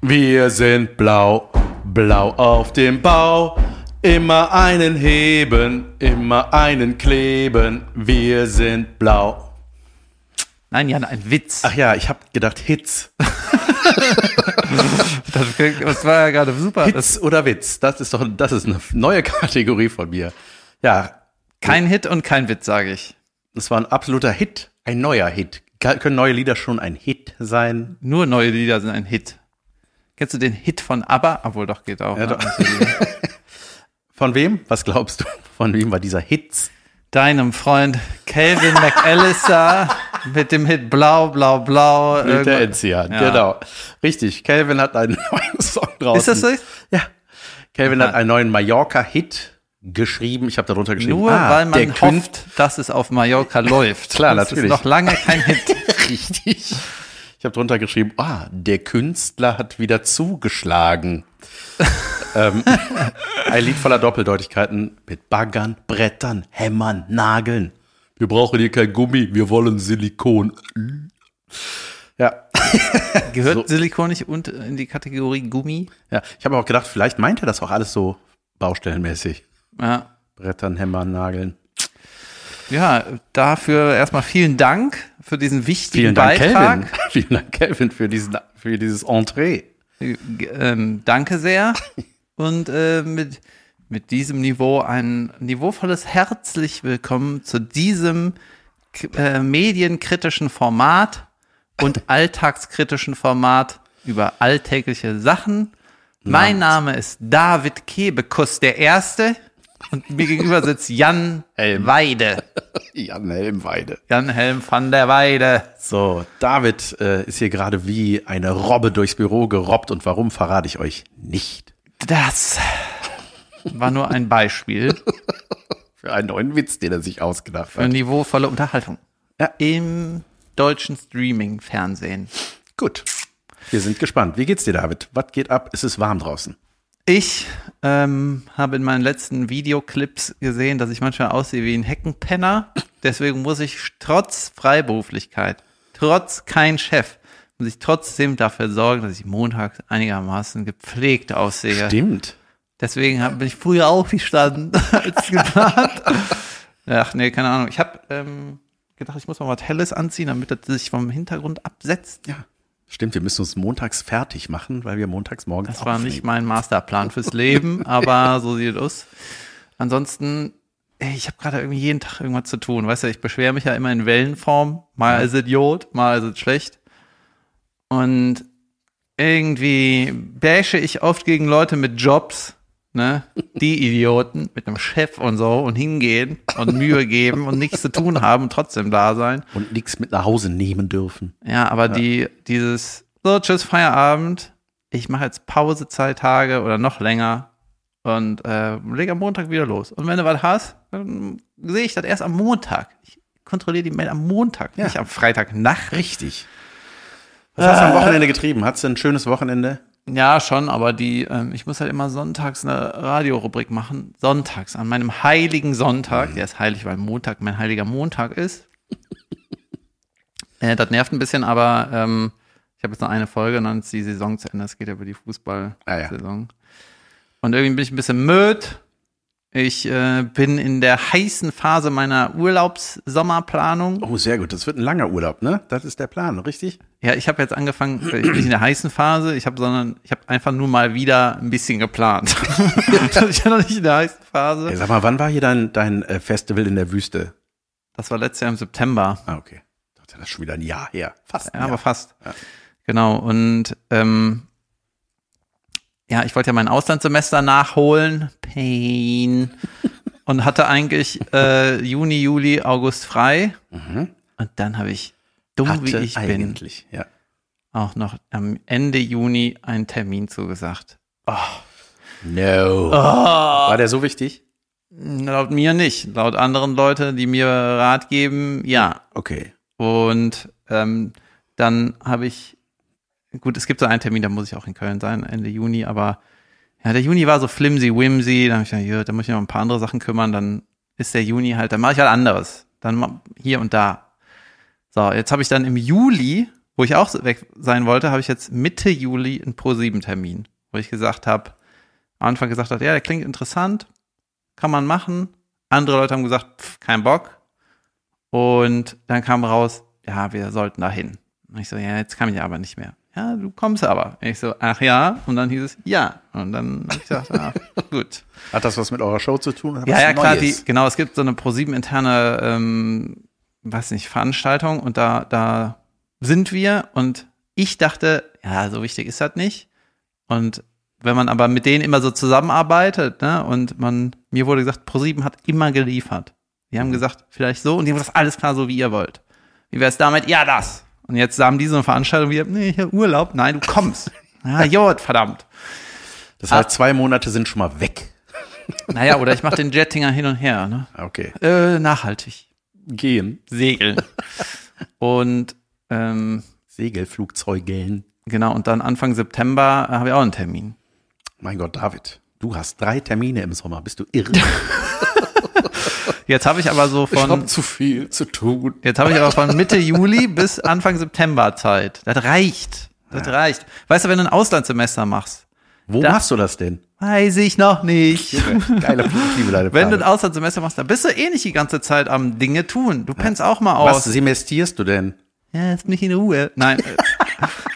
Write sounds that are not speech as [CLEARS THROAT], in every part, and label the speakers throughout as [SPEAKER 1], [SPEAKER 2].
[SPEAKER 1] Wir sind blau, blau auf dem Bau. Immer einen heben, immer einen kleben. Wir sind blau.
[SPEAKER 2] Nein, Jan, ein Witz.
[SPEAKER 1] Ach ja, ich habe gedacht Hits.
[SPEAKER 2] Das, klingt- das war ja gerade super. Das,
[SPEAKER 1] Hits oder Witz? Das ist doch das ist eine neue [LAUGHS] Kategorie von mir. Ja,
[SPEAKER 2] kein Hit und kein Witz, sage ich.
[SPEAKER 1] das war ein absoluter Hit, ein neuer Hit. Ka- Können neue Lieder schon ein Hit sein?
[SPEAKER 2] Nur neue Lieder sind ein Hit. Kennst du den Hit von ABBA? Obwohl, doch, geht auch.
[SPEAKER 1] Ja,
[SPEAKER 2] ne?
[SPEAKER 1] doch. [LAUGHS] Von wem? Was glaubst du? Von wem war dieser Hits?
[SPEAKER 2] Deinem Freund Calvin McAllister mit dem Hit Blau, Blau, Blau.
[SPEAKER 1] Mit der
[SPEAKER 2] irgendwas.
[SPEAKER 1] Enzia,
[SPEAKER 2] Ja.
[SPEAKER 1] genau. Richtig, Calvin hat einen [LAUGHS] neuen Song draußen.
[SPEAKER 2] Ist das so?
[SPEAKER 1] Ja. Calvin hat einen neuen Mallorca-Hit geschrieben. Ich habe darunter geschrieben,
[SPEAKER 2] Nur
[SPEAKER 1] ah,
[SPEAKER 2] weil
[SPEAKER 1] der
[SPEAKER 2] man
[SPEAKER 1] Kün-
[SPEAKER 2] hofft, dass es
[SPEAKER 1] [LAUGHS]
[SPEAKER 2] auf Mallorca läuft.
[SPEAKER 1] Klar,
[SPEAKER 2] das
[SPEAKER 1] natürlich.
[SPEAKER 2] Ist noch lange kein Hit.
[SPEAKER 1] [LAUGHS] Richtig. Ich habe drunter geschrieben, ah, der Künstler hat wieder
[SPEAKER 2] [LAUGHS]
[SPEAKER 1] zugeschlagen. ähm, ein Lied voller Doppeldeutigkeiten mit Baggern, Brettern, Hämmern, Nageln. Wir brauchen hier kein Gummi, wir wollen Silikon. Ja,
[SPEAKER 2] Gehört
[SPEAKER 1] So.
[SPEAKER 2] Silikon nicht und in die Kategorie Gummi?
[SPEAKER 1] ja. ich habe auch gedacht, vielleicht meint er das auch alles so baustellenmäßig.
[SPEAKER 2] Ja.
[SPEAKER 1] Brettern, Hämmern, Nageln.
[SPEAKER 2] Ja, dafür erstmal vielen Dank für diesen wichtigen
[SPEAKER 1] Vielen Dank, Kelvin. [LAUGHS]
[SPEAKER 2] Beitrag.
[SPEAKER 1] Vielen Dank, Kelvin, für, diesen, für dieses Entree.
[SPEAKER 2] G- Ähm, danke sehr. Und äh, mit, mit diesem Niveau ein niveauvolles herzlich willkommen zu diesem k- äh, medienkritischen Format und alltagskritischen Format über alltägliche Sachen. Mein Name ist David Kebekus der Erste und mir gegenüber sitzt Jan
[SPEAKER 1] Helm.
[SPEAKER 2] Weide.
[SPEAKER 1] Jan Helmweide.
[SPEAKER 2] Jan Helm van der Weide.
[SPEAKER 1] So, David äh, ist hier gerade wie eine Robbe durchs Büro gerobbt und warum verrate ich euch nicht.
[SPEAKER 2] Das war nur ein Beispiel
[SPEAKER 1] Für einen neuen Witz, den er sich ausgedacht
[SPEAKER 2] für
[SPEAKER 1] hat.
[SPEAKER 2] niveauvolle Unterhaltung.
[SPEAKER 1] Ja.
[SPEAKER 2] Im deutschen Streaming-Fernsehen.
[SPEAKER 1] Gut. Wir sind gespannt. Wie geht's dir, David? Was geht ab? Es ist warm draußen.
[SPEAKER 2] Ich ähm, habe in meinen letzten Videoclips gesehen, dass ich manchmal aussehe wie ein Heckenpenner. Deswegen muss ich trotz Freiberuflichkeit, trotz kein Chef, muss ich trotzdem dafür sorgen, dass ich montags einigermaßen gepflegt aussehe.
[SPEAKER 1] Stimmt.
[SPEAKER 2] Deswegen hab, bin ich früher aufgestanden [LAUGHS] als geplant. Ach nee, keine Ahnung. Ich habe ähm, gedacht, ich muss mal was Helles anziehen, damit das sich vom Hintergrund absetzt.
[SPEAKER 1] Ja. Stimmt, wir müssen uns montags fertig machen, weil wir montags morgens
[SPEAKER 2] Das war nicht mein Masterplan fürs Leben, aber so sieht es aus. Ansonsten, ey, ich habe gerade irgendwie jeden Tag irgendwas zu tun. Weißt du, ich beschwere mich ja immer in Wellenform. Mal ist es Jod, mal ist es schlecht. Und irgendwie bashe ich oft gegen Leute mit Jobs, ne? Die Idioten mit einem Chef und so und hingehen und Mühe geben und nichts zu tun haben und trotzdem da sein.
[SPEAKER 1] und nichts mit nach Hause nehmen dürfen.
[SPEAKER 2] Ja, aber die, dieses, so, tschüss, Feierabend, ich mache jetzt Pause zwei Tage oder noch länger und äh, leg am Montag wieder los. Und wenn du was hast, dann sehe ich das erst am Montag. Ich kontrolliere die Mail am Montag,
[SPEAKER 1] Ja.
[SPEAKER 2] nicht am Freitagnacht.
[SPEAKER 1] Richtig. Was hast du am Wochenende getrieben? Hattest du ein schönes Wochenende?
[SPEAKER 2] Ja, schon, aber die, ähm, ich muss halt immer sonntags eine Radiorubrik machen. Sonntags, an meinem heiligen Sonntag. Der ist heilig, weil Montag mein heiliger Montag ist. äh, das nervt ein bisschen, aber ähm, ich habe jetzt noch eine Folge und dann ist die Saison zu Ende. Es geht ja über
[SPEAKER 1] Ah,
[SPEAKER 2] die
[SPEAKER 1] ja.
[SPEAKER 2] Fußball-Saison. Und irgendwie bin ich ein bisschen müd. Ich äh, bin in der heißen Phase meiner Urlaubssommerplanung.
[SPEAKER 1] Oh, sehr gut. Das wird ein langer Urlaub, ne? Das ist der Plan, richtig?
[SPEAKER 2] Ja, ich habe jetzt angefangen, ich bin nicht in der heißen Phase, ich habe sondern ich habe einfach nur mal wieder ein bisschen geplant. Also ich war noch nicht in der heißen
[SPEAKER 1] Ey,
[SPEAKER 2] Phase.
[SPEAKER 1] sag mal, wann war hier dein, dein äh, Festival in der Wüste?
[SPEAKER 2] Das war letztes Jahr im September.
[SPEAKER 1] Ah, okay. Ich dachte, Das ist schon wieder ein Jahr her. Fast.
[SPEAKER 2] Ja,
[SPEAKER 1] ein
[SPEAKER 2] aber
[SPEAKER 1] Jahr.
[SPEAKER 2] fast. Genau. Und ähm, ja, ich wollte ja mein Auslandssemester nachholen. Pain. Und hatte eigentlich äh, Juni, Juli, August frei. Und dann habe ich, dumm wie
[SPEAKER 1] Hatte
[SPEAKER 2] ich bin,
[SPEAKER 1] eigentlich. Ja.
[SPEAKER 2] auch noch am Ende Juni einen Termin zugesagt.
[SPEAKER 1] No.
[SPEAKER 2] Ah.
[SPEAKER 1] War der so wichtig?
[SPEAKER 2] Laut mir nicht. Laut anderen Leute, die mir Rat geben, ja.
[SPEAKER 1] Okay.
[SPEAKER 2] Und ähm, dann habe ich, gut, es gibt so einen Termin, da muss ich auch in Köln sein, Ende Juni, aber ja, der Juni war so flimsy, whimsy, da habe ich gedacht, ja, da muss ich noch um ein paar andere Sachen kümmern, dann ist der Juni halt, dann mache ich halt anderes. Dann ma- hier und da. So, jetzt habe ich dann im Juli Wo ich auch weg sein wollte, habe ich jetzt Mitte Juli einen Pro-7-Termin, wo ich gesagt habe, am Anfang gesagt habe, ja, der klingt interessant, kann man machen. Andere Leute haben gesagt, pff, kein Bock. Und dann kam raus, ja, wir sollten da hin. Und ich so, ja, jetzt kann ich aber nicht mehr. Ja, du kommst aber. Und ich so, ach ja. Und dann hieß es, ja. Und dann habe ich gesagt, ah, gut.
[SPEAKER 1] Hat das was mit eurer Show zu tun? Hat
[SPEAKER 2] Ja,
[SPEAKER 1] das
[SPEAKER 2] ja, klar, die,
[SPEAKER 1] Neues?
[SPEAKER 2] genau, es gibt so eine ProSieben-interne, ähm, weiß nicht, Veranstaltung und da, da sind wir und ich dachte, ja, so wichtig ist das nicht. Und wenn man aber mit denen immer so zusammenarbeitet, ne, und man, mir wurde gesagt, ProSieben hat immer geliefert. Die haben gesagt, vielleicht so und die haben gesagt, alles klar, so wie ihr wollt. Wie wär's damit? Ja, das. Und jetzt haben die so eine Veranstaltung wie, nee, ich hab Urlaub, nein, du kommst. Ah, jod, verdammt.
[SPEAKER 1] Das heißt, zwei Monate sind schon mal weg.
[SPEAKER 2] Naja, oder ich mache den Jettinger hin und her, ne?
[SPEAKER 1] Ah, Okay.
[SPEAKER 2] Äh, nachhaltig.
[SPEAKER 1] Gehen.
[SPEAKER 2] segeln. und ähm,
[SPEAKER 1] Segelflugzeugeln.
[SPEAKER 2] genau, und dann Anfang September äh, habe ich auch einen Termin.
[SPEAKER 1] Mein Gott, David, du hast drei Termine im Sommer. Bist du irre?
[SPEAKER 2] Jetzt habe ich aber so von
[SPEAKER 1] hab zu viel zu tun.
[SPEAKER 2] jetzt habe ich aber von Mitte Juli bis Anfang September Zeit. Das reicht. Das reicht. Weißt du, wenn du ein Auslandssemester machst,
[SPEAKER 1] Wo
[SPEAKER 2] Da-
[SPEAKER 1] machst du das denn?
[SPEAKER 2] weiß ich noch nicht.
[SPEAKER 1] Geile Perspektive, deine
[SPEAKER 2] Wenn du ein
[SPEAKER 1] Frage.
[SPEAKER 2] Auslandssemester machst, dann bist du eh nicht die ganze Zeit am Dinge tun. Du pennst auch mal
[SPEAKER 1] Was
[SPEAKER 2] aus.
[SPEAKER 1] semestierst du denn?
[SPEAKER 2] Ja, jetzt mich in Ruhe. Nein. äh,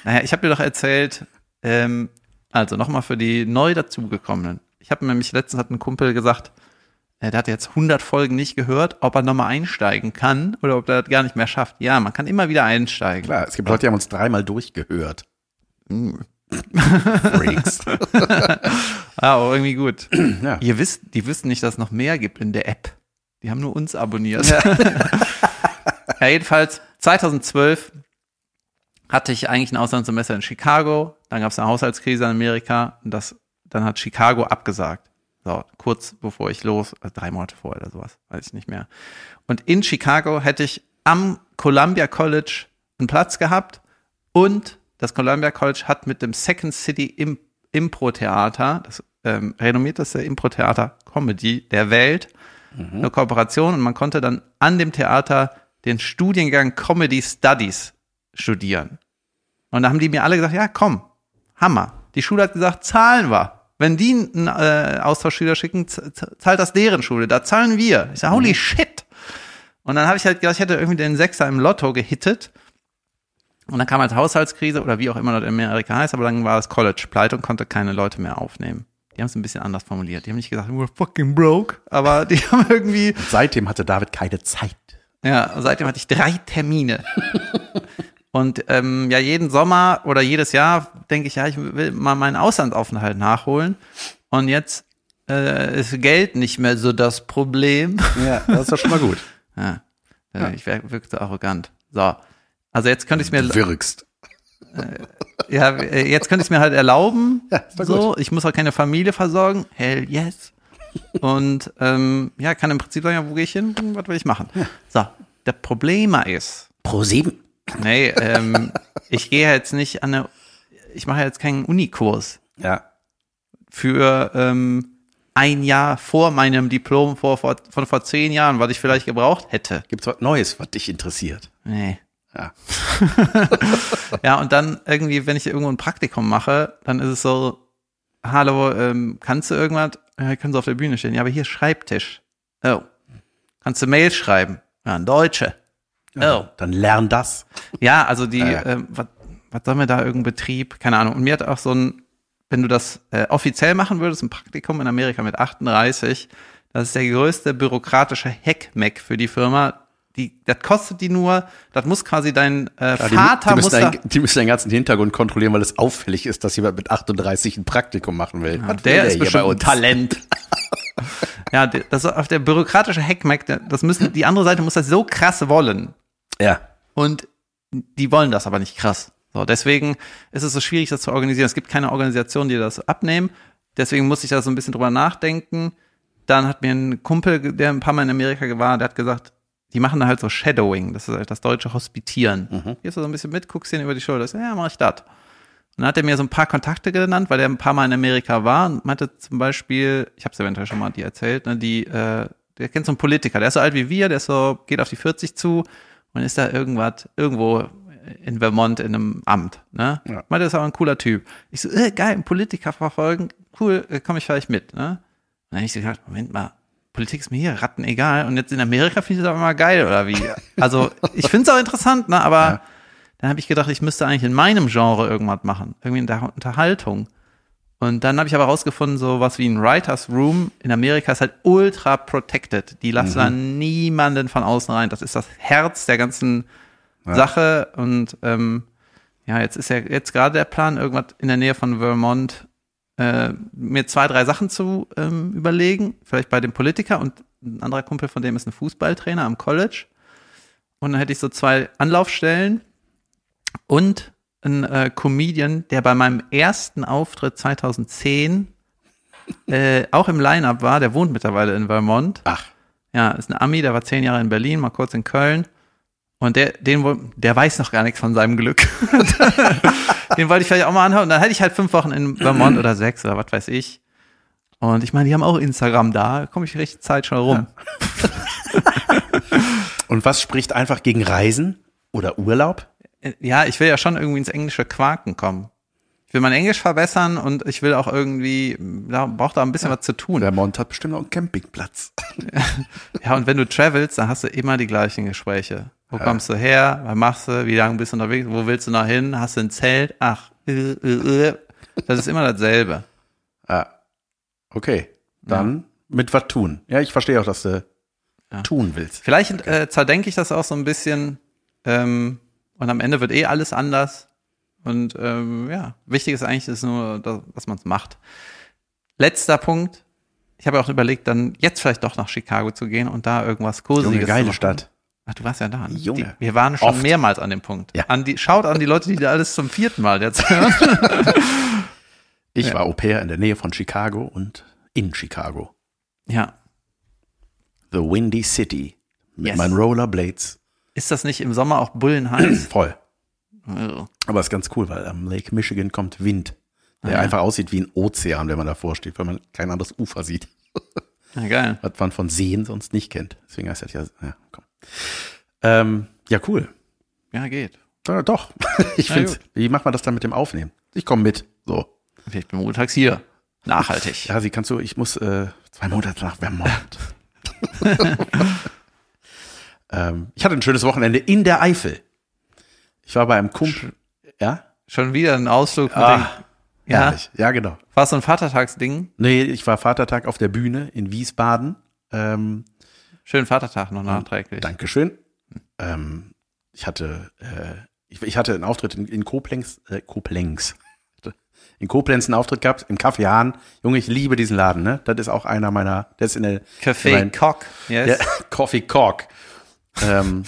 [SPEAKER 2] naja, ich habe dir doch erzählt, ähm, also nochmal für die neu dazugekommenen. Ich habe nämlich letztens hat ein Kumpel gesagt, äh, der hat jetzt 100 Folgen nicht gehört, ob er nochmal einsteigen kann oder ob er das gar nicht mehr schafft. Ja, man kann immer wieder einsteigen.
[SPEAKER 1] Klar, es gibt Leute, die haben uns dreimal durchgehört. Uh. [LAUGHS] Freaks.
[SPEAKER 2] Ah, aber irgendwie gut.
[SPEAKER 1] Ja.
[SPEAKER 2] Ihr wisst, die wissen nicht, dass es noch mehr gibt in der App. Die haben nur uns abonniert. [LAUGHS] ja, jedenfalls 2012 hatte ich eigentlich ein Auslandssemester in Chicago, dann gab es eine Haushaltskrise in Amerika und das, dann hat Chicago abgesagt. So, kurz bevor ich los, also drei Monate vorher oder sowas, weiß ich nicht mehr. Und in Chicago hätte ich am Columbia College einen Platz gehabt und das Columbia College hat mit dem Second City Im Impro-Theater, das ähm, renommierteste Impro-Theater-Comedy der Welt, eine Kooperation und man konnte dann an dem Theater den Studiengang Comedy Studies studieren. Und da haben die mir alle gesagt, ja komm, Hammer. Die Schule hat gesagt, zahlen wir. Wenn die einen äh, Austauschschüler schicken, z- z- zahlt das deren Schule, da zahlen wir. Ich sage, holy shit. Und dann habe ich halt gedacht, ich hätte irgendwie den Sechser im Lotto gehittet. Und dann kam halt Haushaltskrise oder wie auch immer das in Amerika heißt, aber dann war das College pleite und konnte keine Leute mehr aufnehmen. Die haben es ein bisschen anders formuliert. Die haben nicht gesagt, we're fucking broke, aber [LAUGHS] die haben irgendwie
[SPEAKER 1] Seitdem hatte David keine Zeit.
[SPEAKER 2] ja, seitdem hatte ich drei Termine. Und ähm, ja, jeden Sommer oder jedes Jahr denke ich, ja, ich will mal meinen Auslandsaufenthalt nachholen. Und jetzt äh, ist Geld nicht mehr so das Problem.
[SPEAKER 1] Ja, das ist doch schon mal gut.
[SPEAKER 2] Ja, äh, [LAUGHS] Ich wär, wirkte arrogant. So. Also jetzt könnte ich mir
[SPEAKER 1] Du wirkst.
[SPEAKER 2] ja, äh, jetzt könnte ich mir halt erlauben.
[SPEAKER 1] [LAUGHS] Ja, ist doch
[SPEAKER 2] so, ich muss auch keine Familie versorgen. Hell yes. Und ähm, ja, kann im Prinzip sagen, ja, wo gehe ich hin? Hm, Was will ich machen? So, der Problem ist,
[SPEAKER 1] Pro sieben.
[SPEAKER 2] Nee,
[SPEAKER 1] [LAUGHS]
[SPEAKER 2] ähm, ich gehe ja jetzt nicht an eine, ich mache ja jetzt keinen Unikurs
[SPEAKER 1] Ja.
[SPEAKER 2] für ähm, ein Jahr vor meinem Diplom vor, vor, von vor zehn Jahren, was ich vielleicht gebraucht hätte.
[SPEAKER 1] Gibt's was Neues, was dich interessiert?
[SPEAKER 2] Nee.
[SPEAKER 1] Ja.
[SPEAKER 2] [LAUGHS] Ja, und dann irgendwie, wenn ich irgendwo ein Praktikum mache, dann ist es so, hallo, ähm, kannst du irgendwas? Ja, ich kann so auf der Bühne stehen. Ja, aber hier ist Schreibtisch. Oh. Kannst du Mail schreiben? Ja, ein Deutsche. Oh.
[SPEAKER 1] Dann lern das.
[SPEAKER 2] Ja, also die,
[SPEAKER 1] Ja, ja.
[SPEAKER 2] ähm, was, was soll mir da irgendein Betrieb? Keine Ahnung. Und mir hat auch so ein, wenn du das äh, offiziell machen würdest, ein Praktikum in Amerika mit 38, das ist der größte bürokratische Heckmeck für die Firma. Die, das kostet die nur, das muss quasi dein äh,
[SPEAKER 1] Ja, die-
[SPEAKER 2] Vater
[SPEAKER 1] die,
[SPEAKER 2] muss
[SPEAKER 1] müssen
[SPEAKER 2] da,
[SPEAKER 1] deinen, die müssen deinen ganzen Hintergrund kontrollieren, weil es auffällig ist, dass jemand mit 38 ein Praktikum machen will. Was will
[SPEAKER 2] der ist
[SPEAKER 1] hier bei
[SPEAKER 2] bestimmt ein
[SPEAKER 1] uns?
[SPEAKER 2] Talent. ja, die- das ist auf der bürokratische Heckmeck, der- das müssen, die andere Seite muss das so krass wollen.
[SPEAKER 1] Ja.
[SPEAKER 2] Und die wollen das aber nicht krass. So, deswegen ist es so schwierig, das zu organisieren. Es gibt keine Organisation, die das abnehmen. Deswegen musste ich da so ein bisschen drüber nachdenken. Dann hat mir ein Kumpel, der ein paar Mal in Amerika war, der hat gesagt, die machen da halt so Shadowing, das ist halt das deutsche Hospitieren. Gehst du so ein bisschen mit, guckst denen über die Schulter, sagst, ja, mach ich das. Und dann hat er mir so ein paar Kontakte genannt, weil er ein paar Mal in Amerika war und meinte zum Beispiel, ich habe es eventuell schon mal die erzählt, ne, die, äh, der kennt so einen Politiker, der ist so alt wie wir, der ist so, geht auf die 40 zu und ist da irgendwas, irgendwo in Vermont in einem Amt. Ne?
[SPEAKER 1] Ja.
[SPEAKER 2] Meinte, das ist aber ein cooler Typ. Ich so, äh, geil, einen Politiker verfolgen, cool, äh, komm ich vielleicht mit. Ne? Und dann hab ich so gedacht, Moment mal, Politik ist mir hier Ratten egal. Und jetzt in Amerika finde ich das aber mal geil, oder wie? Also, ich finde es auch interessant, ne? aber dann habe ich gedacht, ich müsste eigentlich in meinem Genre irgendwas machen. Irgendwie in der Unterhaltung. Und dann habe ich aber rausgefunden, so was wie ein Writer's Room in Amerika ist halt ultra protected. Die lassen da niemanden von außen rein. Das ist das Herz der ganzen Sache. Und ähm, ja, jetzt ist ja jetzt gerade der Plan, irgendwas in der Nähe von Vermont äh, mir zwei, drei Sachen zu ähm, überlegen. Vielleicht bei dem Politiker und ein anderer Kumpel von dem ist ein Fußballtrainer am College. Und dann hätte ich so zwei Anlaufstellen und ein äh, Comedian, der bei meinem ersten Auftritt 2010 äh, auch im Line-Up war. Der wohnt mittlerweile in Vermont.
[SPEAKER 1] Ach,
[SPEAKER 2] Ja, ist ein Ami, der war zehn Jahre in Berlin, mal kurz in Köln. Und der, den, wo- der weiß noch gar nichts von seinem Glück. [LAUGHS] den wollte ich vielleicht auch mal anhauen. Dann hätte ich halt fünf Wochen in Vermont oder sechs oder was weiß ich. Und ich meine, die haben auch Instagram da. Da komme ich richtig Zeit schon rum.
[SPEAKER 1] und was spricht einfach gegen Reisen oder Urlaub?
[SPEAKER 2] Äh, ja, ich will ja schon irgendwie ins englische Quaken kommen. Ich will mein Englisch verbessern und ich will auch irgendwie, mm, da braucht da ein bisschen was zu tun. Ja.
[SPEAKER 1] Vermont hat bestimmt auch einen Campingplatz.
[SPEAKER 2] und wenn du travelst, dann hast du immer die gleichen Gespräche. Wo kommst du her? Was machst du? Wie lange bist du unterwegs? Wo willst du noch hin? Hast du ein Zelt? Ach, äh, äh, äh. das ist immer dasselbe.
[SPEAKER 1] Okay, dann mit was tun. Ja, ich verstehe auch, dass du tun willst.
[SPEAKER 2] Vielleicht äh, zerdenke ich das auch so ein bisschen ähm, und am Ende wird eh alles anders. Und ähm, ja, wichtig ist eigentlich ist nur, dass, dass man es macht. Letzter Punkt. Ich habe auch überlegt, dann jetzt vielleicht doch nach Chicago zu gehen und da irgendwas Kursiges
[SPEAKER 1] Junge,
[SPEAKER 2] zu
[SPEAKER 1] geile
[SPEAKER 2] machen.
[SPEAKER 1] Stadt.
[SPEAKER 2] Ach, du warst ja da. Ne?
[SPEAKER 1] Junge.
[SPEAKER 2] Die, wir waren schon
[SPEAKER 1] Oft.
[SPEAKER 2] mehrmals an dem Punkt.
[SPEAKER 1] Ja.
[SPEAKER 2] An die, schaut an die Leute, die da alles zum vierten Mal
[SPEAKER 1] [LAUGHS]
[SPEAKER 2] jetzt hören.
[SPEAKER 1] Ich war Au pair in der Nähe von Chicago und in Chicago.
[SPEAKER 2] ja.
[SPEAKER 1] The Windy City. Mit
[SPEAKER 2] Yes.
[SPEAKER 1] meinen Rollerblades.
[SPEAKER 2] Ist das nicht im Sommer auch bullenheiß?
[SPEAKER 1] Voll.
[SPEAKER 2] Ugh.
[SPEAKER 1] Aber ist ganz cool, weil am Lake Michigan kommt Wind, der
[SPEAKER 2] Ah, ja.
[SPEAKER 1] einfach aussieht wie ein Ozean, wenn man davor steht, weil man kein anderes Ufer sieht,
[SPEAKER 2] Na geil.
[SPEAKER 1] was man von Seen sonst nicht kennt. Deswegen heißt das ja, ja, komm. Ähm, ja, cool.
[SPEAKER 2] Ja, geht.
[SPEAKER 1] Ja, doch. [LAUGHS] Ich
[SPEAKER 2] Na
[SPEAKER 1] finde,
[SPEAKER 2] gut.
[SPEAKER 1] wie macht man das dann mit dem Aufnehmen? Ich komme mit. So.
[SPEAKER 2] Ich bin montags hier. Nachhaltig.
[SPEAKER 1] Ja, sie kannst du, ich muss äh, zwei Monate nach
[SPEAKER 2] [LAUGHS]
[SPEAKER 1] Vermont. ähm, ich hatte ein schönes Wochenende in der Eifel. Ich war bei einem Kumpel. Ja?
[SPEAKER 2] Schon wieder ein Ausflug mit
[SPEAKER 1] Ah,
[SPEAKER 2] den, ja,
[SPEAKER 1] Herrlich. Ja, genau.
[SPEAKER 2] war es so ein Vatertagsding?
[SPEAKER 1] Nee, ich war Vatertag auf der Bühne in Wiesbaden. Ähm,
[SPEAKER 2] Schönen Vatertag noch nachträglich.
[SPEAKER 1] Dankeschön. Ähm, ich hatte, äh, ich, ich hatte einen Auftritt in, in Koblenz, äh, Koblenz. In Koblenz einen Auftritt gehabt, im Café Hahn. Junge, ich liebe diesen Laden, ne? Das ist auch einer meiner, der ist in der
[SPEAKER 2] Café
[SPEAKER 1] in meinen-
[SPEAKER 2] Cock.
[SPEAKER 1] der,
[SPEAKER 2] Yes.
[SPEAKER 1] [LAUGHS] Coffee Cork. Ähm,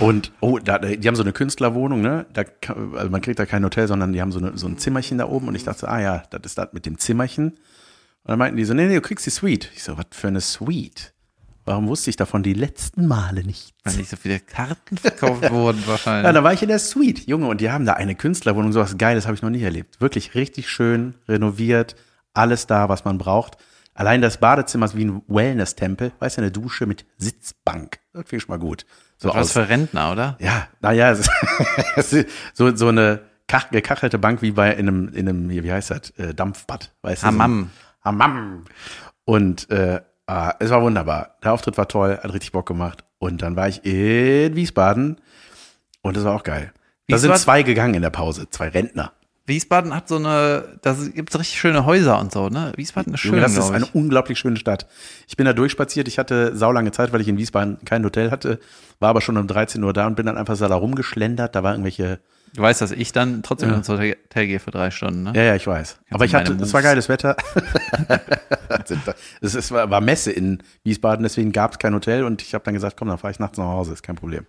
[SPEAKER 1] und oh, da, die haben so eine Künstlerwohnung, ne? Da, kann- also man kriegt da kein Hotel, sondern die haben so, eine, so ein Zimmerchen da oben und ich dachte, ah ja, das ist das mit dem Zimmerchen. Und dann meinten die so, nee, nee, du kriegst die Suite. Ich so, was für eine Suite? Warum wusste ich davon die letzten Male nicht?
[SPEAKER 2] Weil nicht so viele Karten verkauft wurden wahrscheinlich.
[SPEAKER 1] [LAUGHS] Ja, da war ich in der Suite, Junge, und die haben da eine Künstlerwohnung, sowas Geiles habe ich noch nie erlebt. Wirklich richtig schön, renoviert, alles da, was man braucht. Allein das Badezimmer ist wie ein Wellness-Tempel, weißt du, eine Dusche mit Sitzbank. Das finde ich schon mal gut. So
[SPEAKER 2] Was
[SPEAKER 1] aus.
[SPEAKER 2] für Rentner, oder?
[SPEAKER 1] Ja, naja, es, [LAUGHS] es ist so, so eine kach, gekachelte Bank wie bei in einem, in einem, hier, wie heißt das, äh, Dampfbad, weißt du? so ein-
[SPEAKER 2] Hammam.
[SPEAKER 1] Hammam. Und äh, ah, es war wunderbar. Der Auftritt war toll, hat richtig Bock gemacht. Und dann war ich in Wiesbaden und das war auch geil. Da sind
[SPEAKER 2] Wiesbaden-
[SPEAKER 1] zwei gegangen in der Pause, zwei Rentner.
[SPEAKER 2] Wiesbaden hat so eine, da gibt's richtig schöne Häuser und so, ne? Wiesbaden ist schön,
[SPEAKER 1] Junge, das ist
[SPEAKER 2] glaub
[SPEAKER 1] eine
[SPEAKER 2] ich.
[SPEAKER 1] unglaublich schöne Stadt. Ich bin da durchspaziert. Ich hatte saulange Zeit, weil ich in Wiesbaden kein Hotel hatte, war aber schon um 13 Uhr da und bin dann einfach so da rumgeschlendert. Da war irgendwelche
[SPEAKER 2] Du weißt, dass ich dann trotzdem ins Hotel Hotel gehe für drei Stunden, ne?
[SPEAKER 1] Ja, ja, ich weiß. Aber ich
[SPEAKER 2] meine
[SPEAKER 1] hatte,
[SPEAKER 2] Moves.
[SPEAKER 1] es war geiles Wetter. es ist, war, war Messe in Wiesbaden, deswegen gab es kein Hotel und ich habe dann gesagt, komm, dann fahre ich nachts nach Hause, ist kein Problem.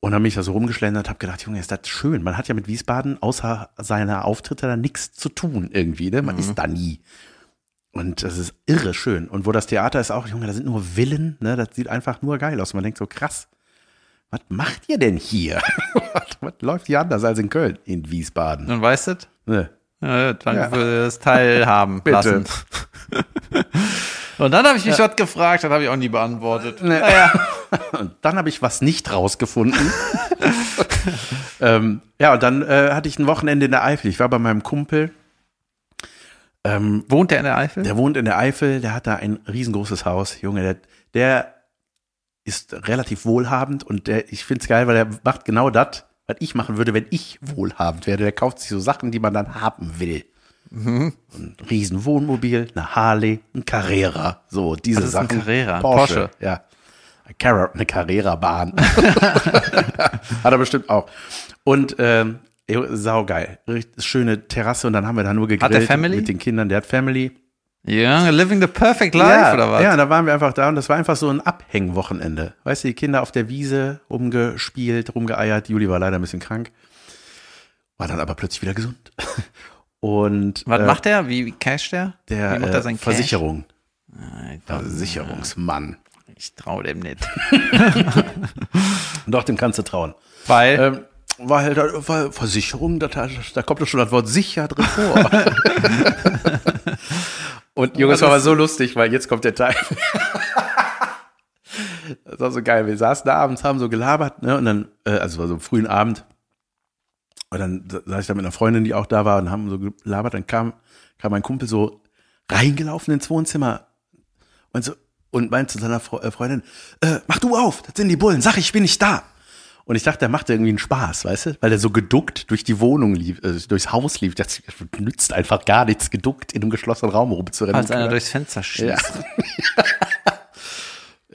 [SPEAKER 1] Und dann bin ich da so rumgeschlendert, habe gedacht, Junge, ist das schön. Man hat ja mit Wiesbaden außer seiner Auftritte da nichts zu tun irgendwie, ne? Man ist da nie. Und das ist irre schön. Und wo das Theater ist auch, Junge, da sind nur Villen, ne? Das sieht einfach nur geil aus. Man denkt so, krass, was macht ihr denn hier? [LAUGHS] was, was läuft hier anders als in Köln, in Wiesbaden?
[SPEAKER 2] Und weißt du?
[SPEAKER 1] Ne?
[SPEAKER 2] Äh, danke
[SPEAKER 1] Ja. [LAUGHS]
[SPEAKER 2] fürs Teilhaben
[SPEAKER 1] Bitte.
[SPEAKER 2] lassen. Und dann habe ich mich was gefragt, das habe ich auch nie
[SPEAKER 1] [LAUGHS]
[SPEAKER 2] beantwortet.
[SPEAKER 1] Und dann habe ich was nicht rausgefunden. [LAUGHS] ähm, ja, und dann äh, hatte ich ein Wochenende in der Eifel. Ich war bei meinem Kumpel,
[SPEAKER 2] Wohnt der in der Eifel?
[SPEAKER 1] der wohnt in der Eifel, der hat da ein riesengroßes Haus. Junge, der, der ist relativ wohlhabend und der, ich finde es geil, weil er macht genau das, was ich machen würde, wenn ich wohlhabend wäre. Der kauft sich so Sachen, die man dann haben will. Ein riesen Wohnmobil, eine Harley, ein Carrera. So, diese
[SPEAKER 2] Was ist ein
[SPEAKER 1] Sachen.
[SPEAKER 2] Carrera?
[SPEAKER 1] Porsche.
[SPEAKER 2] Porsche.
[SPEAKER 1] Ja. Eine Carrera- Eine
[SPEAKER 2] [LAUGHS]
[SPEAKER 1] Carrera-Bahn. Hat er bestimmt auch. Und ähm, jo, saugeil. Richtig schöne Terrasse und dann haben wir da nur gegrillt.
[SPEAKER 2] der Family?
[SPEAKER 1] Mit den Kindern. Der hat Family.
[SPEAKER 2] Ja, living the perfect life
[SPEAKER 1] ja,
[SPEAKER 2] oder was?
[SPEAKER 1] Ja, da waren wir einfach da und das war einfach so ein Abhängwochenende. Weißt du, die Kinder auf der Wiese rumgespielt, rumgeeiert. Juli war leider ein bisschen krank. War dann aber plötzlich wieder gesund. [LAUGHS] Und
[SPEAKER 2] Was
[SPEAKER 1] äh,
[SPEAKER 2] macht der? Wie, wie casht der?
[SPEAKER 1] der
[SPEAKER 2] wie macht er
[SPEAKER 1] äh,
[SPEAKER 2] sein Ah,
[SPEAKER 1] Versicherung?
[SPEAKER 2] Cash? Alter,
[SPEAKER 1] Versicherungsmann.
[SPEAKER 2] Ich traue dem nicht.
[SPEAKER 1] Doch, dem kannst du trauen.
[SPEAKER 2] Weil,
[SPEAKER 1] Ähm, weil, da, weil Versicherung, da, da, da kommt doch schon das Wort sicher drin vor. [LAUGHS] Und Junge, es war aber so lustig, weil jetzt kommt der Teil. [LAUGHS] das war so geil. Wir saßen da abends, haben so gelabert, ne? Und dann, äh, also war so frühen Abend. Und dann sa- saß ich da mit einer Freundin, die auch da war, und haben so gelabert. Dann kam, kam mein Kumpel so reingelaufen ins Wohnzimmer und so und meint zu seiner Fre äh, Freundin, äh, mach du auf, das sind die Bullen, sag ich bin nicht da. Und ich dachte, der macht irgendwie einen Spaß, weißt du? Weil er so geduckt durch die Wohnung lief, äh, durchs Haus lief. Das nützt einfach gar nichts, geduckt in einem geschlossenen Raum rumzurennen.
[SPEAKER 2] als einer durchs Fenster schießt.
[SPEAKER 1] äh, Ja.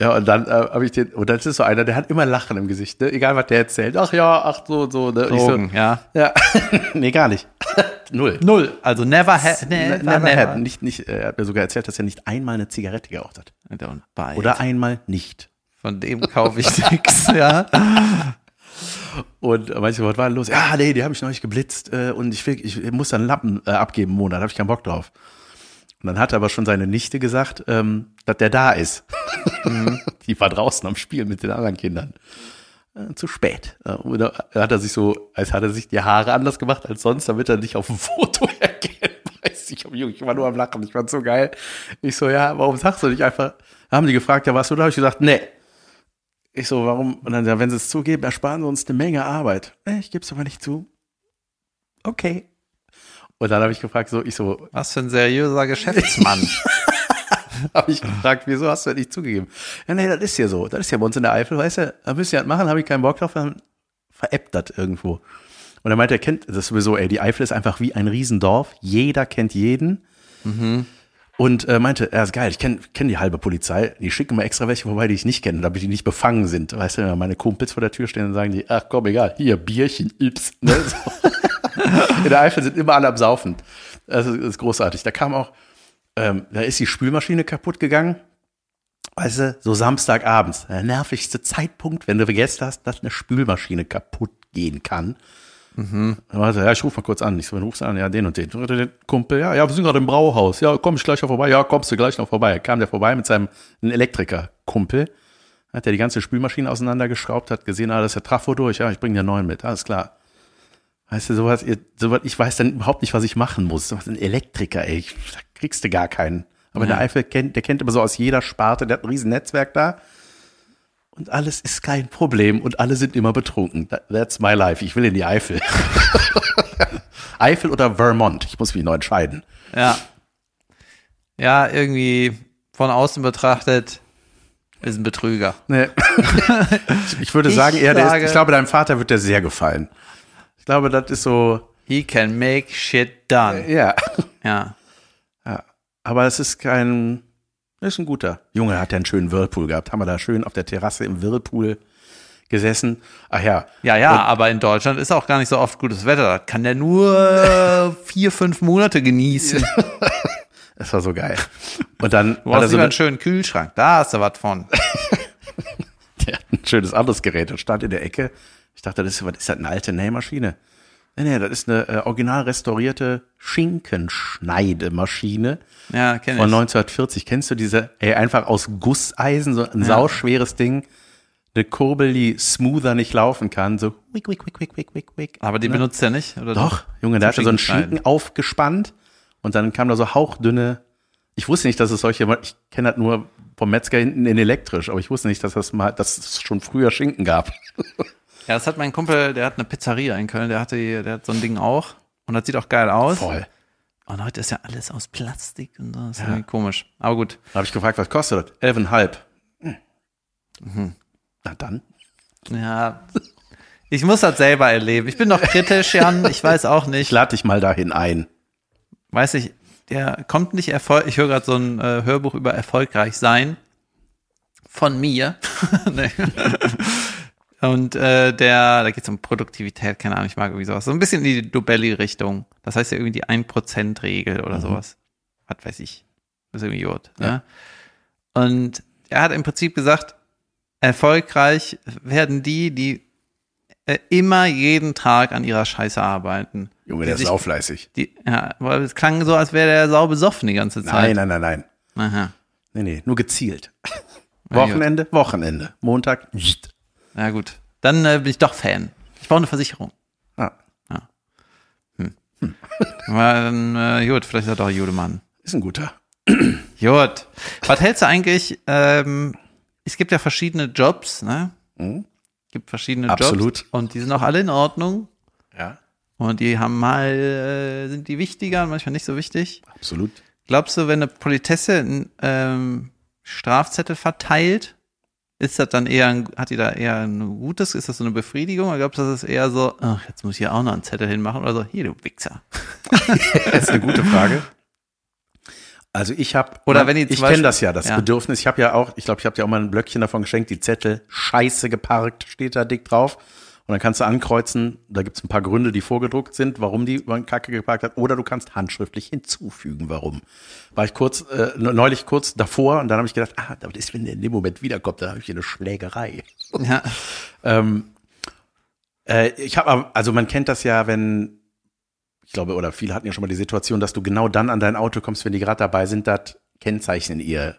[SPEAKER 1] Ja, und dann äh, habe ich den, und das ist so einer, der hat immer Lachen im Gesicht, ne? egal was der erzählt. Ach ja, ach so, und so. Ne? Und ich
[SPEAKER 2] Drogen,
[SPEAKER 1] so
[SPEAKER 2] ja.
[SPEAKER 1] ja, [LAUGHS] nee, gar nicht. [LAUGHS] Null.
[SPEAKER 2] Null. Also never ha never,
[SPEAKER 1] Ne- Never happened. Nicht, nicht, äh, er hat mir sogar erzählt, dass er nicht einmal eine Zigarette geraucht hat.
[SPEAKER 2] Don't buy it.
[SPEAKER 1] Oder einmal nicht.
[SPEAKER 2] Von dem kaufe ich nix, [LAUGHS] ja.
[SPEAKER 1] Und manche was war denn los? Ja, nee, die habe ich neulich geblitzt äh, und ich, will, ich muss dann einen Lappen äh, abgeben im Monat, habe ich keinen Bock drauf. Und dann hat aber schon seine Nichte gesagt, ähm, dass der da ist. [LAUGHS] Die war draußen am Spiel mit den anderen Kindern. Äh, zu spät. Äh, und da hat er sich so, als hat er sich die Haare anders gemacht als sonst, damit er nicht auf dem Foto [LAUGHS] erkennt. Weiß ich, Junge, ich war nur am Lachen, ich fand's so geil. Ich so, ja, warum sagst du nicht einfach? Haben die gefragt, ja, warst du da? Hab ich gesagt, nee. Ich so, warum? Und dann, ja, wenn sie es zugeben, ersparen sie uns eine Menge Arbeit. "Nee, Ich gebe es aber nicht zu. Okay. Und dann habe ich gefragt, so, ich so,
[SPEAKER 2] Was für ein seriöser Geschäftsmann.
[SPEAKER 1] [LAUGHS] habe ich gefragt, wieso hast du das nicht zugegeben? Ja, nee, das ist ja so. Das ist ja bei uns in der Eifel, weißt du, da müsst ihr das machen, habe ich keinen Bock drauf, dann veräppt das irgendwo. Und er meinte, er kennt das sowieso, ey, die Eifel ist einfach wie ein Riesendorf. Jeder kennt jeden. Und äh, meinte, ja, ist geil, ich kenne kenn die halbe Polizei, die schicken mir extra welche vorbei, die ich nicht kenne, damit die nicht befangen sind. Weißt du, wenn meine Kumpels vor der Tür stehen, dann sagen die, ach komm, egal, hier, Bierchen, Ips. Ne? So. In der Eifel sind immer alle am Saufen. Das ist, ist großartig. Da kam auch, ähm, da ist die Spülmaschine kaputt gegangen. Weißt du, so Samstagabends, der nervigste Zeitpunkt, wenn du vergessen hast, dass eine Spülmaschine kaputt gehen kann. Dann war so, ja, ich ruf mal kurz an. Ich so, wen rufst du an? Ja, den und den. Den Kumpel, ja, ja, wir sind gerade im Brauhaus. Ja, komm ich gleich noch vorbei. Ja, kommst du gleich noch vorbei. Kam der vorbei mit seinem einem Elektriker-Kumpel. Hat er die ganze Spülmaschine auseinandergeschraubt, hat gesehen, ah, das ist der Trafo durch. Ja, ich bringe dir einen neuen mit. Alles klar. Weißt du, sowas, ihr- sowas, ich weiß dann überhaupt nicht, was ich machen muss. Sowas, ein Elektriker, ey, ich, da kriegst du gar keinen. Aber der Eifel kennt, der kennt immer so aus jeder Sparte, der hat ein riesen Netzwerk da. Und alles ist kein Problem und alle sind immer betrunken. Tha- That's my life. Ich will in die Eifel. [LAUGHS] Eifel oder Vermont? Ich muss mich noch entscheiden.
[SPEAKER 2] ja. Ja, irgendwie von außen betrachtet ist ein Betrüger.
[SPEAKER 1] Nee. ich, ich würde
[SPEAKER 2] Ich
[SPEAKER 1] sagen, eher, der
[SPEAKER 2] sage-
[SPEAKER 1] ist, ich glaube, deinem Vater wird der sehr gefallen. Ich glaube, das ist so,
[SPEAKER 2] He can make shit done.
[SPEAKER 1] ja.
[SPEAKER 2] Ja.
[SPEAKER 1] Aber es ist kein, ist ein guter. Junge hat ja einen schönen Whirlpool gehabt. Haben wir da schön auf der Terrasse im Whirlpool gesessen. Ach ja.
[SPEAKER 2] Ja, ja, aber in Deutschland ist auch gar nicht so oft gutes Wetter. Das kann der nur äh, vier, fünf Monate genießen.
[SPEAKER 1] Das war so geil. Und dann
[SPEAKER 2] [LAUGHS] Du
[SPEAKER 1] hat er so
[SPEAKER 2] brauchst lieber
[SPEAKER 1] eine,
[SPEAKER 2] einen schönen Kühlschrank. Da hast du was von.
[SPEAKER 1] [LAUGHS] der hat ein schönes anderes Gerät und stand in der Ecke. Ich dachte, das ist, was ist das, eine alte Nähmaschine? Nee, nee, das ist eine äh, original restaurierte Schinkenschneidemaschine
[SPEAKER 2] Ja,
[SPEAKER 1] [LAUGHS]
[SPEAKER 2] kenne
[SPEAKER 1] von
[SPEAKER 2] ich.
[SPEAKER 1] 1940. Kennst du diese, ey, einfach aus Gusseisen, so ein sauschweres Ding, eine Kurbel, die smoother nicht laufen kann, so wick, wick, wick, wick, wick, wick, wick.
[SPEAKER 2] Aber die benutzt er nicht, oder?
[SPEAKER 1] Doch, Junge, da
[SPEAKER 2] Zum
[SPEAKER 1] hat er so einen
[SPEAKER 2] Schinken schneiden.
[SPEAKER 1] Schinken aufgespannt und dann kam da so hauchdünne, Ich wusste nicht, dass es solche, ich kenne das nur vom Metzger hinten in elektrisch, aber ich wusste nicht, dass das mal, dass es schon früher Schinken gab.
[SPEAKER 2] Ja, das hat mein Kumpel, der hat eine Pizzeria in Köln, der hatte, hier- der hat so ein Ding auch. Und das sieht auch geil aus.
[SPEAKER 1] Voll.
[SPEAKER 2] Und heute ist ja alles aus Plastik und so. Das ist irgendwie komisch. Aber gut.
[SPEAKER 1] Da habe ich gefragt, was kostet das? Elfenhalb. Hm.
[SPEAKER 2] Mhm.
[SPEAKER 1] Na dann.
[SPEAKER 2] Ja. Ich muss das selber erleben. Ich bin noch kritisch, Jan. Ich weiß auch
[SPEAKER 1] Ich [LAUGHS]
[SPEAKER 2] nicht.
[SPEAKER 1] lade dich mal dahin ein.
[SPEAKER 2] Weiß ich, der kommt nicht Erfolg. Ich höre gerade so ein äh, Hörbuch über erfolgreich sein. Von mir. [LAUGHS] Nee. Und äh, der, da geht es um Produktivität, keine Ahnung, ich mag irgendwie sowas. So ein bisschen in die Dubelli-Richtung. Das heißt ja irgendwie die 1%-Regel oder sowas. Was weiß ich. Das ist irgendwie Jod. Ne? Und er hat im Prinzip gesagt, erfolgreich werden die, die äh, immer jeden Tag an ihrer Scheiße arbeiten.
[SPEAKER 1] Junge,
[SPEAKER 2] die
[SPEAKER 1] der ist
[SPEAKER 2] sich-
[SPEAKER 1] saufleißig.
[SPEAKER 2] Die, ja, weil es klang so, als wäre der sau besoffen die ganze
[SPEAKER 1] Nein,
[SPEAKER 2] Zeit.
[SPEAKER 1] nein, nein, nein.
[SPEAKER 2] Aha.
[SPEAKER 1] Nee, nee, nur gezielt.
[SPEAKER 2] Na gut.
[SPEAKER 1] Wochenende, Wochenende. Montag, nicht.
[SPEAKER 2] Na gut. Dann äh, bin ich doch Fan. Ich brauche eine Versicherung.
[SPEAKER 1] Ah,
[SPEAKER 2] Aber Dann, äh, gut, vielleicht ist er doch Judemann.
[SPEAKER 1] ist ein guter.
[SPEAKER 2] Gut. Was hältst du eigentlich? Ähm, es gibt ja verschiedene Jobs, ne?
[SPEAKER 1] Mhm.
[SPEAKER 2] gibt verschiedene
[SPEAKER 1] Absolut.
[SPEAKER 2] Jobs. Und die sind auch alle in Ordnung.
[SPEAKER 1] Ja.
[SPEAKER 2] Und die haben mal, äh, sind die wichtiger und manchmal nicht so wichtig.
[SPEAKER 1] Absolut.
[SPEAKER 2] Glaubst du, wenn eine Politesse einen ähm, Strafzettel verteilt, ist das dann eher, ein, hat die da eher ein gutes, ist das so eine Befriedigung? Oder glaubst du, das ist eher so, ach, jetzt muss ich hier auch noch einen Zettel hinmachen oder so, hier, du
[SPEAKER 1] [LAUGHS]
[SPEAKER 2] Wichser.
[SPEAKER 1] Das ist eine gute Frage. Also ich habe,
[SPEAKER 2] Oder wenn die zum
[SPEAKER 1] ich
[SPEAKER 2] Beispiel-
[SPEAKER 1] kenne das ja, das
[SPEAKER 2] Ja.
[SPEAKER 1] Bedürfnis. Ich habe ja auch, ich glaube, ich habe dir auch mal ein Blöckchen davon geschenkt, die Zettel Scheiße geparkt, steht da dick drauf. Und dann kannst du ankreuzen, da gibt es ein paar Gründe, die vorgedruckt sind, warum die man Kacke geparkt hat. Oder du kannst handschriftlich hinzufügen, warum. War ich kurz, äh, neulich kurz davor und dann habe ich gedacht, ah, das ist, wenn der in dem Moment wiederkommt, dann habe ich hier eine Schlägerei.
[SPEAKER 2] Ja,
[SPEAKER 1] Ähm, äh, ich habe, also man kennt das ja, wenn, ich glaube, oder viele hatten ja schon mal die Situation, dass du genau dann an dein Auto kommst, wenn die gerade dabei sind, das Kennzeichen in ihr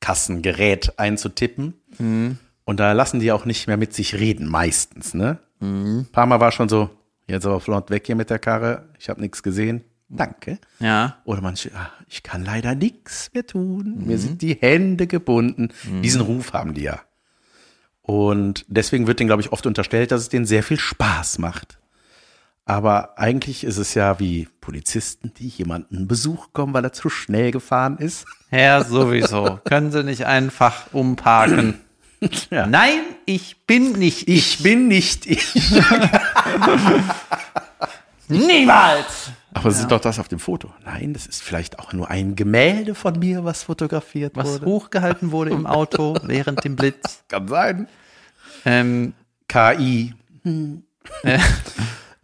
[SPEAKER 1] Kassengerät einzutippen. Und da lassen die auch nicht mehr mit sich reden, meistens, ne? Ein paar Mal war schon so, jetzt aber flott weg hier mit der Karre, ich habe nichts gesehen, danke.
[SPEAKER 2] ja.
[SPEAKER 1] Oder manche, ah, ich kann leider nichts mehr tun. Mir sind die Hände gebunden. Diesen Ruf haben die ja. Und deswegen wird denen, glaube ich, oft unterstellt, dass es denen sehr viel Spaß macht. Aber eigentlich ist es ja wie Polizisten, die jemanden Besuch kommen, weil er zu schnell gefahren ist.
[SPEAKER 2] Herr sowieso. Können Sie nicht einfach umparken?
[SPEAKER 1] [LAUGHS] Ja.
[SPEAKER 2] Nein, ich bin nicht ich.
[SPEAKER 1] Ich bin nicht ich.
[SPEAKER 2] Niemals!
[SPEAKER 1] Aber es ist doch das auf dem Foto. Nein, das ist vielleicht auch nur ein Gemälde von mir, was fotografiert
[SPEAKER 2] Was
[SPEAKER 1] wurde.
[SPEAKER 2] hochgehalten wurde im Auto während dem Blitz.
[SPEAKER 1] Kann sein.
[SPEAKER 2] Ähm,
[SPEAKER 1] KI.
[SPEAKER 2] äh,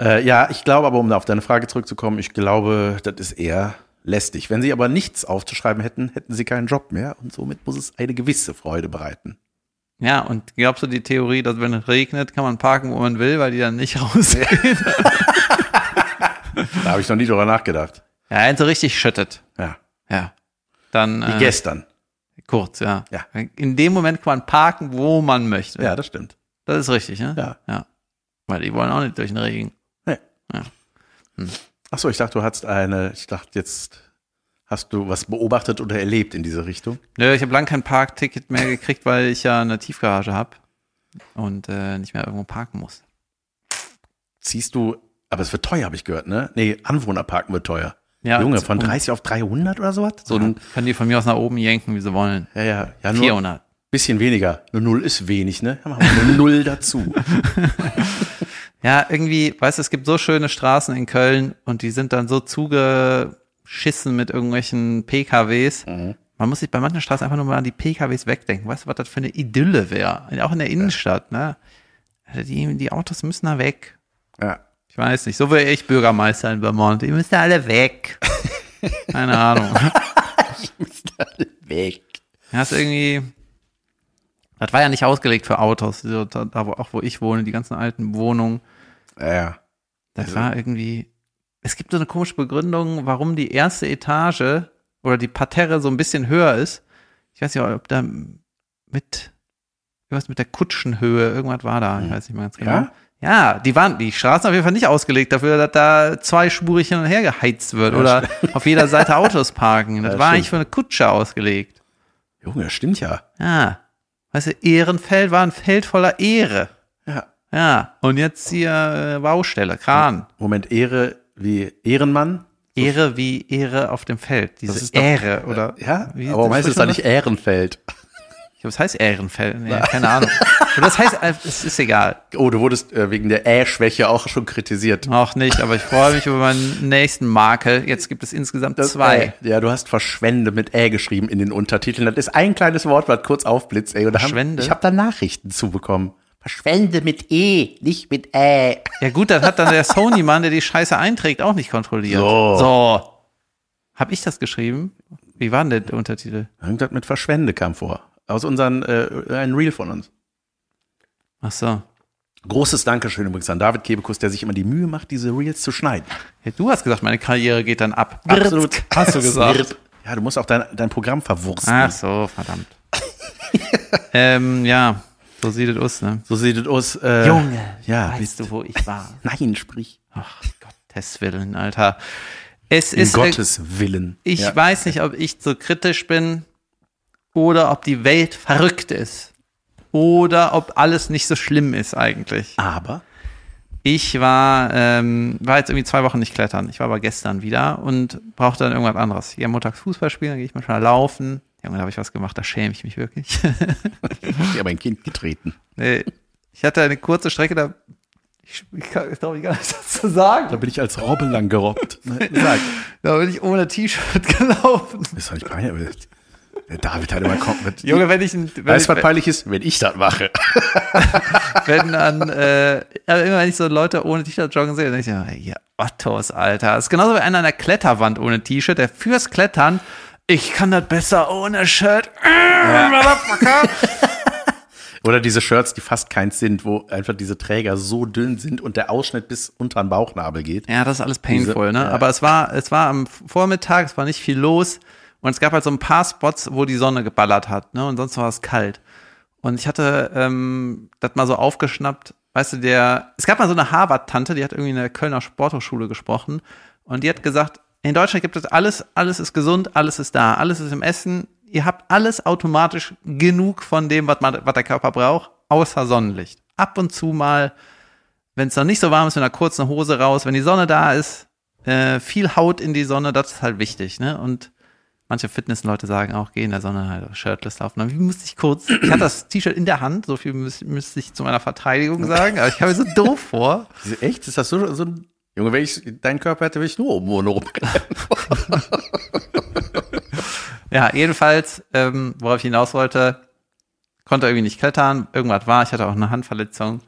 [SPEAKER 1] Äh, ja, ich glaube aber, um auf deine Frage zurückzukommen, ich glaube, das ist eher lästig. Wenn sie aber nichts aufzuschreiben hätten, hätten sie keinen Job mehr und somit muss es eine gewisse Freude bereiten.
[SPEAKER 2] ja, und glaubst du die Theorie, dass wenn es regnet, kann man parken, wo man will, weil die dann nicht [LAUGHS] rausgehen?
[SPEAKER 1] Da habe ich noch nie drüber nachgedacht.
[SPEAKER 2] Ja, wenn es so richtig schüttet.
[SPEAKER 1] Ja,
[SPEAKER 2] Ja. Dann
[SPEAKER 1] wie
[SPEAKER 2] äh,
[SPEAKER 1] gestern.
[SPEAKER 2] kurz, ja.
[SPEAKER 1] Ja.
[SPEAKER 2] In dem Moment kann man parken, wo man möchte.
[SPEAKER 1] Ja, das stimmt.
[SPEAKER 2] Das ist richtig, ne?
[SPEAKER 1] Ja.
[SPEAKER 2] ja. Weil die wollen auch nicht durch den Regen.
[SPEAKER 1] Ach so, ich dachte, du hast eine, ich dachte, jetzt hast du was beobachtet oder erlebt in diese Richtung.
[SPEAKER 2] Nö, ich habe lange kein Parkticket mehr gekriegt, weil ich ja eine Tiefgarage habe und äh, nicht mehr irgendwo parken muss.
[SPEAKER 1] Ziehst du, aber es wird teuer, habe ich gehört, ne? Nee, Anwohnerparken wird teuer.
[SPEAKER 2] Ja,
[SPEAKER 1] Junge, von
[SPEAKER 2] und-
[SPEAKER 1] 30 auf 300 oder sowas? So
[SPEAKER 2] ja,
[SPEAKER 1] ein,
[SPEAKER 2] können die von mir aus nach oben jenken, wie sie wollen.
[SPEAKER 1] ja, ja, ja, nur ein
[SPEAKER 2] 400.
[SPEAKER 1] bisschen weniger. Eine Null ist wenig, ne? Dann machen wir eine [LAUGHS] Null dazu.
[SPEAKER 2] Ja, irgendwie, weißt du, es gibt so schöne Straßen in Köln und die sind dann so zugeschissen mit irgendwelchen PKWs. Man muss sich bei manchen Straßen einfach nur mal an die PKWs wegdenken. Weißt du, was das für eine Idylle wäre? Auch in der Innenstadt, ne? Also Die, die Autos müssen da weg.
[SPEAKER 1] Ja.
[SPEAKER 2] Ich weiß nicht, so wäre ich Bürgermeister in Vermont. Die müssen alle weg. Keine Ahnung.
[SPEAKER 1] Weg.
[SPEAKER 2] Ja, ist irgendwie. Das war ja nicht ausgelegt für Autos. So, Da, da wo, auch wo ich wohne, die ganzen alten Wohnungen.
[SPEAKER 1] Ja.
[SPEAKER 2] Das
[SPEAKER 1] Also-
[SPEAKER 2] war irgendwie. Es gibt so eine komische Begründung, warum die erste Etage oder die Parterre so ein bisschen höher ist. Ich weiß nicht, ob da mit irgendwas mit der Kutschenhöhe, irgendwas war da, ich weiß nicht mehr ganz genau.
[SPEAKER 1] Hm. Ja?
[SPEAKER 2] Ja, die waren, die Straßen auf jeden Fall nicht ausgelegt dafür, dass da zweispurig hin und her geheizt wird oder auf jeder
[SPEAKER 1] [LAUGHS]
[SPEAKER 2] Seite Autos parken. Das
[SPEAKER 1] Ja,
[SPEAKER 2] war
[SPEAKER 1] stimmt.
[SPEAKER 2] eigentlich für eine Kutsche ausgelegt.
[SPEAKER 1] Junge, stimmt ja.
[SPEAKER 2] Ja. Weißt du, Ehrenfeld war ein Feld voller Ehre.
[SPEAKER 1] Ja.
[SPEAKER 2] Ja. Und jetzt hier äh, Baustelle, Kran.
[SPEAKER 1] Moment, Ehre wie Ehrenmann?
[SPEAKER 2] Ehre wie Ehre auf dem Feld. Diese
[SPEAKER 1] ist doch- äh,
[SPEAKER 2] Ehre, oder?
[SPEAKER 1] Ja,
[SPEAKER 2] Wie-
[SPEAKER 1] aber warum heißt es da nicht Ehrenfeld?
[SPEAKER 2] Ich glaube, es heißt Ehrenfeld. Nee, keine Ahnung. Aber das heißt, äh, es ist egal.
[SPEAKER 1] Oh, du wurdest äh, wegen der Äh-Schwäche auch schon kritisiert.
[SPEAKER 2] Auch nicht, aber ich freue mich über meinen nächsten Makel. Jetzt gibt es insgesamt zwei.
[SPEAKER 1] Äh, ja, du hast Verschwende mit Ä geschrieben in den Untertiteln. Das ist ein kleines Wort, was kurz aufblitzt. Ey. Und da haben-
[SPEAKER 2] Verschwende?
[SPEAKER 1] Ich habe da Nachrichten zubekommen. Verschwende mit E, nicht mit Äh. Ä.
[SPEAKER 2] Ja gut, das hat dann der Sony-Mann, der die Scheiße einträgt, auch nicht kontrolliert.
[SPEAKER 1] So.
[SPEAKER 2] so. Hab ich das geschrieben? Wie war denn der Untertitel?
[SPEAKER 1] Irgendwas mit Verschwende kam vor. Aus unseren, äh, ein Reel von uns.
[SPEAKER 2] Ach so.
[SPEAKER 1] Großes Dankeschön übrigens an David Kebekus, der sich immer die Mühe macht, diese Reels zu schneiden.
[SPEAKER 2] Ja, du hast gesagt, meine Karriere geht dann ab.
[SPEAKER 1] Absolut.
[SPEAKER 2] Hast du gesagt.
[SPEAKER 1] Ja, du musst auch dein, dein Programm verwursten.
[SPEAKER 2] Ach so,
[SPEAKER 1] [LAUGHS]
[SPEAKER 2] verdammt. ähm, ja, so sieht es aus, ne?
[SPEAKER 1] So sieht es aus. Äh, ja,
[SPEAKER 2] weißt
[SPEAKER 1] bist-
[SPEAKER 2] Ah, du, wo ich war?
[SPEAKER 1] Nein, sprich.
[SPEAKER 2] Ach, Gottes Willen, Alter. Es
[SPEAKER 1] In
[SPEAKER 2] ist, äh,
[SPEAKER 1] Um Gottes Willen.
[SPEAKER 2] ich
[SPEAKER 1] ja.
[SPEAKER 2] weiß nicht, ob ich zu kritisch bin oder ob die Welt verrückt ist oder ob alles nicht so schlimm ist eigentlich.
[SPEAKER 1] Aber
[SPEAKER 2] Ich war, ähm, war jetzt irgendwie zwei Wochen nicht klettern. Ich war aber gestern wieder und brauchte dann irgendwas anderes. Hier montags Fußball spielen, dann gehe ich manchmal laufen. Junge, da habe ich was gemacht, da schäme ich mich wirklich. [LAUGHS]
[SPEAKER 1] ich habe ein Kind getreten.
[SPEAKER 2] nee, ich hatte eine kurze Strecke, da ich, ich kann- [LAUGHS] ich traue mich gar nicht dazu sagen.
[SPEAKER 1] Da bin ich als Robbe lang gerobbt. Ne, [LAUGHS] Sag.
[SPEAKER 2] Da bin ich ohne T-Shirt [LAUGHS] gelaufen.
[SPEAKER 1] Das ist doch nicht peinlich. Der David hat immer kommt mit.
[SPEAKER 2] Junge, wenn ich ein, wenn,
[SPEAKER 1] weißt
[SPEAKER 2] ich,
[SPEAKER 1] du, was peinlich ist? Wenn ich das mache.
[SPEAKER 2] wenn an, äh, aber immer wenn ich so Leute ohne T-Shirt joggen sehe, dann denke ich mir, ihr Ottos, Alter. Das ist genauso wie einer an der Kletterwand ohne T-Shirt, der fürs Klettern, ich kann das besser ohne Shirt. Motherfucker.
[SPEAKER 1] Oder diese Shirts, die fast keins sind, wo einfach diese Träger so dünn sind und der Ausschnitt bis unter den Bauchnabel geht.
[SPEAKER 2] Ja, das ist alles painful,
[SPEAKER 1] Diese-
[SPEAKER 2] ne?
[SPEAKER 1] ja.
[SPEAKER 2] Aber es war, es war am Vormittag, es war nicht viel los und es gab halt so ein paar Spots, wo die Sonne geballert hat, ne? Und sonst war es kalt. Und ich hatte ähm, das mal so aufgeschnappt, weißt du, der, es gab mal so eine Harvard-Tante, die hat irgendwie in der Kölner Sporthochschule gesprochen und die hat gesagt, in Deutschland gibt es alles, alles ist gesund, alles ist da, alles ist im Essen, ihr habt alles automatisch genug von dem, was, man, was der Körper braucht, außer Sonnenlicht. Ab und zu mal wenn es noch nicht so warm ist, mit einer kurzen Hose raus, wenn die Sonne da ist, äh, viel Haut in die Sonne, das ist halt wichtig, ne? Und manche Fitnessleute sagen auch, geh in der Sonne halt shirtless laufen. Dann musste ich kurz, ich hatte das T-Shirt in der Hand, so viel müß- müsste ich zu meiner Verteidigung sagen, aber ich habe mir so doof vor.
[SPEAKER 1] Diese- Echt? Ist das so, so ein. Junge, wenn ich deinen Körper hätte, würde ich nur oben und oben.
[SPEAKER 2] Ja, jedenfalls, ähm, worauf ich hinaus wollte, konnte irgendwie nicht klettern, irgendwas war, ich hatte auch eine Handverletzung.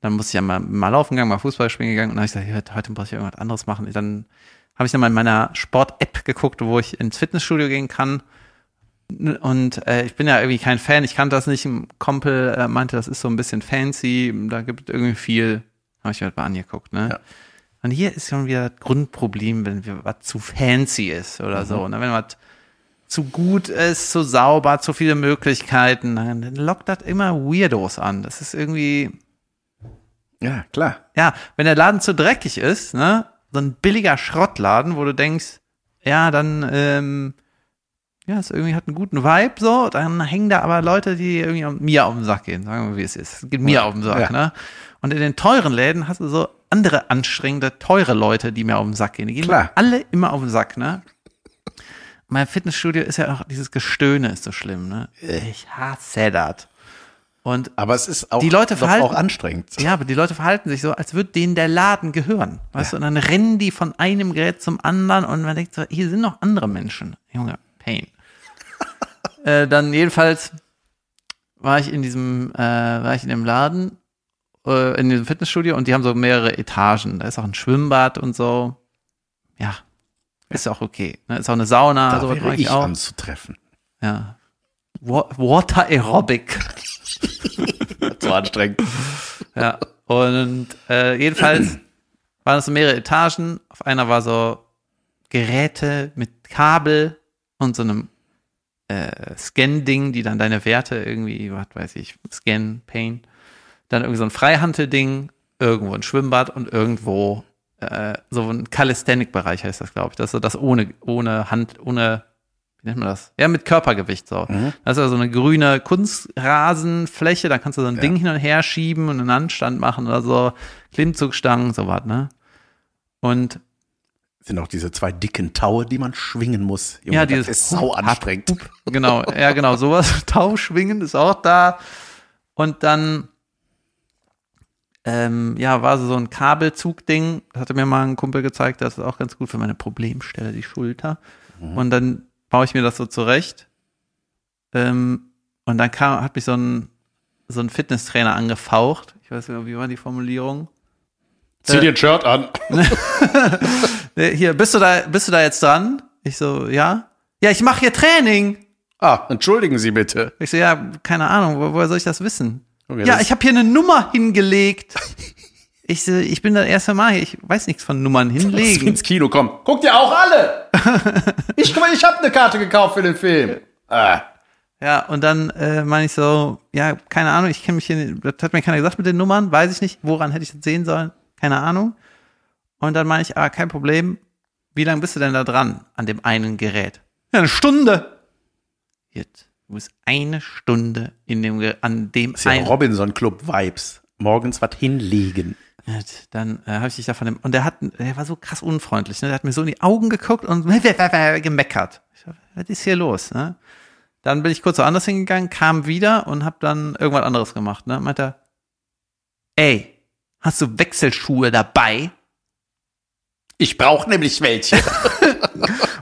[SPEAKER 2] Dann musste ich ja mal, mal laufen gegangen, mal Fußball spielen gegangen und dann habe ich gesagt, ja, heute muss ich irgendwas anderes machen. Und dann habe ich dann mal in meiner Sport-App geguckt, wo ich ins Fitnessstudio gehen kann. Und äh, ich bin ja irgendwie kein Fan, ich kannte das nicht. Ein Kumpel äh, meinte, das ist so ein bisschen fancy, da gibt es irgendwie viel. Habe ich mir halt mal angeguckt, ne?
[SPEAKER 1] Ja.
[SPEAKER 2] Und hier ist schon wieder das Grundproblem, wenn wir was zu fancy ist oder so. Ne? Wenn was zu gut ist, zu sauber, zu viele Möglichkeiten, dann lockt das immer Weirdos an. Das ist irgendwie,
[SPEAKER 1] [LAUGHS] Ja, klar.
[SPEAKER 2] ja, wenn der Laden zu dreckig ist, ne, so ein billiger Schrottladen, wo du denkst, ja, dann, ähm, ja, es irgendwie hat einen guten Vibe, so, dann hängen da aber Leute, die irgendwie auf- mir auf den Sack gehen, sagen wir, wie es ist. Es geht mir auf den Sack,
[SPEAKER 1] Ja.
[SPEAKER 2] ne? Und in den teuren Läden hast du so andere anstrengende, teure Leute, die mir auf den Sack gehen. Die gehen
[SPEAKER 1] Klar.
[SPEAKER 2] mir alle immer auf den Sack, ne? Mein Fitnessstudio ist ja auch, dieses Gestöhne ist so schlimm, ne? Ich hasse das. Und
[SPEAKER 1] Aber es ist auch,
[SPEAKER 2] Die Leute
[SPEAKER 1] doch
[SPEAKER 2] verhalten-
[SPEAKER 1] auch anstrengend.
[SPEAKER 2] ja, aber die Leute verhalten sich so, als würde denen der Laden gehören. Weißt du, und dann rennen die von einem Gerät zum anderen und man denkt so, hier sind noch andere Menschen. Junge,
[SPEAKER 1] [LAUGHS]
[SPEAKER 2] Pain. äh, dann jedenfalls war ich in diesem, äh, war ich in dem Laden, äh, in diesem Fitnessstudio und die haben so mehrere Etagen. Da ist auch ein Schwimmbad und so. Ja. Ist auch okay. Ne? Ist auch eine Sauna,
[SPEAKER 1] Da
[SPEAKER 2] sowas
[SPEAKER 1] wäre
[SPEAKER 2] mache
[SPEAKER 1] ich
[SPEAKER 2] ich auch.
[SPEAKER 1] anzutreffen.
[SPEAKER 2] Ja. Wa- Water Aerobic.
[SPEAKER 1] Zu [LAUGHS] anstrengend.
[SPEAKER 2] Ja, und äh, jedenfalls waren es so mehrere Etagen. Auf einer war so Geräte mit Kabel und so einem äh, Scan-Ding, die dann deine Werte irgendwie, was weiß ich, Scan, Pain. Dann irgendwie so ein Freihantelding irgendwo ein Schwimmbad und irgendwo äh, so ein Calisthenic-Bereich heißt das, glaube ich. Das ist so das ohne, ohne Hand, ohne, wie nennt man das? Ja, mit Körpergewicht so.
[SPEAKER 1] Mhm.
[SPEAKER 2] Das ist also eine grüne Kunstrasenfläche, da kannst du so ein
[SPEAKER 1] Ja.
[SPEAKER 2] Ding hin und her schieben und einen Handstand machen oder so, Klimmzugstangen, sowas, ne? Und
[SPEAKER 1] Sind auch diese zwei dicken Taue, die man schwingen muss. Junge,
[SPEAKER 2] Ja,
[SPEAKER 1] das
[SPEAKER 2] dieses
[SPEAKER 1] ist sau
[SPEAKER 2] Hup, Hup,
[SPEAKER 1] anstrengend.
[SPEAKER 2] genau, ja, genau, sowas. [LAUGHS] Tauschwingen ist auch da. Und dann, ähm, ja, war so ein Kabelzug-Ding. Das hatte mir mal ein Kumpel gezeigt. Das ist auch ganz gut für meine Problemstelle, die Schulter. Und dann baue ich mir das so zurecht. Ähm, und dann kam, hat mich so ein, so ein Fitnesstrainer angefaucht. Ich weiß nicht, wie war die Formulierung?
[SPEAKER 3] Zieh dir ein Shirt an.
[SPEAKER 2] Nee, Hier, bist du da, bist du da jetzt dran? Ich so, ja. Ja, ich mache hier Training.
[SPEAKER 1] Ah, entschuldigen Sie bitte.
[SPEAKER 2] Ich so, ja, keine Ahnung, wo, woher soll ich das wissen?
[SPEAKER 1] Junge,
[SPEAKER 2] ja,
[SPEAKER 1] das-
[SPEAKER 2] ich habe hier eine Nummer hingelegt. [LAUGHS] Ich, so, ich bin das erste Mal hier, ich weiß nichts von Nummern
[SPEAKER 3] Geh
[SPEAKER 2] hinlegen.
[SPEAKER 3] ins Kino, komm. Guck dir auch
[SPEAKER 1] [LAUGHS]
[SPEAKER 3] alle. Ich, guck mal, ich
[SPEAKER 1] ne
[SPEAKER 3] habe eine Karte gekauft für den Film. Ah.
[SPEAKER 2] Ja, und dann äh, meine ich so, ja, keine Ahnung, ich kenne mich hier, das hat mir keiner gesagt mit den Nummern, weiß ich nicht, woran hätte ich das sehen sollen, keine Ahnung. Und dann meine ich, ah, kein Problem, wie lange bist du denn da dran an dem einen Gerät? Ja, eine Stunde. Jetzt, du musst eine Stunde in dem, Ge- an dem
[SPEAKER 1] Das ist ja
[SPEAKER 2] einen
[SPEAKER 1] Robinson Club Vibes. Morgens was hinlegen.
[SPEAKER 2] Gut, Dann äh, habe ich dich da von dem. Und der hat, der war so krass unfreundlich, ne? Der hat mir so in die Augen geguckt und [LAUGHS] gemeckert. Ich so, was ist hier los, ne? Dann bin ich kurz woanders hingegangen, kam wieder und hab dann irgendwas anderes gemacht, ne? Meint er, ey, hast du Wechselschuhe dabei?
[SPEAKER 1] Ich brauche nämlich welche.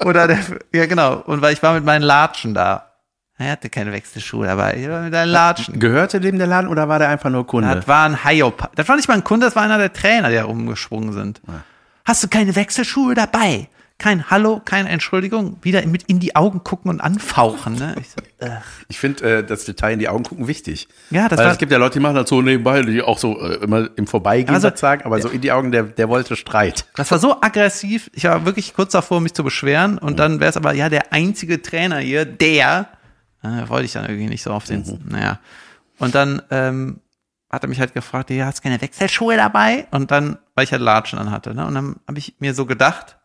[SPEAKER 2] Oder der, [LAUGHS] ja genau. Und weil ich war mit meinen Latschen da. Er hatte keine Wechselschuhe dabei. Ich war mit deinen Latschen.
[SPEAKER 1] Gehörte dem der Laden oder war der einfach nur Kunde?
[SPEAKER 2] Das war ein Hyopa. Das war nicht mal ein Kunde, das war einer der Trainer, die da rumgeschwungen sind. Hast du keine Wechselschuhe dabei? Kein Hallo, keine Entschuldigung. Wieder mit in die Augen gucken und anfauchen. Ne? Ich so, äh.
[SPEAKER 1] Ich finde äh, das Detail in die Augen gucken wichtig.
[SPEAKER 2] Ja, das
[SPEAKER 1] Weil
[SPEAKER 2] war-
[SPEAKER 1] es gibt ja Leute, die machen das so nebenbei, die auch so äh, immer im Vorbeigehen
[SPEAKER 2] Also-
[SPEAKER 1] was sagen, aber so in die Augen, der, der wollte Streit.
[SPEAKER 2] Das war so aggressiv. Ich war wirklich kurz davor, mich zu beschweren. Und dann wäre es aber, ja, der einzige Trainer hier, der, äh, wollte ich dann irgendwie nicht so auf den, naja. Und dann ähm, hat er mich halt gefragt, ja, hast du keine Wechselschuhe dabei? Und dann, weil ich halt Latschen an hatte. Ne? Und dann habe ich mir so gedacht,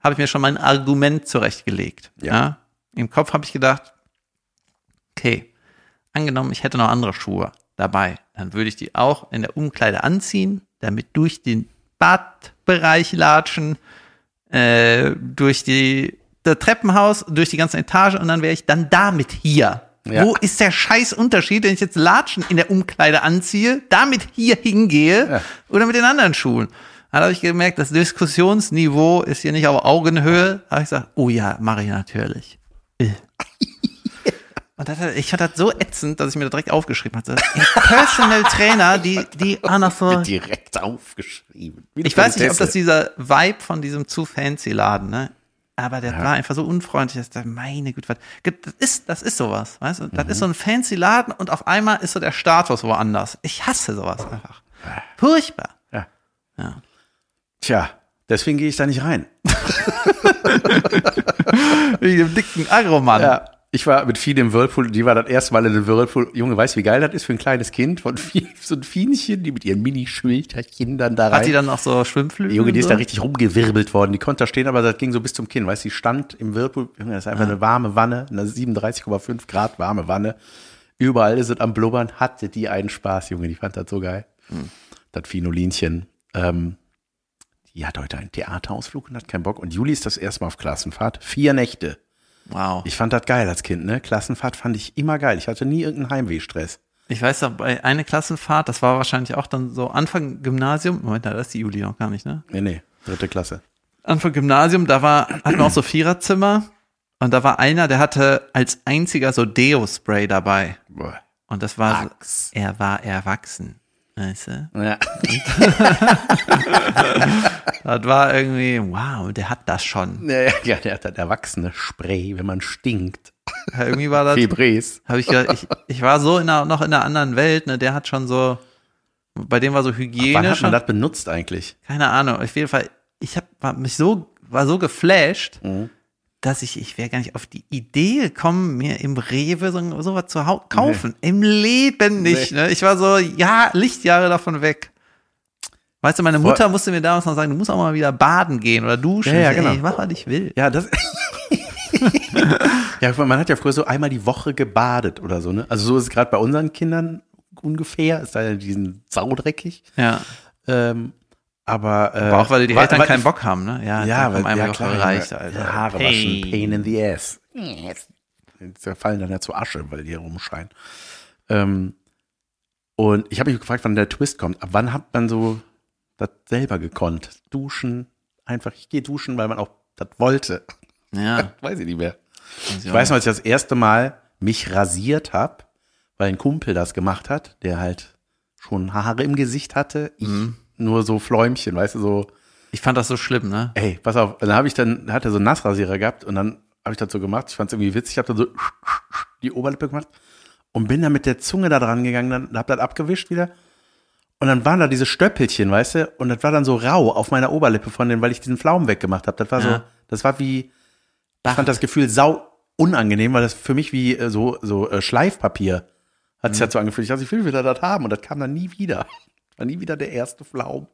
[SPEAKER 2] habe ich mir schon mein Argument zurechtgelegt. Ja.
[SPEAKER 1] Ja.
[SPEAKER 2] Im Kopf habe ich gedacht, okay, angenommen, ich hätte noch andere Schuhe dabei, dann würde ich die auch in der Umkleide anziehen, damit durch den Badbereich latschen, äh, durch die das Treppenhaus, durch die ganze Etage und dann wäre ich dann damit hier.
[SPEAKER 1] Ja.
[SPEAKER 2] Wo ist der Scheißunterschied, wenn ich jetzt Latschen in der Umkleide anziehe, damit hier hingehe oder mit den anderen Schuhen? Da habe ich gemerkt, das Diskussionsniveau ist hier nicht auf Augenhöhe. Da habe ich gesagt, oh ja, mache ich natürlich. Und das, hat- ich fand das so ätzend, dass ich mir das direkt aufgeschrieben hatte. Personal [LAUGHS] Trainer, die, die auch noch
[SPEAKER 1] Oh.
[SPEAKER 2] so.
[SPEAKER 1] [LAUGHS] Direkt aufgeschrieben. Wie eine
[SPEAKER 2] Ich weiß nicht, ob das
[SPEAKER 1] Politesse.
[SPEAKER 2] dieser Vibe von diesem zu fancy Laden, ne? Aber der war einfach so unfreundlich, dass der, meine Güte, was, das ist, das ist sowas, weißt du? Das ist so ein fancy Laden und auf einmal ist so der Status woanders. Ich hasse sowas einfach. Furchtbar.
[SPEAKER 1] Ja.
[SPEAKER 2] Ja.
[SPEAKER 1] Tja, deswegen gehe ich da nicht rein.
[SPEAKER 2] Wie dem dicken Agromann.
[SPEAKER 1] Ja. Ich war mit Vieh im Whirlpool, die war das erste Mal in einem Whirlpool. Junge, weißt du, wie geil das ist für ein kleines Kind? Von [LAUGHS] Vieh, so ein Fienchen, die mit ihren Mini-Schulterchen dann da rein.
[SPEAKER 2] Hat die dann auch so Schwimmflügel?
[SPEAKER 1] Die Junge, die ist
[SPEAKER 2] und
[SPEAKER 1] da
[SPEAKER 2] so?
[SPEAKER 1] richtig rumgewirbelt worden. Die konnte da stehen, aber das ging so bis zum Kinn. Weißt du, die stand im Whirlpool. Junge, das ist einfach eine warme Wanne, eine 37,5 Grad warme Wanne. Überall ist es am Blubbern. Hatte die einen Spaß, Junge. Die fand das so geil. Das Finolinchen. Ähm, die hat heute einen Theaterausflug und hat keinen Bock. Und Juli ist das erste Mal auf Klassenfahrt. Vier Nächte.
[SPEAKER 2] Wow.
[SPEAKER 1] Ich fand das geil als Kind, ne? Klassenfahrt fand ich immer geil. Ich hatte nie irgendeinen Heimwehstress.
[SPEAKER 2] Ich weiß noch, bei einer Klassenfahrt, das war wahrscheinlich auch dann so Anfang Gymnasium. Moment, da ist die Juli noch gar nicht, ne?
[SPEAKER 1] Nee, nee. Dritte Klasse.
[SPEAKER 2] Anfang Gymnasium, da war, hatten wir auch so Viererzimmer. Und da war einer, der hatte als einziger so Deo-Spray dabei.
[SPEAKER 1] Boah.
[SPEAKER 2] Und das war,
[SPEAKER 1] Ax.
[SPEAKER 2] so, er war erwachsen. Weißt du?
[SPEAKER 1] Ja.
[SPEAKER 2] Das war irgendwie, wow, der hat das schon.
[SPEAKER 1] ja, ja, der hat das erwachsene Spray, wenn man stinkt.
[SPEAKER 2] Irgendwie war das,
[SPEAKER 1] Febres.
[SPEAKER 2] habe ich gedacht, ich, ich war so in einer, noch in einer anderen Welt, ne, der hat schon so, bei dem war so
[SPEAKER 1] Wann
[SPEAKER 2] Hygiene
[SPEAKER 1] hat man
[SPEAKER 2] schon,
[SPEAKER 1] das benutzt eigentlich?
[SPEAKER 2] keine Ahnung, auf jeden Fall, ich hab, war mich so, war so geflasht, dass ich, ich wäre gar nicht auf die Idee gekommen, mir im Rewe so, sowas zu hau- kaufen. Im Leben nicht. Ne? Ich war so, ja, Lichtjahre davon weg. Weißt du, meine Mutter musste mir damals noch sagen, du musst auch mal wieder baden gehen oder duschen.
[SPEAKER 1] Ja, ja,
[SPEAKER 2] Ich so,
[SPEAKER 1] genau.
[SPEAKER 2] Ey, mach, was ich will.
[SPEAKER 1] Ja, das. [LAUGHS] ja, man hat ja früher so einmal die Woche gebadet oder so, ne? Also so ist es gerade bei unseren Kindern ungefähr, ist da ja diesen saudreckig.
[SPEAKER 2] Ja.
[SPEAKER 1] Ähm, aber, äh,
[SPEAKER 2] Aber auch, weil die
[SPEAKER 1] wa-
[SPEAKER 2] Eltern
[SPEAKER 1] wa-
[SPEAKER 2] keinen Bock haben, ne? Ja,
[SPEAKER 1] Ja,
[SPEAKER 2] dann komm,
[SPEAKER 1] weil
[SPEAKER 2] einmal
[SPEAKER 1] ja,
[SPEAKER 2] die Woche
[SPEAKER 1] klar,
[SPEAKER 2] reicht,
[SPEAKER 1] ja,
[SPEAKER 2] Alter.
[SPEAKER 1] Haare
[SPEAKER 2] Hey.
[SPEAKER 1] waschen, Pain in the ass. Die zerfallen dann ja zu Asche, weil die herumschreien. Ähm, und ich habe mich gefragt, wann der Twist kommt. Ab wann hat man so das selber gekonnt? Duschen, einfach, ich gehe duschen, weil man auch das wollte.
[SPEAKER 2] Ja.
[SPEAKER 1] Weiß ich nicht mehr. Ich weiß noch, als ich das erste Mal mich rasiert habe, weil ein Kumpel das gemacht hat, der halt schon Haare im Gesicht hatte. Ich
[SPEAKER 2] Mhm.
[SPEAKER 1] nur so Fläumchen, weißt du, so
[SPEAKER 2] Ich fand das so schlimm, ne?
[SPEAKER 1] ey, pass auf, dann habe ich dann, hat er so einen Nassrasierer gehabt und dann habe ich das so gemacht, ich fand es irgendwie witzig, habe dann so [LAUGHS] die Oberlippe gemacht und bin dann mit der Zunge da dran gegangen, dann hab das abgewischt wieder und dann waren da diese Stöppelchen, weißt du, und das war dann so rau auf meiner Oberlippe von denen, weil ich diesen Pflaumen weggemacht habe. Das war so,
[SPEAKER 2] Ja.
[SPEAKER 1] das war wie, ich fand das Gefühl sau unangenehm, weil das für mich wie äh, so, so äh, Schleifpapier hat sich dazu angefühlt. Ich dachte, ich will wieder das haben und das kam dann nie wieder. [LAUGHS] War nie wieder der erste Pflaum.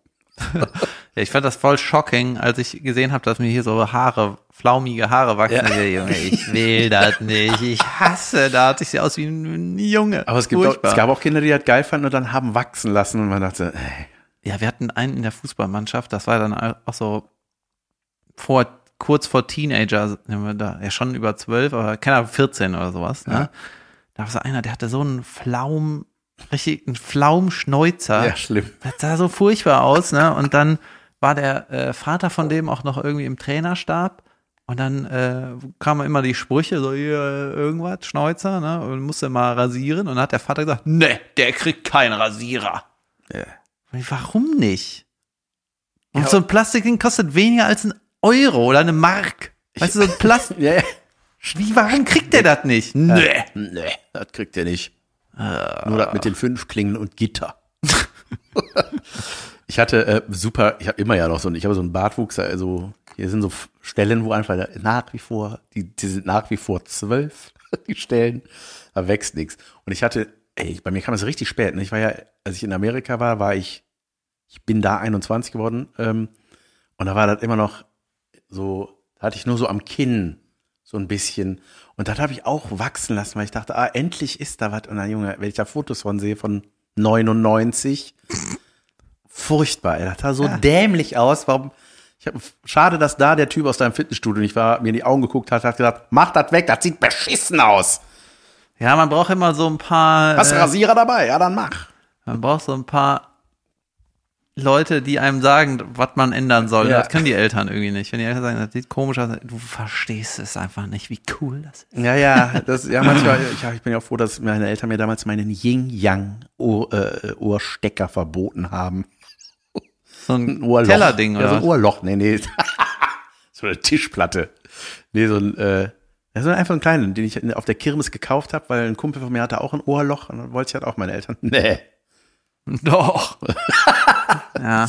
[SPEAKER 2] Ja, ich fand das voll shocking, als ich gesehen habe, dass mir hier so Haare, flaumige Haare wachsen. Ich so, Junge, ich will das nicht. Ich hasse das. Ich sehe aus wie ein Junge.
[SPEAKER 1] Aber es, gibt auch,
[SPEAKER 2] Furchtbar.
[SPEAKER 1] es gab auch Kinder, die das geil fanden und dann haben wachsen lassen und man dachte, äh, ey,
[SPEAKER 2] Ja, wir hatten einen in der Fußballmannschaft, das war dann auch so vor, kurz vor Teenager, nehmen wir da, ja schon über zwölf, aber keine Ahnung, 14 oder sowas, ne? Da war so einer, der hatte so einen Flaum, richtig, einen Flaumschneuzer.
[SPEAKER 1] ja, schlimm.
[SPEAKER 2] Das sah so furchtbar aus, ne? Und dann war der äh, Vater von dem auch noch irgendwie im Trainerstab. Und dann äh, kamen immer die Sprüche, so hier, äh, irgendwas, Schneuzer, ne? Und musste mal rasieren. Und dann hat der Vater gesagt, ne, der kriegt keinen Rasierer.
[SPEAKER 1] Ja.
[SPEAKER 2] Und ich, Warum nicht? Und so ein Plastikding kostet weniger als ein Euro oder eine Mark. Weißt du, so
[SPEAKER 1] [LAUGHS]
[SPEAKER 2] ein Plastik.
[SPEAKER 1] Ja, ja.
[SPEAKER 2] Wie, warum kriegt der das nicht? Ne.
[SPEAKER 1] Nee, Äh, das kriegt ihr nicht. Nur das mit den fünf Klingen und Gitter. [LAUGHS] ich hatte äh, super, ich habe immer ja noch so, ein- ich habe so einen Bartwuchs, also hier sind so F- Stellen, wo einfach nach wie vor, die, die sind nach wie vor zwölf, [LAUGHS] die Stellen, da wächst nichts. Und ich hatte, ey, bei mir kam das richtig spät. Ne? Ich war ja, als ich in Amerika war, war ich, ich bin da 21 geworden ähm, und da war das immer noch so, da hatte ich nur so am Kinn so ein bisschen. Und das habe ich auch wachsen lassen, weil ich dachte, ah, endlich ist da was. Und dann, Junge, wenn ich da Fotos von sehe von 99, furchtbar. Er sah so dämlich aus. Warum? Ich hab, schade, dass da der Typ aus deinem Fitnessstudio nicht war, mir in die Augen geguckt hat, hat gesagt, mach das weg, das sieht beschissen aus.
[SPEAKER 2] Ja, man braucht immer so ein paar.
[SPEAKER 1] Hast du
[SPEAKER 2] äh,
[SPEAKER 1] Rasierer dabei? Ja, dann mach.
[SPEAKER 2] Man braucht so ein paar Leute, die einem sagen, was man ändern soll.
[SPEAKER 1] Ja.
[SPEAKER 2] Das können die Eltern irgendwie nicht. Wenn die Eltern sagen, das sieht komisch aus, du verstehst es einfach nicht, wie cool das ist.
[SPEAKER 1] Ja, ja, das, ja, manchmal, [LAUGHS] ja, ich bin ja auch froh, dass meine Eltern mir damals meinen Yin-Yang-Ohrstecker verboten haben.
[SPEAKER 2] So ein
[SPEAKER 1] ein Ohrloch.
[SPEAKER 2] Tellerding oder
[SPEAKER 1] ja, so ein
[SPEAKER 2] was?
[SPEAKER 1] Ohrloch, nee, nee. [LAUGHS] so eine Tischplatte. Nee, so ein, äh, ja, so einfach einen kleinen, den ich auf der Kirmes gekauft habe, weil ein Kumpel von mir hatte auch ein Ohrloch und dann wollte ich halt auch meine Eltern. [LAUGHS] Nee.
[SPEAKER 2] Doch. [LAUGHS] ja.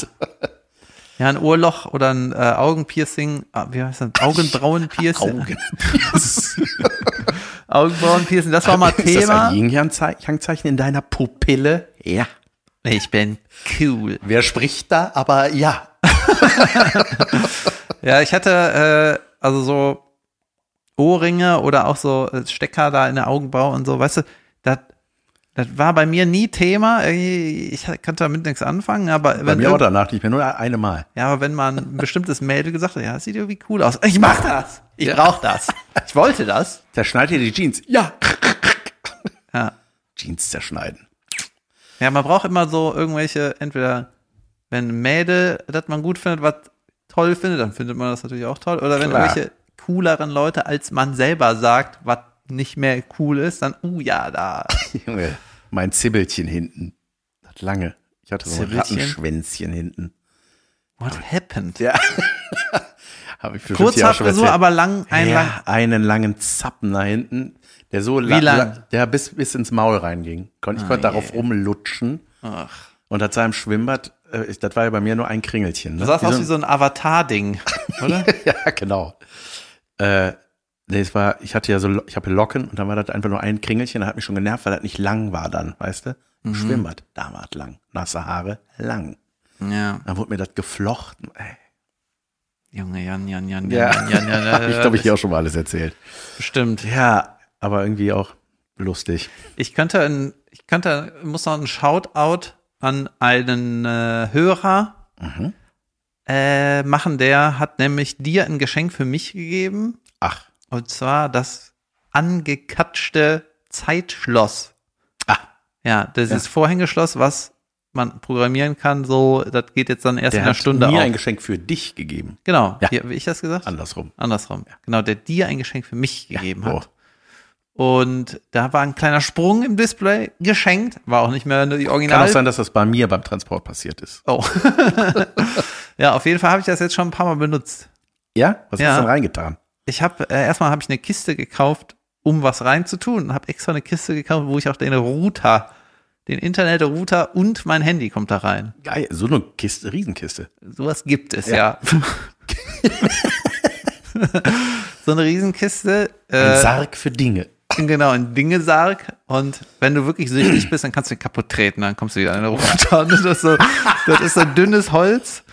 [SPEAKER 2] Ja, ein Ohrloch oder ein äh, Augenpiercing, ah, wie heißt das? Augenbrauenpiercing.
[SPEAKER 1] Augen.
[SPEAKER 2] Augenbrauenpiercing, das war mal
[SPEAKER 1] [LAUGHS] Ist das ein
[SPEAKER 2] Thema.
[SPEAKER 1] Yin-Yang-Zeichen in deiner Pupille? Ja.
[SPEAKER 2] Ich bin cool.
[SPEAKER 1] Wer spricht da? Aber ja.
[SPEAKER 2] Ja, ich hatte äh, also so Ohrringe oder auch so äh, Stecker da in der Augenbraue und so, weißt du, das das war bei mir nie Thema. Irgendwie, Ich konnte damit nichts anfangen, aber
[SPEAKER 1] Bei
[SPEAKER 2] wenn,
[SPEAKER 1] mir auch
[SPEAKER 2] irgend-
[SPEAKER 1] danach nicht mehr, nur eine Mal.
[SPEAKER 2] ja, aber wenn man ein bestimmtes Mädel gesagt hat, ja, das sieht irgendwie cool aus. Ich mach das. Ich brauch das. Ich wollte das.
[SPEAKER 1] Zerschneid dir die Jeans. [LAUGHS] Ja.
[SPEAKER 2] Ja.
[SPEAKER 1] Jeans zerschneiden.
[SPEAKER 2] Ja, man braucht immer so irgendwelche, entweder wenn ein Mädel, das man gut findet, was toll findet, dann findet man das natürlich auch toll. Oder wenn
[SPEAKER 1] Klar.
[SPEAKER 2] irgendwelche cooleren Leute, als man selber sagt, was nicht mehr cool ist, dann, uh ja, da.
[SPEAKER 1] Junge, mein Zibbelchen hinten. Das lange. Ich hatte so ein
[SPEAKER 2] Zibbelchen?
[SPEAKER 1] Rattenschwänzchen hinten.
[SPEAKER 2] What happened?
[SPEAKER 1] Ja. Habe ich bestimmt hier auch schon
[SPEAKER 2] Kurzhaarfrisur,
[SPEAKER 1] erzählt.
[SPEAKER 2] aber lang, ein
[SPEAKER 1] ja,
[SPEAKER 2] lang.
[SPEAKER 1] einen langen Zappen da hinten, der so
[SPEAKER 2] Wie lang? Ah,
[SPEAKER 1] der bis, bis ins Maul reinging. Kon, ich konnte
[SPEAKER 2] je.
[SPEAKER 1] darauf rumlutschen.
[SPEAKER 2] Ach.
[SPEAKER 1] Und das sah im Schwimmbad, äh, ich, das war ja bei mir nur ein Kringelchen. Ne?
[SPEAKER 2] Du sahst aus wie so ein Avatar-Ding, oder?
[SPEAKER 1] [LAUGHS] ja, genau. Äh, nee, es war, ich hatte ja so, Lo- ich habe Locken und dann war das einfach nur ein Kringelchen. Da hat mich schon
[SPEAKER 2] Mhm.
[SPEAKER 1] genervt, weil das nicht lang war dann, weißt du? Im Schwimmbad, da war es lang. Nasse Haare, lang.
[SPEAKER 2] Ja.
[SPEAKER 1] Dann wurde mir das geflochten. Ey,
[SPEAKER 2] Junge, Jan, Jan, Jan, Jan,
[SPEAKER 1] Ja.
[SPEAKER 2] Jan, Jan, Jan,
[SPEAKER 1] [LAUGHS]
[SPEAKER 2] Jan,
[SPEAKER 1] ich glaube, ich habe auch schon mal alles erzählt. [LAUGHS]
[SPEAKER 2] Bestimmt.
[SPEAKER 1] Ja, aber irgendwie auch lustig.
[SPEAKER 2] Ich könnte, ein, ich könnte, muss noch ein Shoutout an einen äh, Hörer
[SPEAKER 1] Mhm.
[SPEAKER 2] äh, machen. Der hat nämlich dir ein Geschenk für mich gegeben.
[SPEAKER 1] Ach,
[SPEAKER 2] Und zwar das angekatschte Zeitschloss.
[SPEAKER 1] Ah.
[SPEAKER 2] Ja, das
[SPEAKER 1] Ja.
[SPEAKER 2] ist Vorhängeschloss, was man programmieren kann. So, das geht jetzt dann erst
[SPEAKER 1] der
[SPEAKER 2] in einer
[SPEAKER 1] hat
[SPEAKER 2] Stunde
[SPEAKER 1] mir
[SPEAKER 2] auf.
[SPEAKER 1] ein Geschenk für dich gegeben.
[SPEAKER 2] genau.
[SPEAKER 1] Ja.
[SPEAKER 2] Hier, wie ich das gesagt?
[SPEAKER 1] Andersrum.
[SPEAKER 2] Andersrum. Genau, der dir ein Geschenk für mich gegeben
[SPEAKER 1] Oh.
[SPEAKER 2] hat. Und da war ein kleiner Sprung im Display geschenkt. War auch nicht mehr die
[SPEAKER 1] Kann
[SPEAKER 2] Original.
[SPEAKER 1] auch sein, dass das bei mir beim Transport passiert ist.
[SPEAKER 2] Oh. [LAUGHS] ja, auf jeden Fall habe ich das jetzt schon ein paar Mal benutzt.
[SPEAKER 1] Ja? Was
[SPEAKER 2] Ja.
[SPEAKER 1] hast du denn reingetan?
[SPEAKER 2] Ich habe äh, erstmal habe ich eine Kiste gekauft, um was reinzutun. Habe extra eine Kiste gekauft, wo ich auch den Router, den Internet-Router und mein Handy kommt da rein.
[SPEAKER 1] Geil, so eine Kiste, Riesenkiste.
[SPEAKER 2] Sowas gibt es ja. [LAUGHS] so eine Riesenkiste.
[SPEAKER 1] Ein
[SPEAKER 2] Äh,
[SPEAKER 1] Sarg für Dinge.
[SPEAKER 2] genau, ein Dingesarg. Und wenn du wirklich süchtig bist, dann kannst du ihn kaputt treten, dann kommst du wieder an den Router. [LAUGHS] Das ist so, das ist so dünnes Holz.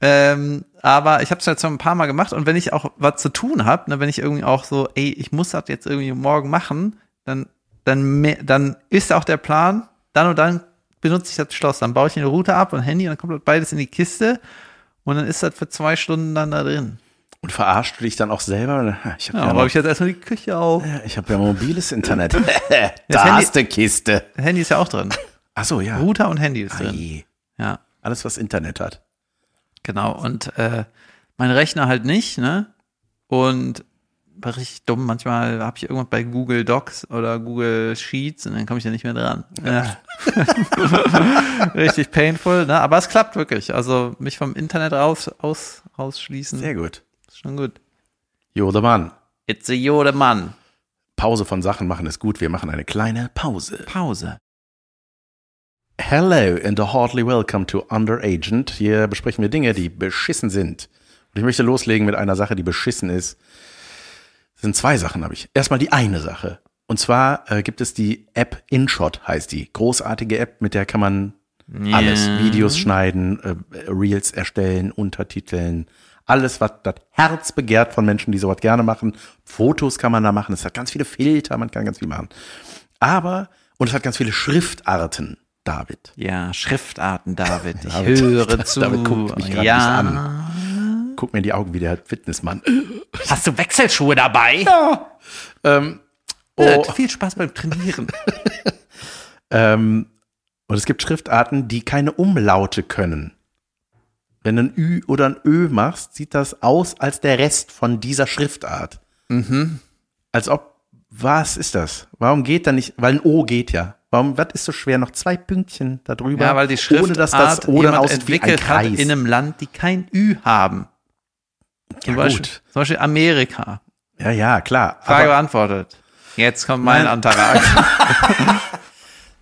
[SPEAKER 2] Ähm, aber ich habe es jetzt schon ein paar Mal gemacht und wenn ich auch was zu tun habe, ne, wenn ich irgendwie auch so, ey, ich muss das jetzt irgendwie morgen machen, dann, dann, me- dann ist auch der Plan, dann und dann benutze ich das Schloss, dann baue ich den Router ab und Handy und dann kommt das beides in die Kiste und dann ist das für zwei Stunden dann da drin.
[SPEAKER 1] Und verarschst du dich dann auch selber? Ich habe
[SPEAKER 2] Ja,
[SPEAKER 1] ja,
[SPEAKER 2] aber
[SPEAKER 1] noch-
[SPEAKER 2] habe ich jetzt erstmal die Küche auf.
[SPEAKER 1] Ja, ich hab ja mobiles
[SPEAKER 2] [LAUGHS]
[SPEAKER 1] Internet.
[SPEAKER 2] Das
[SPEAKER 1] da
[SPEAKER 2] Handy-
[SPEAKER 1] ist die Kiste.
[SPEAKER 2] Handy ist ja auch drin.
[SPEAKER 1] Ach so, ja.
[SPEAKER 2] Router und Handy ist drin.
[SPEAKER 1] Ei.
[SPEAKER 2] Ja.
[SPEAKER 1] Alles, was Internet hat.
[SPEAKER 2] Genau, und äh, mein Rechner halt nicht, ne? Und war richtig dumm, manchmal habe ich irgendwas bei Google Docs oder Google Sheets und dann komme ich da nicht mehr dran. Ja. [LAUGHS] richtig painful, ne? Aber es klappt wirklich. Also mich vom Internet raus, aus, rausschließen,
[SPEAKER 1] Sehr gut.
[SPEAKER 2] ist schon gut.
[SPEAKER 1] Jo, der Mann.
[SPEAKER 2] It's a jode Mann.
[SPEAKER 1] Pause von Sachen machen ist gut. Wir machen eine kleine Pause.
[SPEAKER 2] Pause.
[SPEAKER 1] Hello and a heartily welcome to Underagent. Hier besprechen wir Dinge, die beschissen sind. Und ich möchte loslegen mit einer Sache, die beschissen ist. Es sind zwei Sachen, habe ich. Erstmal die eine Sache. Und zwar äh, gibt es die App InShot, heißt die. Großartige App, mit der kann man alles. Videos schneiden, äh, Reels erstellen, Untertiteln, alles, was das Herz begehrt von Menschen, die sowas gerne machen. Fotos kann man da machen. Es hat ganz viele Filter, man kann ganz viel machen. Aber, und es hat ganz viele Schriftarten, David.
[SPEAKER 2] Ja, Schriftarten, David. Ich
[SPEAKER 1] David-
[SPEAKER 2] höre zu.
[SPEAKER 1] David guckt mich grad
[SPEAKER 2] ja.
[SPEAKER 1] nicht Guck mir in die Augen wie der Fitnessmann.
[SPEAKER 2] Hast du Wechselschuhe dabei?
[SPEAKER 1] Ähm,
[SPEAKER 2] Äh,
[SPEAKER 1] oh,
[SPEAKER 2] Viel Spaß beim Trainieren.
[SPEAKER 1] ähm, und es gibt Schriftarten, die keine Umlaute können. Wenn du ein Ü oder ein Ö machst, sieht das aus als der Rest von dieser Schriftart.
[SPEAKER 2] Mhm.
[SPEAKER 1] Als ob, was ist das? Warum geht da nicht, weil ein O geht ja. Warum, was ist so schwer? Noch zwei Pünktchen da drüber.
[SPEAKER 2] Ja, weil die Schriftart
[SPEAKER 1] ohne dass das oder
[SPEAKER 2] jemand
[SPEAKER 1] aussieht wie ein
[SPEAKER 2] entwickelt hat
[SPEAKER 1] Kreis.
[SPEAKER 2] in einem Land, die kein Ü haben. Zum,
[SPEAKER 1] ja,
[SPEAKER 2] Beispiel,
[SPEAKER 1] gut.
[SPEAKER 2] zum Beispiel Amerika.
[SPEAKER 1] ja, ja, klar.
[SPEAKER 2] Frage
[SPEAKER 1] Aber,
[SPEAKER 2] beantwortet. Jetzt kommt mein
[SPEAKER 1] Nein. [LAUGHS]
[SPEAKER 2] Antrag.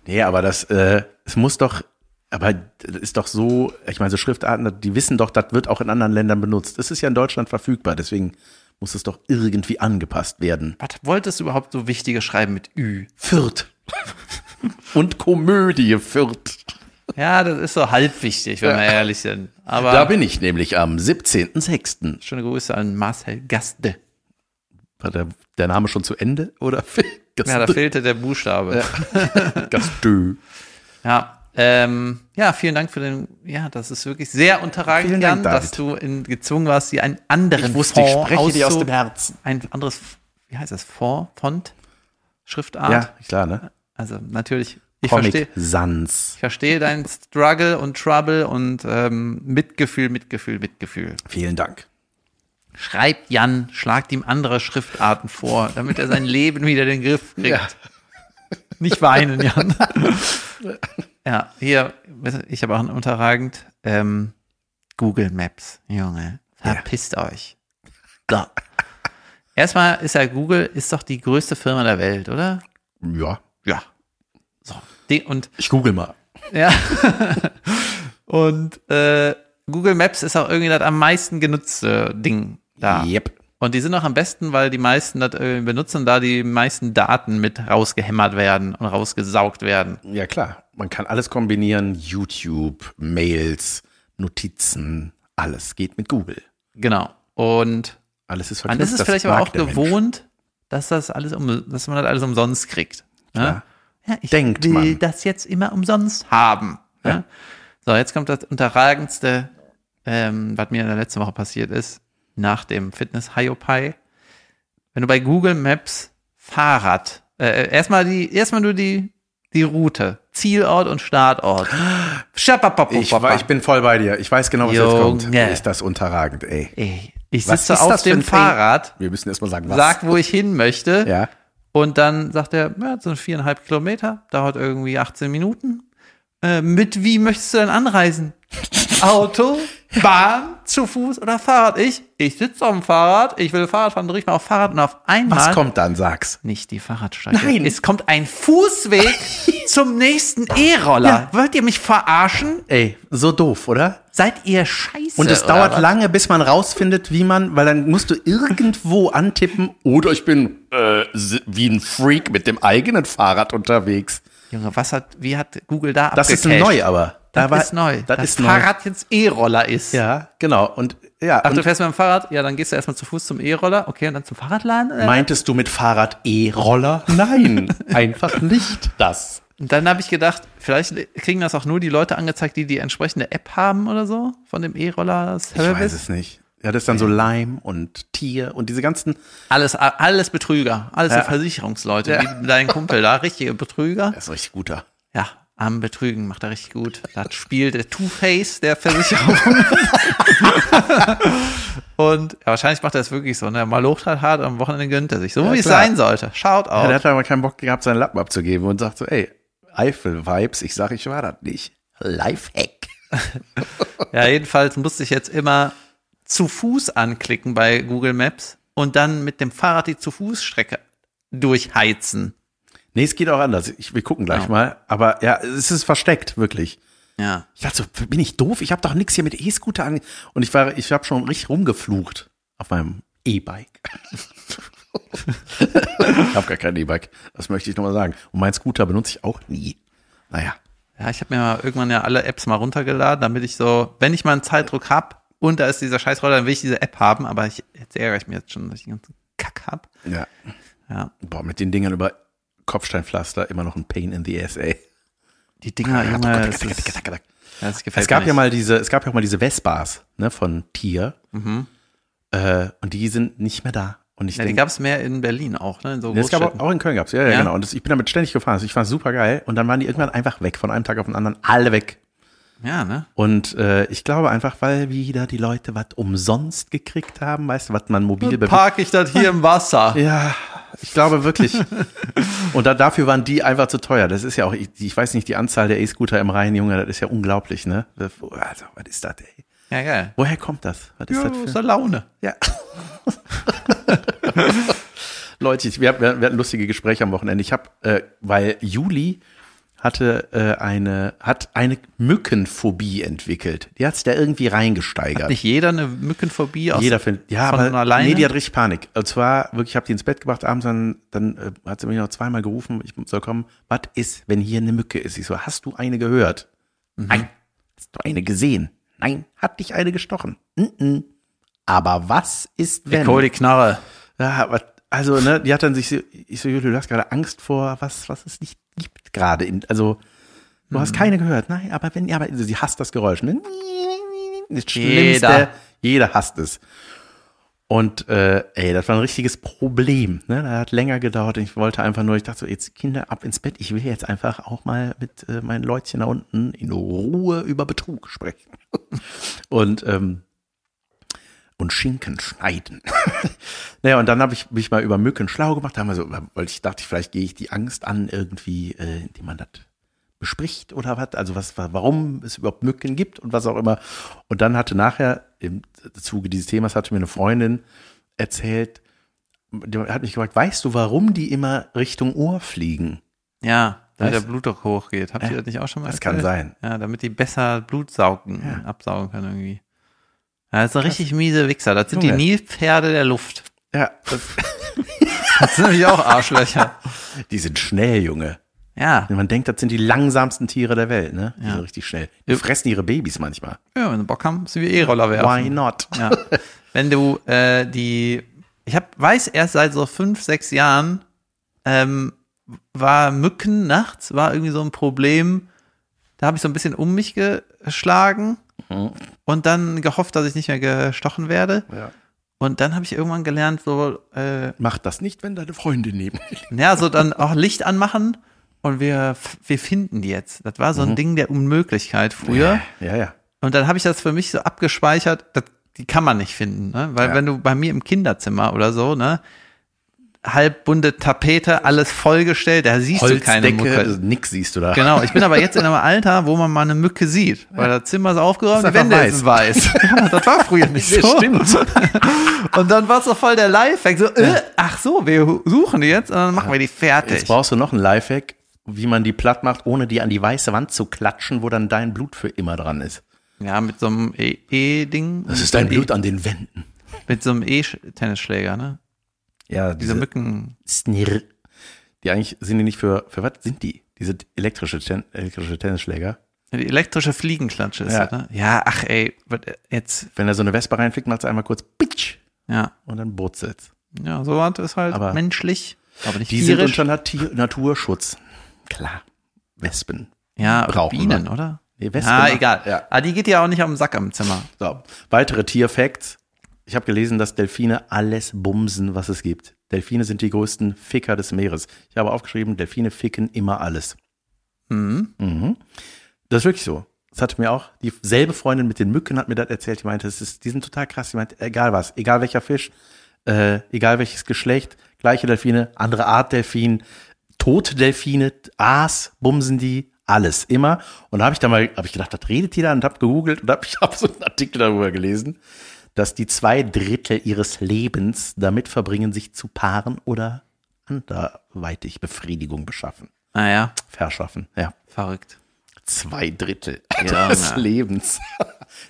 [SPEAKER 1] nee, aber das, äh, es muss doch, aber das ist doch so, ich meine, so Schriftarten, die wissen doch, das wird auch in anderen Ländern benutzt. Es ist ja in Deutschland verfügbar, deswegen muss es doch irgendwie angepasst werden.
[SPEAKER 2] Was wolltest du überhaupt so wichtige schreiben mit Ü? [LAUGHS]
[SPEAKER 1] Fürth. Und Komödie Fürth.
[SPEAKER 2] Ja, das ist so halb wichtig, wenn wir ehrlich sind. Aber
[SPEAKER 1] Da bin ich nämlich am 17.06.
[SPEAKER 2] schöne Grüße an Marcel Gaste.
[SPEAKER 1] War der, der Name schon zu Ende? Oder? [LAUGHS]
[SPEAKER 2] Ja, [LAUGHS] da fehlte der Buchstabe.
[SPEAKER 1] Gastö.
[SPEAKER 2] Ja, ähm, ja, vielen Dank für den. Ja, das ist wirklich sehr unterragend,
[SPEAKER 1] Vielen Dank,
[SPEAKER 2] Jan, dass
[SPEAKER 1] David.
[SPEAKER 2] du in, gezwungen warst, dir einen anderen
[SPEAKER 1] Ich wusste, ich
[SPEAKER 2] Fond
[SPEAKER 1] spreche dir aus
[SPEAKER 2] auszu-
[SPEAKER 1] dem Herzen.
[SPEAKER 2] Ein anderes, wie heißt das? Fond, Font, Schriftart.
[SPEAKER 1] Ja, klar, ne?
[SPEAKER 2] Also natürlich. Ich verstehe,
[SPEAKER 1] Comic Sans.
[SPEAKER 2] ich verstehe deinen Struggle und Trouble und ähm, Mitgefühl, Mitgefühl, Mitgefühl.
[SPEAKER 1] Vielen Dank.
[SPEAKER 2] Schreibt Jan, schlagt ihm andere Schriftarten vor, damit
[SPEAKER 1] [LAUGHS]
[SPEAKER 2] er sein Leben wieder in den Griff kriegt.
[SPEAKER 1] Ja.
[SPEAKER 2] Nicht
[SPEAKER 1] [LAUGHS]
[SPEAKER 2] weinen, Jan. ja, hier, ich habe auch ein unterragend ähm, Google Maps, Junge. Verpisst euch. So. Erstmal ist ja Google, ist doch die größte Firma der Welt, oder?
[SPEAKER 1] Ja.
[SPEAKER 2] Ja. So. Die, und
[SPEAKER 1] Ich google mal.
[SPEAKER 2] [LAUGHS] ja. und äh, Google Maps ist auch irgendwie das am meisten genutzte Ding da.
[SPEAKER 1] Yep.
[SPEAKER 2] Und die sind auch am besten, weil die meisten das äh, benutzen, da die meisten Daten mit rausgehämmert werden und rausgesaugt werden.
[SPEAKER 1] Ja, klar. Man kann alles kombinieren. YouTube, Mails, Notizen, alles geht mit Google.
[SPEAKER 2] Genau. Und
[SPEAKER 1] Alles ist
[SPEAKER 2] dann
[SPEAKER 1] verknüpft.
[SPEAKER 2] ist es
[SPEAKER 1] das
[SPEAKER 2] vielleicht aber
[SPEAKER 1] mag
[SPEAKER 2] auch
[SPEAKER 1] der
[SPEAKER 2] gewohnt, dass das alles um, dass man das alles umsonst kriegt. Ne?
[SPEAKER 1] Klar.
[SPEAKER 2] Ja, ich
[SPEAKER 1] Denkt
[SPEAKER 2] will
[SPEAKER 1] man.
[SPEAKER 2] das jetzt immer umsonst haben. Ne? So, jetzt kommt das Unterragendste, ähm, was mir in der letzten Woche passiert ist, nach dem Fitness Hiopai. Wenn du bei Google Maps Fahrrad, äh, erstmal die, erstmal nur die, die Route, Zielort und Startort.
[SPEAKER 1] Mensch. Ich, war, ich bin voll bei dir. Ich weiß genau, was jetzt kommt.
[SPEAKER 2] Junge.
[SPEAKER 1] Ist das unterragend, ey.
[SPEAKER 2] Ey, ich
[SPEAKER 1] Was
[SPEAKER 2] sitze
[SPEAKER 1] ist
[SPEAKER 2] auf
[SPEAKER 1] das für
[SPEAKER 2] dem
[SPEAKER 1] ein Ding?
[SPEAKER 2] Fahrrad,
[SPEAKER 1] Wir müssen erstmal sagen, was.
[SPEAKER 2] sag, wo ich hin möchte.
[SPEAKER 1] ja.
[SPEAKER 2] Und dann sagt er, ja, so viereinhalb Kilometer, dauert irgendwie 18 Minuten. Äh, mit wie möchtest du
[SPEAKER 1] [LAUGHS]
[SPEAKER 2] denn anreisen? Auto, Bahn, zu Fuß oder Fahrrad? Ich, ich sitze auf dem Fahrrad, ich will Fahrrad fahren, drück mal auf Fahrrad und auf einmal.
[SPEAKER 1] Was kommt dann, sag's.
[SPEAKER 2] Nicht die Fahrradstrecke.
[SPEAKER 1] Nein.
[SPEAKER 2] Es kommt
[SPEAKER 1] [LAUGHS]
[SPEAKER 2] ein Fußweg zum nächsten E-Roller. Wollt ihr mich verarschen?
[SPEAKER 1] Ey, so doof, oder?
[SPEAKER 2] Seid ihr scheiße?
[SPEAKER 1] Und es
[SPEAKER 2] oder
[SPEAKER 1] dauert
[SPEAKER 2] was?
[SPEAKER 1] lange, bis man rausfindet, wie man, weil dann musst du irgendwo antippen. Oder ich bin äh, si- wie ein Freak mit dem eigenen Fahrrad unterwegs.
[SPEAKER 2] Junge, was hat, wie hat Google da
[SPEAKER 1] Das ist
[SPEAKER 2] abgecached?
[SPEAKER 1] neu, aber.
[SPEAKER 2] Das
[SPEAKER 1] Da war-
[SPEAKER 2] ist neu.
[SPEAKER 1] Das,
[SPEAKER 2] Dass
[SPEAKER 1] ist neu.
[SPEAKER 2] Fahrrad jetzt E-Roller ist.
[SPEAKER 1] Ja, genau. Und ja,
[SPEAKER 2] Ach, du
[SPEAKER 1] und
[SPEAKER 2] fährst mit dem Fahrrad? Ja, dann gehst du erstmal zu Fuß zum E-Roller, okay, und dann zum Fahrradladen. Äh.
[SPEAKER 1] meintest du mit Fahrrad E-Roller? [LAUGHS] Nein, einfach nicht das.
[SPEAKER 2] Und dann habe ich gedacht, vielleicht kriegen das auch nur die Leute angezeigt, die die entsprechende App haben oder so, von dem
[SPEAKER 1] Ich weiß
[SPEAKER 2] E-Roller-Service.
[SPEAKER 1] es nicht. Ja, das ist dann so Leim und Tier und diese ganzen.
[SPEAKER 2] Alles, alles Betrüger, alles
[SPEAKER 1] Ja.
[SPEAKER 2] so Versicherungsleute,
[SPEAKER 1] Ja.
[SPEAKER 2] wie dein Kumpel da, richtige Betrüger.
[SPEAKER 1] Das ist richtig guter.
[SPEAKER 2] Ja, am Betrügen macht er richtig gut. Das spielt der Two-Face der Versicherung. [LAUGHS] und ja, wahrscheinlich macht er es wirklich so, ne? Mal locht halt hart, am Wochenende gönnt er sich. So wie es
[SPEAKER 1] klar.
[SPEAKER 2] sein sollte. Schaut
[SPEAKER 1] Ja,
[SPEAKER 2] auch.
[SPEAKER 1] der hat aber keinen Bock gehabt, seinen Lappen abzugeben und sagt so, ey, Eifel-Vibes, ich sag, ich war das nicht. Lifehack.
[SPEAKER 2] Ja, jedenfalls musste ich jetzt immer zu Fuß anklicken bei Google Maps und dann mit dem Fahrrad die zu Fußstrecke durchheizen.
[SPEAKER 1] Nee, es geht auch anders. Ich, wir gucken gleich
[SPEAKER 2] Ja.
[SPEAKER 1] mal. Aber ja, es ist versteckt, wirklich.
[SPEAKER 2] Ja.
[SPEAKER 1] Ich dachte so, bin ich doof? Ich habe doch nichts hier mit E-Scooter an. Und ich war, ich habe schon richtig rumgeflucht auf meinem E-Bike. [LAUGHS] ich habe gar kein E-Bike. Das möchte ich nochmal sagen. Und mein Scooter benutze ich auch nie. Naja.
[SPEAKER 2] Ja, ich habe mir mal irgendwann ja alle Apps mal runtergeladen, damit ich so, wenn ich mal einen Zeitdruck hab und da ist dieser Scheißroller, dann will ich diese App haben, aber ich, jetzt ärgere ich mich jetzt schon, dass ich den ganzen Kack hab.
[SPEAKER 1] Ja.
[SPEAKER 2] Ja,
[SPEAKER 1] Boah, mit den Dingern über Kopfsteinpflaster immer noch ein Pain in the Ass, ey.
[SPEAKER 2] die Dinger, Junge, das, ist,
[SPEAKER 1] Tack-tack-tack-tack-tack.
[SPEAKER 2] das gefällt
[SPEAKER 1] Es gab
[SPEAKER 2] mir
[SPEAKER 1] ja
[SPEAKER 2] nicht.
[SPEAKER 1] mal diese, es gab ja auch mal diese Vespas, ne, von Tier. Äh, und die sind nicht mehr da. Und ich
[SPEAKER 2] Mhm. Ja, die
[SPEAKER 1] denke,
[SPEAKER 2] gab's mehr in Berlin auch, ne? In so
[SPEAKER 1] Nee, es gab
[SPEAKER 2] Großstädten.
[SPEAKER 1] auch, auch in Köln gab's, ja, ja,
[SPEAKER 2] Ja?
[SPEAKER 1] genau. Und das, ich bin damit ständig gefahren. Also ich fand's super geil. Und dann waren die irgendwann einfach weg, von einem Tag auf den anderen, alle weg.
[SPEAKER 2] Ja, ne?
[SPEAKER 1] Und äh, ich glaube einfach, weil wieder die Leute was umsonst gekriegt haben, weißt du, was man mobil bewegt.
[SPEAKER 2] Park ich das hier im Wasser.
[SPEAKER 1] Ja, ich glaube
[SPEAKER 2] [LAUGHS]
[SPEAKER 1] wirklich. Und da, dafür waren die einfach zu teuer. Das ist ja auch, ich, ich weiß nicht, die Anzahl der E-Scooter im Rhein, Junge, das ist ja unglaublich, ne? Das- Also, was ist das, ey?
[SPEAKER 2] Ja, geil.
[SPEAKER 1] Woher kommt das? Was ist
[SPEAKER 2] Ja,
[SPEAKER 1] das für?
[SPEAKER 2] ist ja Laune.
[SPEAKER 1] Ja. [LAUGHS] Leute, ich, wir, hatten- wir hatten lustige Gespräche am Wochenende. Ich habe, äh, weil Juli hatte äh, eine, hat eine Mückenphobie entwickelt. Die hat sich da irgendwie reingesteigert.
[SPEAKER 2] Nicht jeder eine Mückenphobie aus.
[SPEAKER 1] Jeder findet, ja,
[SPEAKER 2] von
[SPEAKER 1] aber
[SPEAKER 2] alleine?
[SPEAKER 1] nee, die hat richtig Panik. Und zwar wirklich, ich habe die ins Bett gebracht abends, dann, dann äh, hat sie mich noch zweimal gerufen, ich soll kommen. Was ist, wenn hier eine Mücke ist? Ich so, hast du eine gehört?
[SPEAKER 2] Mhm.
[SPEAKER 1] Nein. Hast du eine gesehen? Nein. Hat dich eine gestochen? Mhm. Aber was ist, wenn?
[SPEAKER 2] Ich hol die Knarre.
[SPEAKER 1] Ja, aber, also, ne, die hat dann sich, so- ich so, Juli, du hast gerade Angst vor was, was es nicht gibt gerade. in- Also, du hast keine gehört. Nein, aber wenn, ja, aber also, sie hasst das Geräusch. Ne? Das Schlimmste,
[SPEAKER 2] Jeder.
[SPEAKER 1] jeder. jeder hasst es. Und äh, ey, das war ein richtiges Problem. Ne? Das hat länger gedauert. Ich wollte einfach nur, ich dachte so, jetzt Kinder ab ins Bett. Ich will jetzt einfach auch mal mit äh, meinen Leutchen da unten in Ruhe über Betrug sprechen. [LAUGHS] und ähm, und Schinken schneiden. naja, und dann habe ich mich mal über Mücken schlau gemacht. Da haben wir so, weil ich dachte, vielleicht gehe ich die Angst an irgendwie, äh, indem man das bespricht oder was, also was, warum es überhaupt Mücken gibt und was auch immer. Und dann hatte nachher im Zuge dieses Themas hatte mir eine Freundin erzählt, die hat mich gefragt, weißt du, warum die immer Richtung Ohr fliegen?
[SPEAKER 2] Ja, damit
[SPEAKER 1] Weißt-
[SPEAKER 2] der Blutdruck hochgeht. Habt ihr das nicht auch schon mal
[SPEAKER 1] Das kann
[SPEAKER 2] erzählt?
[SPEAKER 1] sein.
[SPEAKER 2] Ja, damit die besser Blut saugen, absaugen können irgendwie. Ja, das ist ein richtig miese Wichser. Das sind
[SPEAKER 1] Junge.
[SPEAKER 2] die Nilpferde der Luft.
[SPEAKER 1] Ja, das,
[SPEAKER 2] Das sind nämlich auch Arschlöcher.
[SPEAKER 1] die sind schnell, Junge.
[SPEAKER 2] [LAUGHS] Ja.
[SPEAKER 1] Man denkt, das sind die langsamsten Tiere der Welt, ne? Die
[SPEAKER 2] Ja.
[SPEAKER 1] sind richtig schnell. Die
[SPEAKER 2] Ja.
[SPEAKER 1] fressen ihre Babys manchmal.
[SPEAKER 2] ja, wenn sie Bock haben, müssen wir eh E-Roller werfen.
[SPEAKER 1] Why not?
[SPEAKER 2] Ja. Wenn du äh, die, ich hab, weiß erst seit so fünf, sechs Jahren, ähm, war Mücken nachts, war irgendwie so ein Problem. Da habe ich so ein bisschen um mich geschlagen und dann gehofft, dass ich nicht mehr gestochen werde.
[SPEAKER 1] Ja.
[SPEAKER 2] Und dann habe ich irgendwann gelernt, so, äh,
[SPEAKER 1] Mach das nicht, wenn deine Freunde neben dir liegen.
[SPEAKER 2] ja, so dann auch Licht anmachen und wir, f- wir finden die jetzt. Das war so ein Ding der Unmöglichkeit früher.
[SPEAKER 1] [LAUGHS] Ja, ja.
[SPEAKER 2] Und dann habe ich das für mich so abgespeichert, das, die kann man nicht finden, ne? Weil
[SPEAKER 1] Ja.
[SPEAKER 2] wenn du bei mir im Kinderzimmer oder so, ne, halbbunte Tapete, alles vollgestellt, da siehst du keine Mücke.
[SPEAKER 1] also nix siehst du da. [LAUGHS]
[SPEAKER 2] Genau, ich bin aber jetzt in einem Alter, wo man mal eine Mücke sieht, weil das Zimmer ist aufgeräumt,
[SPEAKER 1] Ist
[SPEAKER 2] die
[SPEAKER 1] einfach
[SPEAKER 2] Wände
[SPEAKER 1] [LAUGHS]
[SPEAKER 2] sind weiß. ja, das war früher nicht so. Und dann war es so voll der Lifehack, so, äh, ach so, wir hu- suchen die jetzt und dann machen wir die fertig.
[SPEAKER 1] Jetzt brauchst du noch einen Lifehack, wie man die platt macht, ohne die an die weiße Wand zu klatschen, wo dann dein Blut für immer dran ist.
[SPEAKER 2] Ja, mit so einem E-Ding. E,
[SPEAKER 1] Das ist dein Blut an den Wänden.
[SPEAKER 2] Mit so einem E-Tennisschläger, ne?
[SPEAKER 1] Ja,
[SPEAKER 2] Diese
[SPEAKER 1] diese,
[SPEAKER 2] Mücken.
[SPEAKER 1] Snirr. Die eigentlich sind die nicht für, für was sind die? Diese elektrische, Ten, elektrische Tennisschläger.
[SPEAKER 2] Die elektrische Fliegenklatsche ist
[SPEAKER 1] Ja.
[SPEAKER 2] das, ne? Ja, ach ey, was, äh, jetzt,
[SPEAKER 1] Wenn da so eine Wespe reinfliegt, macht sie einmal kurz pitsch
[SPEAKER 2] ja.
[SPEAKER 1] und dann brutzelt
[SPEAKER 2] Ja, sowas ist halt
[SPEAKER 1] Aber
[SPEAKER 2] menschlich, aber nicht
[SPEAKER 1] Die sind
[SPEAKER 2] tierisch.
[SPEAKER 1] unter Nati- Naturschutz. Klar. Wespen.
[SPEAKER 2] ja, oder
[SPEAKER 1] brauchen wir.
[SPEAKER 2] Bienen, oder?
[SPEAKER 1] Nee,
[SPEAKER 2] ah,
[SPEAKER 1] machen-
[SPEAKER 2] egal.
[SPEAKER 1] Ja.
[SPEAKER 2] Ah, die geht ja auch nicht am Sack am Zimmer.
[SPEAKER 1] So. Weitere Tierfacts. Ich habe gelesen, dass Delfine alles bumsen, was es gibt. Delfine sind die größten Ficker des Meeres. Ich habe aufgeschrieben, Delfine ficken immer alles.
[SPEAKER 2] Mhm.
[SPEAKER 1] Mhm. Das ist wirklich so. Das hatte mir auch dieselbe Freundin mit den Mücken hat mir das erzählt. Die meinte, das ist, die sind total krass. Die meinte, egal was, egal welcher Fisch, äh, egal welches Geschlecht, gleiche Delfine, andere Art Delfin, tote Delfine, Aas, bumsen die, alles immer. Und da habe ich dann mal, habe ich gedacht, das redet die da und habe gegoogelt und habe [LAUGHS] ich hab so einen Artikel darüber gelesen, dass die zwei Drittel ihres Lebens damit verbringen, sich zu paaren oder anderweitig Befriedigung beschaffen,
[SPEAKER 2] Naja,
[SPEAKER 1] verschaffen. Ja.
[SPEAKER 2] verrückt.
[SPEAKER 1] Zwei Drittel [LAUGHS]
[SPEAKER 2] Ja,
[SPEAKER 1] des
[SPEAKER 2] na.
[SPEAKER 1] Lebens.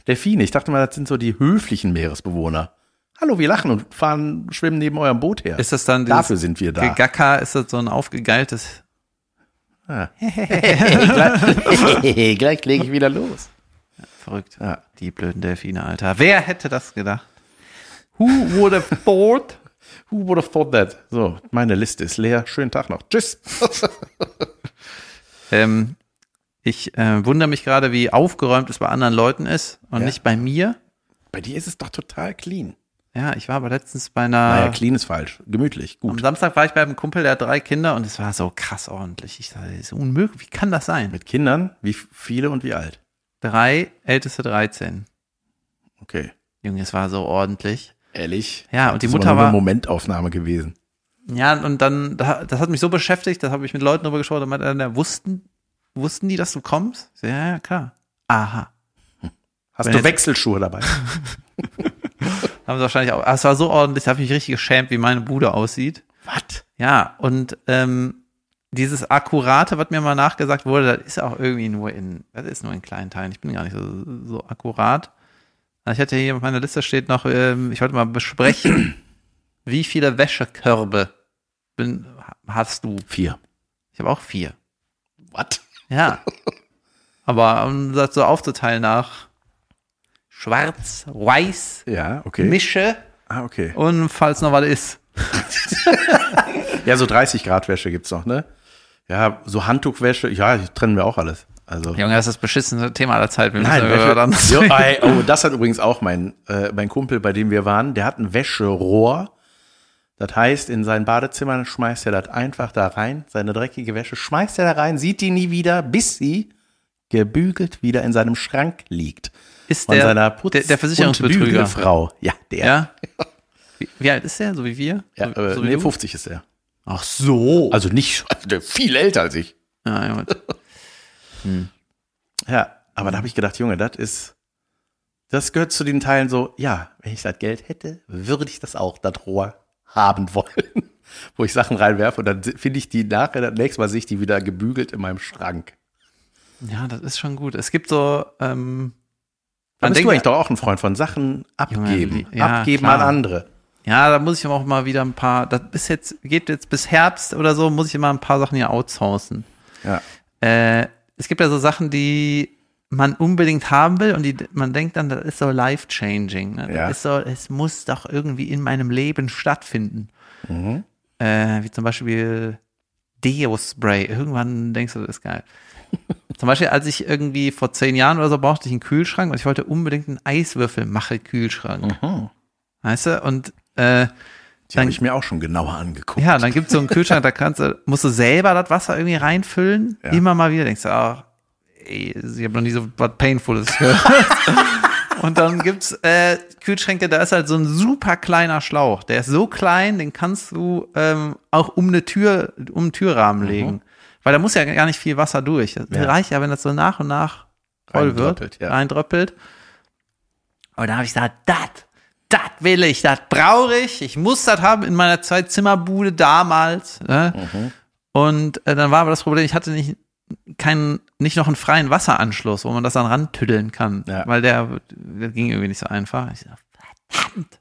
[SPEAKER 1] Delfine, ich dachte mal, das sind so die höflichen Meeresbewohner. Hallo, wir lachen und fahren, schwimmen neben eurem Boot her.
[SPEAKER 2] Ist das dann dieses
[SPEAKER 1] Dafür sind wir da.
[SPEAKER 2] Gegacker, ist das so ein aufgegeiltes,
[SPEAKER 1] [LAUGHS] Gleich, gleich lege ich wieder los.
[SPEAKER 2] verrückt.
[SPEAKER 1] Ja.
[SPEAKER 2] Die blöden Delfine, Alter. Wer hätte das gedacht? Who would have thought?
[SPEAKER 1] Who would have thought that? So, meine Liste ist leer. Schönen Tag noch. Tschüss.
[SPEAKER 2] Ähm, ich äh, wundere mich gerade, wie aufgeräumt es bei anderen Leuten ist und
[SPEAKER 1] Ja.
[SPEAKER 2] nicht bei mir.
[SPEAKER 1] [LAUGHS] Bei dir ist es doch total clean.
[SPEAKER 2] Ja, ich war aber letztens bei einer.
[SPEAKER 1] Naja, clean ist falsch. Gemütlich,
[SPEAKER 2] Am
[SPEAKER 1] gut.
[SPEAKER 2] Samstag war ich bei einem Kumpel, der hat drei Kinder und es war so krass ordentlich. Ich dachte, das ist unmöglich. Wie kann das sein?
[SPEAKER 1] Mit Kindern, wie viele und wie alt?
[SPEAKER 2] Drei, älteste 13.
[SPEAKER 1] Okay.
[SPEAKER 2] Junge, es war so ordentlich.
[SPEAKER 1] Ehrlich?
[SPEAKER 2] Ja, und die
[SPEAKER 1] Das ist aber
[SPEAKER 2] Mutter
[SPEAKER 1] nur eine
[SPEAKER 2] war.
[SPEAKER 1] Momentaufnahme gewesen.
[SPEAKER 2] Ja, und dann, da- das hat mich so beschäftigt, da habe ich mit Leuten drüber geschaut und meinte, einer, wussten, wussten die, dass du kommst? Ich so, Ja, ja, klar. Aha.
[SPEAKER 1] Hast
[SPEAKER 2] Wenn
[SPEAKER 1] du
[SPEAKER 2] jetzt-
[SPEAKER 1] Wechselschuhe dabei?
[SPEAKER 2] Haben sie wahrscheinlich auch. Ah, Es war so ordentlich, da habe ich mich richtig geschämt, wie meine Bude aussieht.
[SPEAKER 1] [LAUGHS] Was?
[SPEAKER 2] Ja, und ähm, dieses Akkurate, was mir mal nachgesagt wurde, das ist auch irgendwie nur in, das ist nur in kleinen Teilen. Ich bin gar nicht so, so akkurat. Also Ich hatte hier auf meiner Liste steht noch, ähm, ich wollte mal besprechen, [CLEARS THROAT] wie viele Wäschekörbe bin, hast du?
[SPEAKER 1] Vier.
[SPEAKER 2] Ich habe auch vier.
[SPEAKER 1] What? [LAUGHS]
[SPEAKER 2] Ja. Aber um das so aufzuteilen nach Schwarz, Weiß,
[SPEAKER 1] Ja, okay.
[SPEAKER 2] Mische
[SPEAKER 1] Ah, okay.
[SPEAKER 2] und falls noch was ist.
[SPEAKER 1] Ja, so 30 Grad Wäsche gibt's noch, ne? Ja, so Handtuchwäsche, ja, trennen wir auch alles. Also
[SPEAKER 2] Junge, das ist das beschissene Thema aller Zeit. Wir müssen über
[SPEAKER 1] Wäsche-
[SPEAKER 2] was
[SPEAKER 1] [LAUGHS]
[SPEAKER 2] anderes
[SPEAKER 1] Jo,
[SPEAKER 2] reden.
[SPEAKER 1] ey, oh, das hat übrigens auch mein, äh, mein Kumpel, bei dem wir waren, der hat ein Wäscherohr. Das heißt, in sein Badezimmer schmeißt er das einfach da rein, seine dreckige Wäsche schmeißt er da rein, sieht die nie wieder, bis sie gebügelt wieder in seinem Schrank liegt.
[SPEAKER 2] Ist
[SPEAKER 1] Von
[SPEAKER 2] der,
[SPEAKER 1] seiner Putz-
[SPEAKER 2] der, der
[SPEAKER 1] und
[SPEAKER 2] Versicherungsbetrüger.
[SPEAKER 1] Bügelfrau. Ja, der.
[SPEAKER 2] Ja. Wie, wie alt ist der? So wie wir?
[SPEAKER 1] Ja,
[SPEAKER 2] so,
[SPEAKER 1] äh,
[SPEAKER 2] so wie
[SPEAKER 1] nee,
[SPEAKER 2] du?
[SPEAKER 1] 50 ist er.
[SPEAKER 2] Ach so.
[SPEAKER 1] Also nicht, [LAUGHS] also der viel älter als ich.
[SPEAKER 2] Ja, ja, gut.
[SPEAKER 1] Ja, aber da habe ich gedacht, Junge, das ist, das gehört zu den Teilen so, ja, wenn ich das Geld hätte, würde ich das auch, das Rohr, haben wollen. [LAUGHS] Wo ich Sachen reinwerfe und dann finde ich die nachher, das nächste Mal sehe ich die wieder gebügelt in meinem Schrank.
[SPEAKER 2] ja, das ist schon gut. Es gibt so. Ähm,
[SPEAKER 1] Dann
[SPEAKER 2] man
[SPEAKER 1] bist du
[SPEAKER 2] denkt,
[SPEAKER 1] eigentlich doch auch ein Freund von Sachen abgeben.
[SPEAKER 2] Junge, ja,
[SPEAKER 1] abgeben
[SPEAKER 2] klar.
[SPEAKER 1] an andere.
[SPEAKER 2] Ja, da muss ich aber auch mal wieder ein paar, das bis jetzt, geht jetzt bis Herbst oder so, muss ich immer ein paar Sachen hier outsourcen.
[SPEAKER 1] Ja.
[SPEAKER 2] Äh, es gibt ja so Sachen, die man unbedingt haben will und die man denkt dann, das ist so life-changing. Ne? Das
[SPEAKER 1] Ja.
[SPEAKER 2] ist so, es muss doch irgendwie in meinem Leben stattfinden. Äh, wie zum Beispiel Deo-Spray. Irgendwann denkst du, das ist geil. zum Beispiel, als ich irgendwie vor zehn Jahren oder so brauchte ich einen Kühlschrank und ich wollte unbedingt einen Eiswürfel-Mache-Kühlschrank. Weißt du? Und äh,
[SPEAKER 1] Die habe ich mir auch schon genauer angeguckt.
[SPEAKER 2] ja, dann gibt's so einen Kühlschrank, da kannst du, musst du selber das Wasser irgendwie reinfüllen.
[SPEAKER 1] Ja.
[SPEAKER 2] Immer mal wieder denkst du, ach, ey, ich habe noch nie so was Painfules gehört. Und dann gibt's äh, Kühlschränke, da ist halt so ein super kleiner Schlauch. Der ist so klein, den kannst du ähm, auch um eine Tür, um einen Türrahmen legen. Weil da muss ja gar nicht viel Wasser durch. Das
[SPEAKER 1] Ja.
[SPEAKER 2] reicht ja, wenn das so nach und nach voll
[SPEAKER 1] Reindröppelt,
[SPEAKER 2] wird,
[SPEAKER 1] ja.
[SPEAKER 2] reindröppelt. Und da habe ich gesagt, das, das will ich, das brauche ich. Ich muss das haben in meiner Zwei-Zimmer-Bude damals. Ne? Und äh, dann war aber das Problem, ich hatte nicht keinen, nicht noch einen freien Wasseranschluss, wo man das dann rantüddeln kann.
[SPEAKER 1] Ja.
[SPEAKER 2] Weil der, der ging irgendwie nicht so einfach. Ich dachte, verdammt.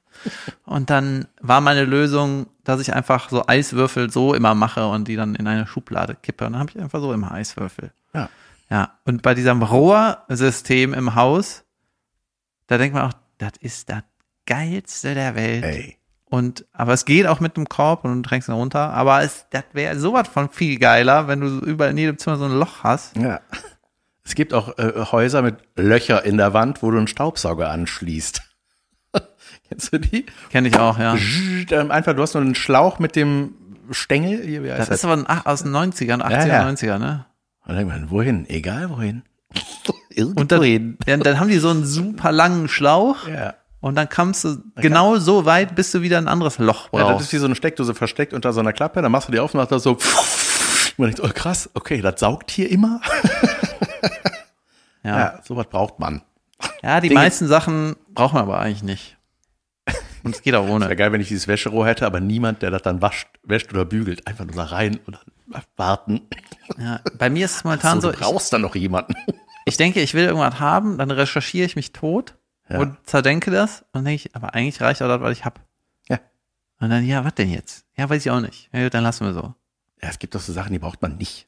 [SPEAKER 2] Und dann war meine Lösung, dass ich einfach so Eiswürfel so immer mache und die dann in eine Schublade kippe. Und dann habe ich einfach so immer Eiswürfel.
[SPEAKER 1] Ja.
[SPEAKER 2] Ja, und bei diesem Rohrsystem im Haus, da denkt man auch, das ist das geilste der Welt.
[SPEAKER 1] Ey.
[SPEAKER 2] Und, aber es geht auch mit einem Korb und du trägst ihn runter. Aber es, das wäre sowas von viel geiler, wenn du so überall in jedem Zimmer so ein Loch hast.
[SPEAKER 1] Ja. Es gibt auch äh, Häuser mit Löcher in der Wand, wo du einen Staubsauger anschließt. [LAUGHS] Kennst du die?
[SPEAKER 2] Kenne ich auch, ja.
[SPEAKER 1] Zzzzt, ähm, Einfach, du hast nur einen Schlauch mit dem Stängel. Hier, wie
[SPEAKER 2] Das
[SPEAKER 1] heißt das?
[SPEAKER 2] ist aber ein, Ach- aus den 90ern, 80er,
[SPEAKER 1] ja.
[SPEAKER 2] 90er, ne?
[SPEAKER 1] Und dann denkt man, wohin? Egal wohin. [LAUGHS]
[SPEAKER 2] Und dann, dann, dann haben die so einen super langen Schlauch
[SPEAKER 1] Ja.
[SPEAKER 2] und dann kommst du genau so weit, bis du wieder ein anderes Loch
[SPEAKER 1] Ja, das
[SPEAKER 2] brauchst.
[SPEAKER 1] ist wie so eine Steckdose versteckt unter so einer Klappe. Dann machst du die auf und machst das so. [LAUGHS] Und man denkt, oh krass, okay, das saugt hier immer.
[SPEAKER 2] Ja.
[SPEAKER 1] Ja, sowas braucht man.
[SPEAKER 2] Ja, die
[SPEAKER 1] Dinge-
[SPEAKER 2] meisten Sachen braucht man aber
[SPEAKER 1] [LAUGHS]
[SPEAKER 2] eigentlich nicht. Und es geht auch
[SPEAKER 1] Wäre
[SPEAKER 2] ohne.
[SPEAKER 1] geil, wenn ich dieses Wäscherohr hätte, aber niemand, der das dann wascht, wäscht oder bügelt. Einfach nur da rein und dann warten.
[SPEAKER 2] Ja, bei mir ist es momentan so,
[SPEAKER 1] du
[SPEAKER 2] ich,
[SPEAKER 1] brauchst dann noch jemanden.
[SPEAKER 2] ich denke, ich will irgendwas haben, dann recherchiere ich mich tot
[SPEAKER 1] Ja.
[SPEAKER 2] und zerdenke das und denke ich, aber eigentlich reicht auch das, was ich habe.
[SPEAKER 1] Ja.
[SPEAKER 2] Und dann, ja, was denn jetzt? Ja, weiß ich auch nicht. Ja, gut, dann lassen wir so.
[SPEAKER 1] Ja, es gibt doch so Sachen, die braucht man nicht.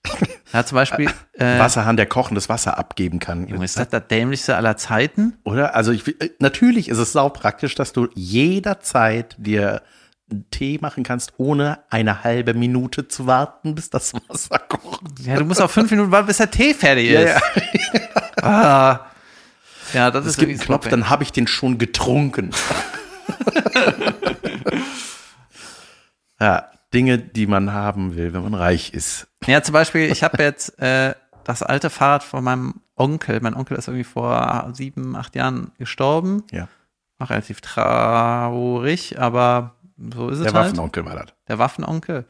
[SPEAKER 2] Ja,
[SPEAKER 1] [LAUGHS]
[SPEAKER 2] zum Beispiel, äh,
[SPEAKER 1] Wasserhahn, der kochendes Wasser abgeben kann.
[SPEAKER 2] Junge, ist das das dämlichste aller Zeiten?
[SPEAKER 1] Oder? Also ich, äh, natürlich ist es saupraktisch, dass du jederzeit dir einen Tee machen kannst, ohne eine halbe Minute zu warten, bis das Wasser kocht.
[SPEAKER 2] Ja, du musst
[SPEAKER 1] [LAUGHS]
[SPEAKER 2] auch fünf Minuten warten, bis der Tee fertig ist.
[SPEAKER 1] ja.
[SPEAKER 2] Ah. [LAUGHS] ja das
[SPEAKER 1] Es
[SPEAKER 2] ist
[SPEAKER 1] gibt einen
[SPEAKER 2] irgendwie
[SPEAKER 1] Knopf,
[SPEAKER 2] so-
[SPEAKER 1] dann habe ich den schon
[SPEAKER 2] [LAUGHS]
[SPEAKER 1] getrunken. ja, Dinge, die man haben will, wenn man reich ist.
[SPEAKER 2] Ja, zum Beispiel, ich habe jetzt äh, das alte Fahrrad von meinem Onkel. Mein Onkel ist irgendwie vor sieben, acht Jahren gestorben.
[SPEAKER 1] Ja.
[SPEAKER 2] War relativ traurig, aber so ist es
[SPEAKER 1] Der
[SPEAKER 2] halt.
[SPEAKER 1] Waffenonkel war das.
[SPEAKER 2] Der Waffenonkel.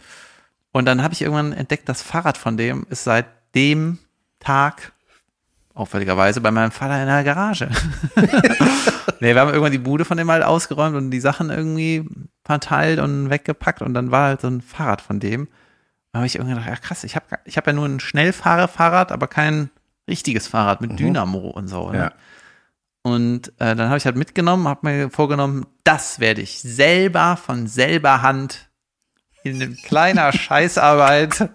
[SPEAKER 2] Und dann habe ich irgendwann entdeckt, das Fahrrad von dem ist seit dem Tag auffälligerweise bei meinem Vater in der Garage. nee, wir haben irgendwann die Bude von dem halt ausgeräumt und die Sachen irgendwie verteilt und weggepackt und dann war halt so ein Fahrrad von dem. Da habe ich irgendwie gedacht, ja krass, ich habe ich hab ja nur ein Schnellfahrerfahrrad, aber kein richtiges Fahrrad mit Dynamo und so. Ne?
[SPEAKER 1] Ja.
[SPEAKER 2] Und äh, dann habe ich halt mitgenommen, habe mir vorgenommen, das werde ich selber von selber Hand in kleiner Scheißarbeit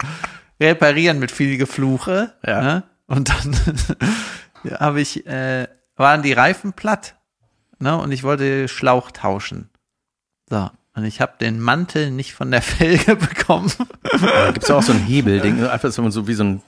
[SPEAKER 2] reparieren mit viel Gefluche.
[SPEAKER 1] Ja.
[SPEAKER 2] Ne? Und dann [LAUGHS] habe ich, äh, waren die Reifen platt. Ne? Und ich wollte Schlauch tauschen. So. Und ich habe den Mantel nicht von der [LAUGHS] Felge bekommen.
[SPEAKER 1] Da gibt es ja auch so ein Hebelding, ne? einfach so, so wie so ein.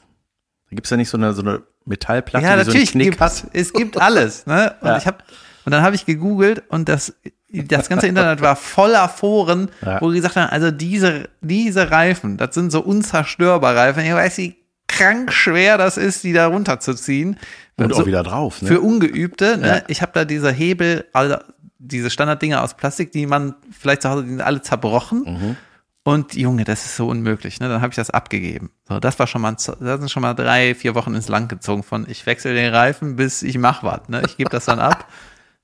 [SPEAKER 1] Da gibt es ja nicht so eine, so eine Metallplatte,
[SPEAKER 2] ja,
[SPEAKER 1] die
[SPEAKER 2] natürlich
[SPEAKER 1] so einen Knick
[SPEAKER 2] gibt's,
[SPEAKER 1] hat.
[SPEAKER 2] es gibt alles, ne?
[SPEAKER 1] [LAUGHS]
[SPEAKER 2] Und
[SPEAKER 1] Ja.
[SPEAKER 2] ich hab, und dann habe ich gegoogelt und das das ganze Internet war voller Foren,
[SPEAKER 1] Ja.
[SPEAKER 2] wo gesagt haben, also diese diese Reifen, das sind so unzerstörbare Reifen. Ich weiß wie krank schwer das ist, die da runterzuziehen.
[SPEAKER 1] Und
[SPEAKER 2] so,
[SPEAKER 1] auch wieder drauf. Ne?
[SPEAKER 2] für Ungeübte, ne? Ich habe da diese Hebel, also diese Standarddinger aus Plastik, die man vielleicht zu Hause, die sind alle zerbrochen. Und Junge, das ist so unmöglich. Ne? Dann habe ich das abgegeben. So, das war schon mal, ein Z- das sind schon mal drei, vier Wochen ins Land gezogen von ich wechsle den Reifen bis ich mach was. Ne? Ich gebe das dann ab.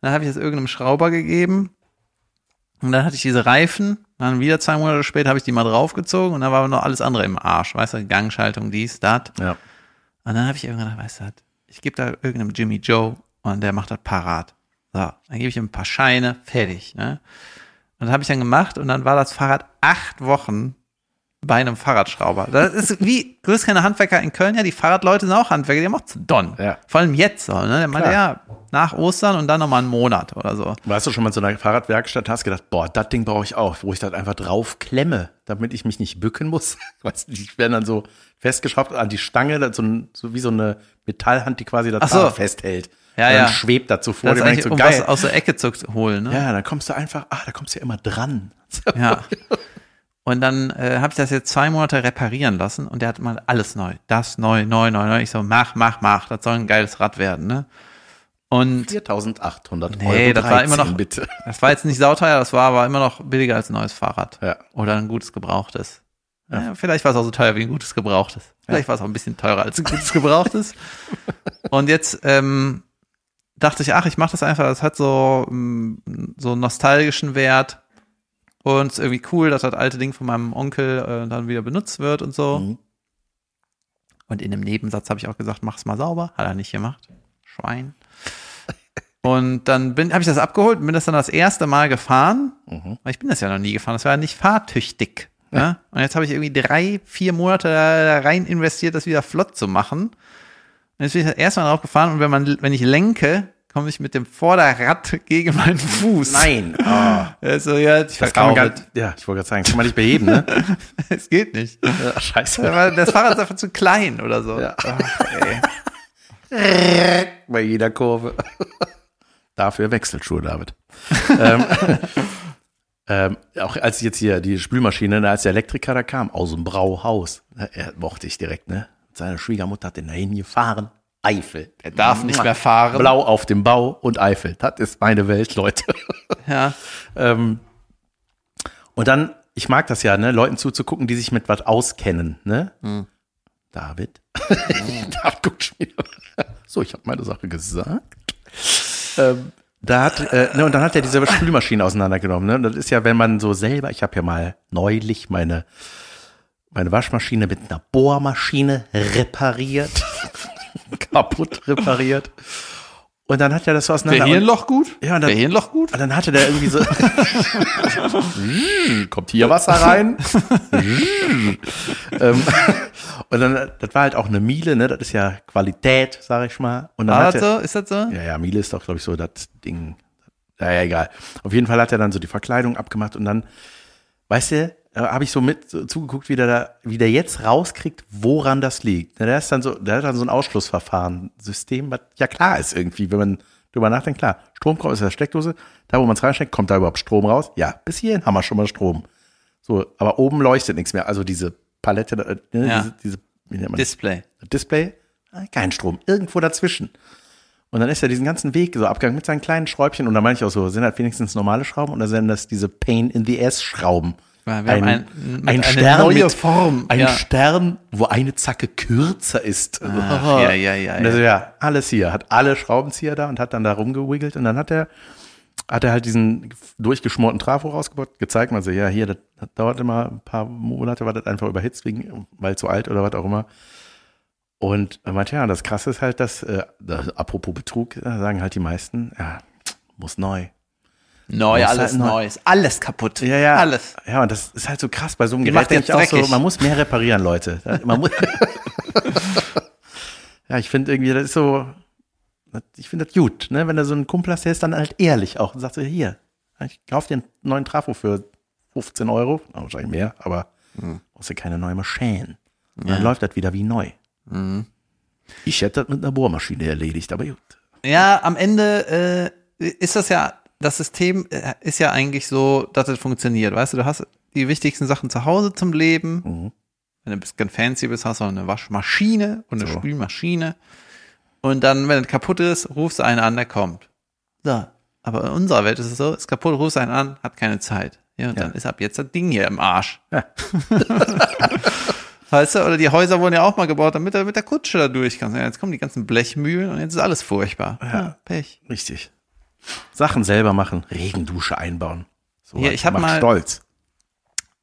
[SPEAKER 2] Dann habe ich das irgendeinem Schrauber gegeben. Und dann hatte ich diese Reifen. Dann wieder zwei Monate später habe ich die mal draufgezogen und dann war aber noch alles andere im Arsch. Weißt du, Gangschaltung, dies, das.
[SPEAKER 1] ja.
[SPEAKER 2] Und dann habe ich irgendwann gedacht, weißt du, was, ich gebe da irgendeinem Jimmy Joe und der macht das parat. So, dann gebe ich ihm ein paar Scheine, fertig. Ne? Und das habe ich dann gemacht und dann war das Fahrrad acht Wochen bei einem Fahrradschrauber. Das ist wie grüß keine Handwerker in Köln, ja, die Fahrradleute sind auch Handwerker, die haben auch zu Don.
[SPEAKER 1] Ja.
[SPEAKER 2] Vor allem jetzt so, ne? Der meinte ja, nach Ostern und dann nochmal einen Monat oder so.
[SPEAKER 1] Warst du schon mal in so einer Fahrradwerkstatt, hast gedacht, boah, das Ding brauche ich auch, wo ich das einfach draufklemme, damit ich mich nicht bücken muss. [LAUGHS] Weißt du, die werden dann so festgeschraubt an die Stange, dann so, ein, so wie so eine Metallhand, die quasi das
[SPEAKER 2] Ach so.
[SPEAKER 1] Fahrrad festhält.
[SPEAKER 2] Ja,
[SPEAKER 1] Und dann
[SPEAKER 2] ja.
[SPEAKER 1] schwebt das so vor dir
[SPEAKER 2] Das ist
[SPEAKER 1] und denkst
[SPEAKER 2] eigentlich,
[SPEAKER 1] so,
[SPEAKER 2] um was
[SPEAKER 1] geil.
[SPEAKER 2] aus der Ecke zu holen, ne?
[SPEAKER 1] Ja, dann kommst du einfach, ah, da kommst du ja immer dran. [LAUGHS]
[SPEAKER 2] Ja. Und dann äh, habe ich das jetzt zwei Monate reparieren lassen und der hat mal alles neu. Das neu, neu, neu, neu. Ich so, mach, mach, mach. Das soll ein geiles Rad werden, ne? Und
[SPEAKER 1] 4800 Euro.
[SPEAKER 2] Nee, das war immer noch- [LAUGHS]
[SPEAKER 1] Bitte.
[SPEAKER 2] das war jetzt nicht sauteuer, das war aber immer noch billiger als ein neues Fahrrad.
[SPEAKER 1] Ja.
[SPEAKER 2] Oder ein gutes Gebrauchtes. Ja. vielleicht war es auch so teuer wie ein gutes Gebrauchtes. Vielleicht war es auch ein bisschen teurer als ein gutes Gebrauchtes. und jetzt ähm, dachte ich, ach, ich mache das einfach. Das hat so, mm, so einen nostalgischen Wert. Und ist irgendwie cool, dass das alte Ding von meinem Onkel äh, dann wieder benutzt wird und so.
[SPEAKER 1] Mhm.
[SPEAKER 2] Und in einem Nebensatz habe ich auch gesagt, mach's mal sauber. Hat er nicht gemacht. Schwein. Und dann bin, habe ich das abgeholt und bin das dann das erste Mal gefahren.
[SPEAKER 1] Mhm.
[SPEAKER 2] Weil ich bin das ja noch nie gefahren. Das war ja nicht fahrtüchtig.
[SPEAKER 1] [LAUGHS]
[SPEAKER 2] Ne? Und jetzt habe ich irgendwie drei, vier Monate da rein investiert, das wieder flott zu machen. Und jetzt bin ich das erste Mal drauf gefahren und wenn man, wenn ich lenke, komme ich mit dem Vorderrad gegen meinen Fuß.
[SPEAKER 1] Nein. ah,
[SPEAKER 2] Also, ja, ich
[SPEAKER 1] das kann man
[SPEAKER 2] verkaufe
[SPEAKER 1] gar, ja, ich wollte gerade sagen, das kann man nicht beheben, ne?
[SPEAKER 2] [LAUGHS] Es geht nicht.
[SPEAKER 1] Ja, Scheiße.
[SPEAKER 2] Aber Das Fahrrad ist einfach zu klein oder so. Ach, ey.
[SPEAKER 1] [LAUGHS] Bei jeder Kurve. Dafür Wechselschuhe, David. [LAUGHS] ähm, ähm, auch als jetzt hier die Spülmaschine, ne, als der Elektriker da kam, aus dem Brauhaus, ne, er mochte ich direkt, ne? Seine Schwiegermutter hat den dahin gefahren. Eifel.
[SPEAKER 2] Er darf nicht mehr fahren.
[SPEAKER 1] Blau auf dem Bau und Eifel. Das ist meine Welt, Leute.
[SPEAKER 2] Ja.
[SPEAKER 1] Ähm, und dann, ich mag das ja, ne, Leuten zuzugucken, die sich mit was auskennen, ne? David. [LAUGHS] David guckt schon wieder. So, ich habe meine Sache gesagt. Ähm, da hat, äh, ne, und dann hat er diese Spülmaschinen auseinandergenommen. Ne? Und das ist ja, wenn man so selber, ich habe ja mal neulich meine, meine Waschmaschine mit einer Bohrmaschine repariert. [LAUGHS] kaputt repariert. Und dann hat er das so auseinander. und-
[SPEAKER 2] Loch gut?
[SPEAKER 1] Ja,
[SPEAKER 2] Ja,
[SPEAKER 1] und dann-
[SPEAKER 2] Loch gut?
[SPEAKER 1] und dann hatte der irgendwie so. Hm, kommt hier Wasser rein. ähm, [LAUGHS] und dann, das war halt auch eine Miele, ne? Das ist ja Qualität, sag ich mal. Und dann
[SPEAKER 2] War
[SPEAKER 1] hat
[SPEAKER 2] das
[SPEAKER 1] er-
[SPEAKER 2] so? Ist das so?
[SPEAKER 1] ja, ja, Miele ist doch, glaube ich, so das Ding. Naja, egal. Auf jeden Fall hat er dann so die Verkleidung abgemacht und dann, weißt du, habe ich so mit so zugeguckt, wie der, da, wie der jetzt rauskriegt, woran das liegt. Na, Der, ist dann so, der hat dann so ein Ausschlussverfahren, System, was ja klar ist irgendwie, wenn man drüber nachdenkt, klar, Strom kommt aus der Steckdose, da wo man es reinsteckt, kommt da überhaupt Strom raus? Ja, bis hierhin haben wir schon mal Strom. So, aber oben leuchtet nichts mehr. Also diese Palette, äh, ne,
[SPEAKER 2] Ja.
[SPEAKER 1] diese, diese, wie nennt man das?
[SPEAKER 2] Display.
[SPEAKER 1] Display, äh, kein Strom, irgendwo dazwischen. Und dann ist er diesen ganzen Weg so abgegangen mit seinen kleinen Schräubchen. Und da meine ich auch so, sind halt wenigstens normale Schrauben oder sind das diese Pain in the Ass Schrauben?
[SPEAKER 2] Ja, wir haben ein- mit eine neue Form,
[SPEAKER 1] Ein
[SPEAKER 2] ja.
[SPEAKER 1] Stern, wo eine Zacke kürzer ist.
[SPEAKER 2] Ach, ja, ja, ja,
[SPEAKER 1] Und also, ja, alles hier. Hat alle Schraubenzieher da und hat dann da rumgewiggelt. Und dann hat er, hat er halt diesen durchgeschmorten Trafo rausgebaut, gezeigt. Man so, ja, hier, das, das dauert immer ein paar Monate, war das einfach überhitzt, wegen, weil zu alt oder was auch immer. Und er meinte, ja, das Krasse ist halt, dass, äh, das, apropos Betrug, äh, sagen halt die meisten, ja, muss neu.
[SPEAKER 2] Neu,
[SPEAKER 1] Muss
[SPEAKER 2] alles
[SPEAKER 1] halt neu.
[SPEAKER 2] Neues. Alles kaputt.
[SPEAKER 1] Ja, ja.
[SPEAKER 2] Alles.
[SPEAKER 1] Ja, und das ist halt so krass bei so einem Gerät.
[SPEAKER 2] macht
[SPEAKER 1] Denke ich
[SPEAKER 2] jetzt
[SPEAKER 1] auch so,
[SPEAKER 2] dreckig.
[SPEAKER 1] man muss mehr reparieren,
[SPEAKER 2] [LAUGHS]
[SPEAKER 1] Leute. Man muss ja, ich finde irgendwie, das ist so, ich finde das gut, ne? Wenn du so einen Kumpel hast, der ist dann halt ehrlich auch und sagt so, hier, ich kauf dir einen neuen Trafo für 15 Euro, Na, wahrscheinlich mehr, aber
[SPEAKER 2] Mhm.
[SPEAKER 1] brauchst du keine neue Maschine. Und dann läuft das wieder wie neu.
[SPEAKER 2] Mhm.
[SPEAKER 1] Ich hätte das mit einer Bohrmaschine erledigt, aber gut.
[SPEAKER 2] Ja, am Ende äh, ist das ja, das System äh, ist ja eigentlich so, dass es funktioniert. Weißt du, du hast die wichtigsten Sachen zu Hause zum Leben.
[SPEAKER 1] Mhm.
[SPEAKER 2] Wenn du ein bisschen fancy bist, hast du auch eine Waschmaschine und eine
[SPEAKER 1] So.
[SPEAKER 2] Spülmaschine. Und dann, wenn es kaputt ist, rufst du einen an, der kommt. So. Aber in unserer Welt ist es so, ist kaputt, rufst einen an, hat keine Zeit. Ja, und
[SPEAKER 1] Ja.
[SPEAKER 2] dann ist ab jetzt das Ding hier im Arsch. Weißt du, oder die Häuser wurden ja auch mal gebaut, damit er mit der Kutsche da durch kann. Ja, Jetzt kommen die ganzen Blechmühlen und jetzt ist alles furchtbar. Ja, Pech.
[SPEAKER 1] Richtig. Sachen selber machen, Regendusche einbauen. So
[SPEAKER 2] Hier,
[SPEAKER 1] was
[SPEAKER 2] ich hab
[SPEAKER 1] macht
[SPEAKER 2] mal-
[SPEAKER 1] stolz.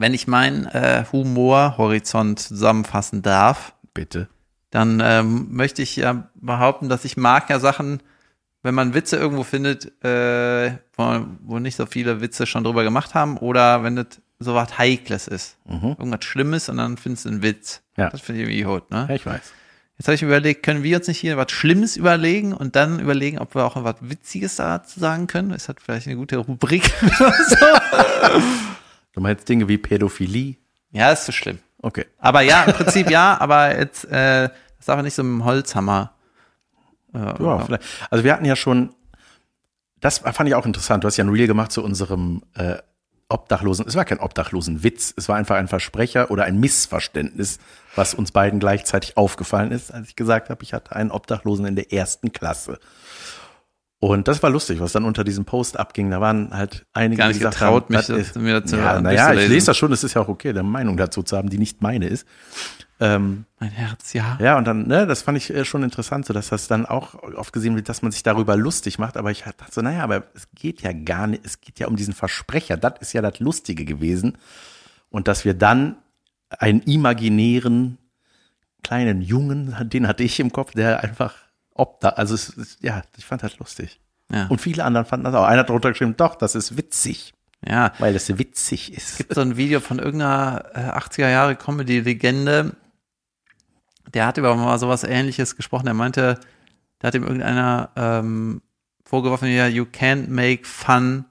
[SPEAKER 2] Wenn ich meinen äh, Humorhorizont zusammenfassen darf,
[SPEAKER 1] Bitte.
[SPEAKER 2] dann ähm, möchte ich ja behaupten, dass ich mag ja Sachen, wenn man Witze irgendwo findet, äh, wo, wo nicht so viele Witze schon drüber gemacht haben, oder wenn das so was Heikles ist.
[SPEAKER 1] Mhm.
[SPEAKER 2] Irgendwas Schlimmes und dann findest du einen Witz.
[SPEAKER 1] Ja.
[SPEAKER 2] Das finde ich irgendwie hot, ne?
[SPEAKER 1] Ja, ich weiß.
[SPEAKER 2] Jetzt habe ich mir überlegt, können wir uns nicht hier was Schlimmes überlegen und dann überlegen, ob wir auch was Witziges dazu sagen können? Ist das vielleicht eine gute Rubrik oder so?
[SPEAKER 1] Du meinst Dinge wie Pädophilie?
[SPEAKER 2] [LAUGHS] Ja, ist zu schlimm.
[SPEAKER 1] Okay.
[SPEAKER 2] Aber ja, im Prinzip ja, aber jetzt, äh, das darf man nicht so mit dem Holzhammer.
[SPEAKER 1] Ja, vielleicht. Also wir hatten ja schon, das fand ich auch interessant. Du hast ja ein Reel gemacht zu unserem äh, Obdachlosen. Es war kein Obdachlosenwitz, es war einfach ein Versprecher oder ein Missverständnis, was uns beiden gleichzeitig aufgefallen ist, als ich gesagt habe, ich hatte einen Obdachlosen in der ersten Klasse. Und das war lustig, was dann unter diesem Post abging. Da waren halt einige,
[SPEAKER 2] Gar nicht
[SPEAKER 1] gesagt
[SPEAKER 2] getraut,
[SPEAKER 1] haben,
[SPEAKER 2] mich
[SPEAKER 1] das
[SPEAKER 2] das- mir das zu-
[SPEAKER 1] ja, naja,
[SPEAKER 2] durchzulesen.
[SPEAKER 1] ich lese das schon, es ist ja auch okay, eine Meinung dazu zu haben, die nicht meine ist. Ähm,
[SPEAKER 2] Mein Herz, ja.
[SPEAKER 1] ja, und dann, ne, das fand ich äh, schon interessant, so dass das dann auch oft gesehen wird, dass man sich darüber lustig macht. Aber ich dachte so, naja, aber es geht ja gar nicht, es geht ja um diesen Versprecher. Das ist ja das Lustige gewesen. Und dass wir dann einen imaginären kleinen Jungen, den hatte ich im Kopf, der einfach obda, also es, es, ja, ich fand das lustig.
[SPEAKER 2] Ja.
[SPEAKER 1] Und viele anderen fanden das auch. Einer hat drunter geschrieben, doch, das ist witzig,
[SPEAKER 2] ja.
[SPEAKER 1] weil es witzig ist.
[SPEAKER 2] gibt so ein Video von irgendeiner äh, 80er Jahre Comedy-Legende. Der hat über mal sowas ähnliches gesprochen. Er meinte, da hat ihm irgendeiner ähm, vorgeworfen, ja, you can't make fun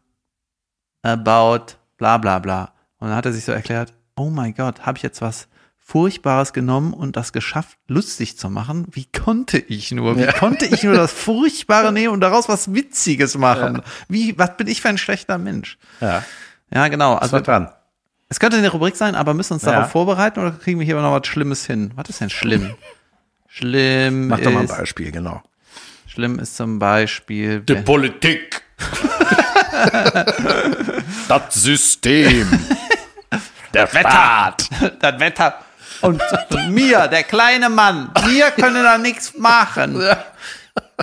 [SPEAKER 2] about bla bla bla. Und dann hat er sich so erklärt, oh mein Gott, habe ich jetzt was Furchtbares genommen und das geschafft, lustig zu machen? Wie konnte ich nur? Wie konnte ich nur
[SPEAKER 1] [LAUGHS]
[SPEAKER 2] das Furchtbare nehmen und daraus was Witziges machen? Wie, was bin ich für ein schlechter Mensch?
[SPEAKER 1] Ja,
[SPEAKER 2] Ja, genau.
[SPEAKER 1] das
[SPEAKER 2] Also
[SPEAKER 1] war dran.
[SPEAKER 2] es könnte eine Rubrik sein, aber müssen wir uns
[SPEAKER 1] Ja.
[SPEAKER 2] darauf vorbereiten oder kriegen wir hier noch was Schlimmes hin? Was ist
[SPEAKER 1] [LAUGHS]
[SPEAKER 2] denn schlimm? schlimm,
[SPEAKER 1] Mach doch mal ein
[SPEAKER 2] ist,
[SPEAKER 1] Beispiel, genau.
[SPEAKER 2] schlimm ist
[SPEAKER 1] [LAUGHS]
[SPEAKER 2] zum Beispiel.
[SPEAKER 3] Die Politik. das System. Der Staat.
[SPEAKER 2] das Wetter. Und mir, der kleine Mann, wir können da nichts machen.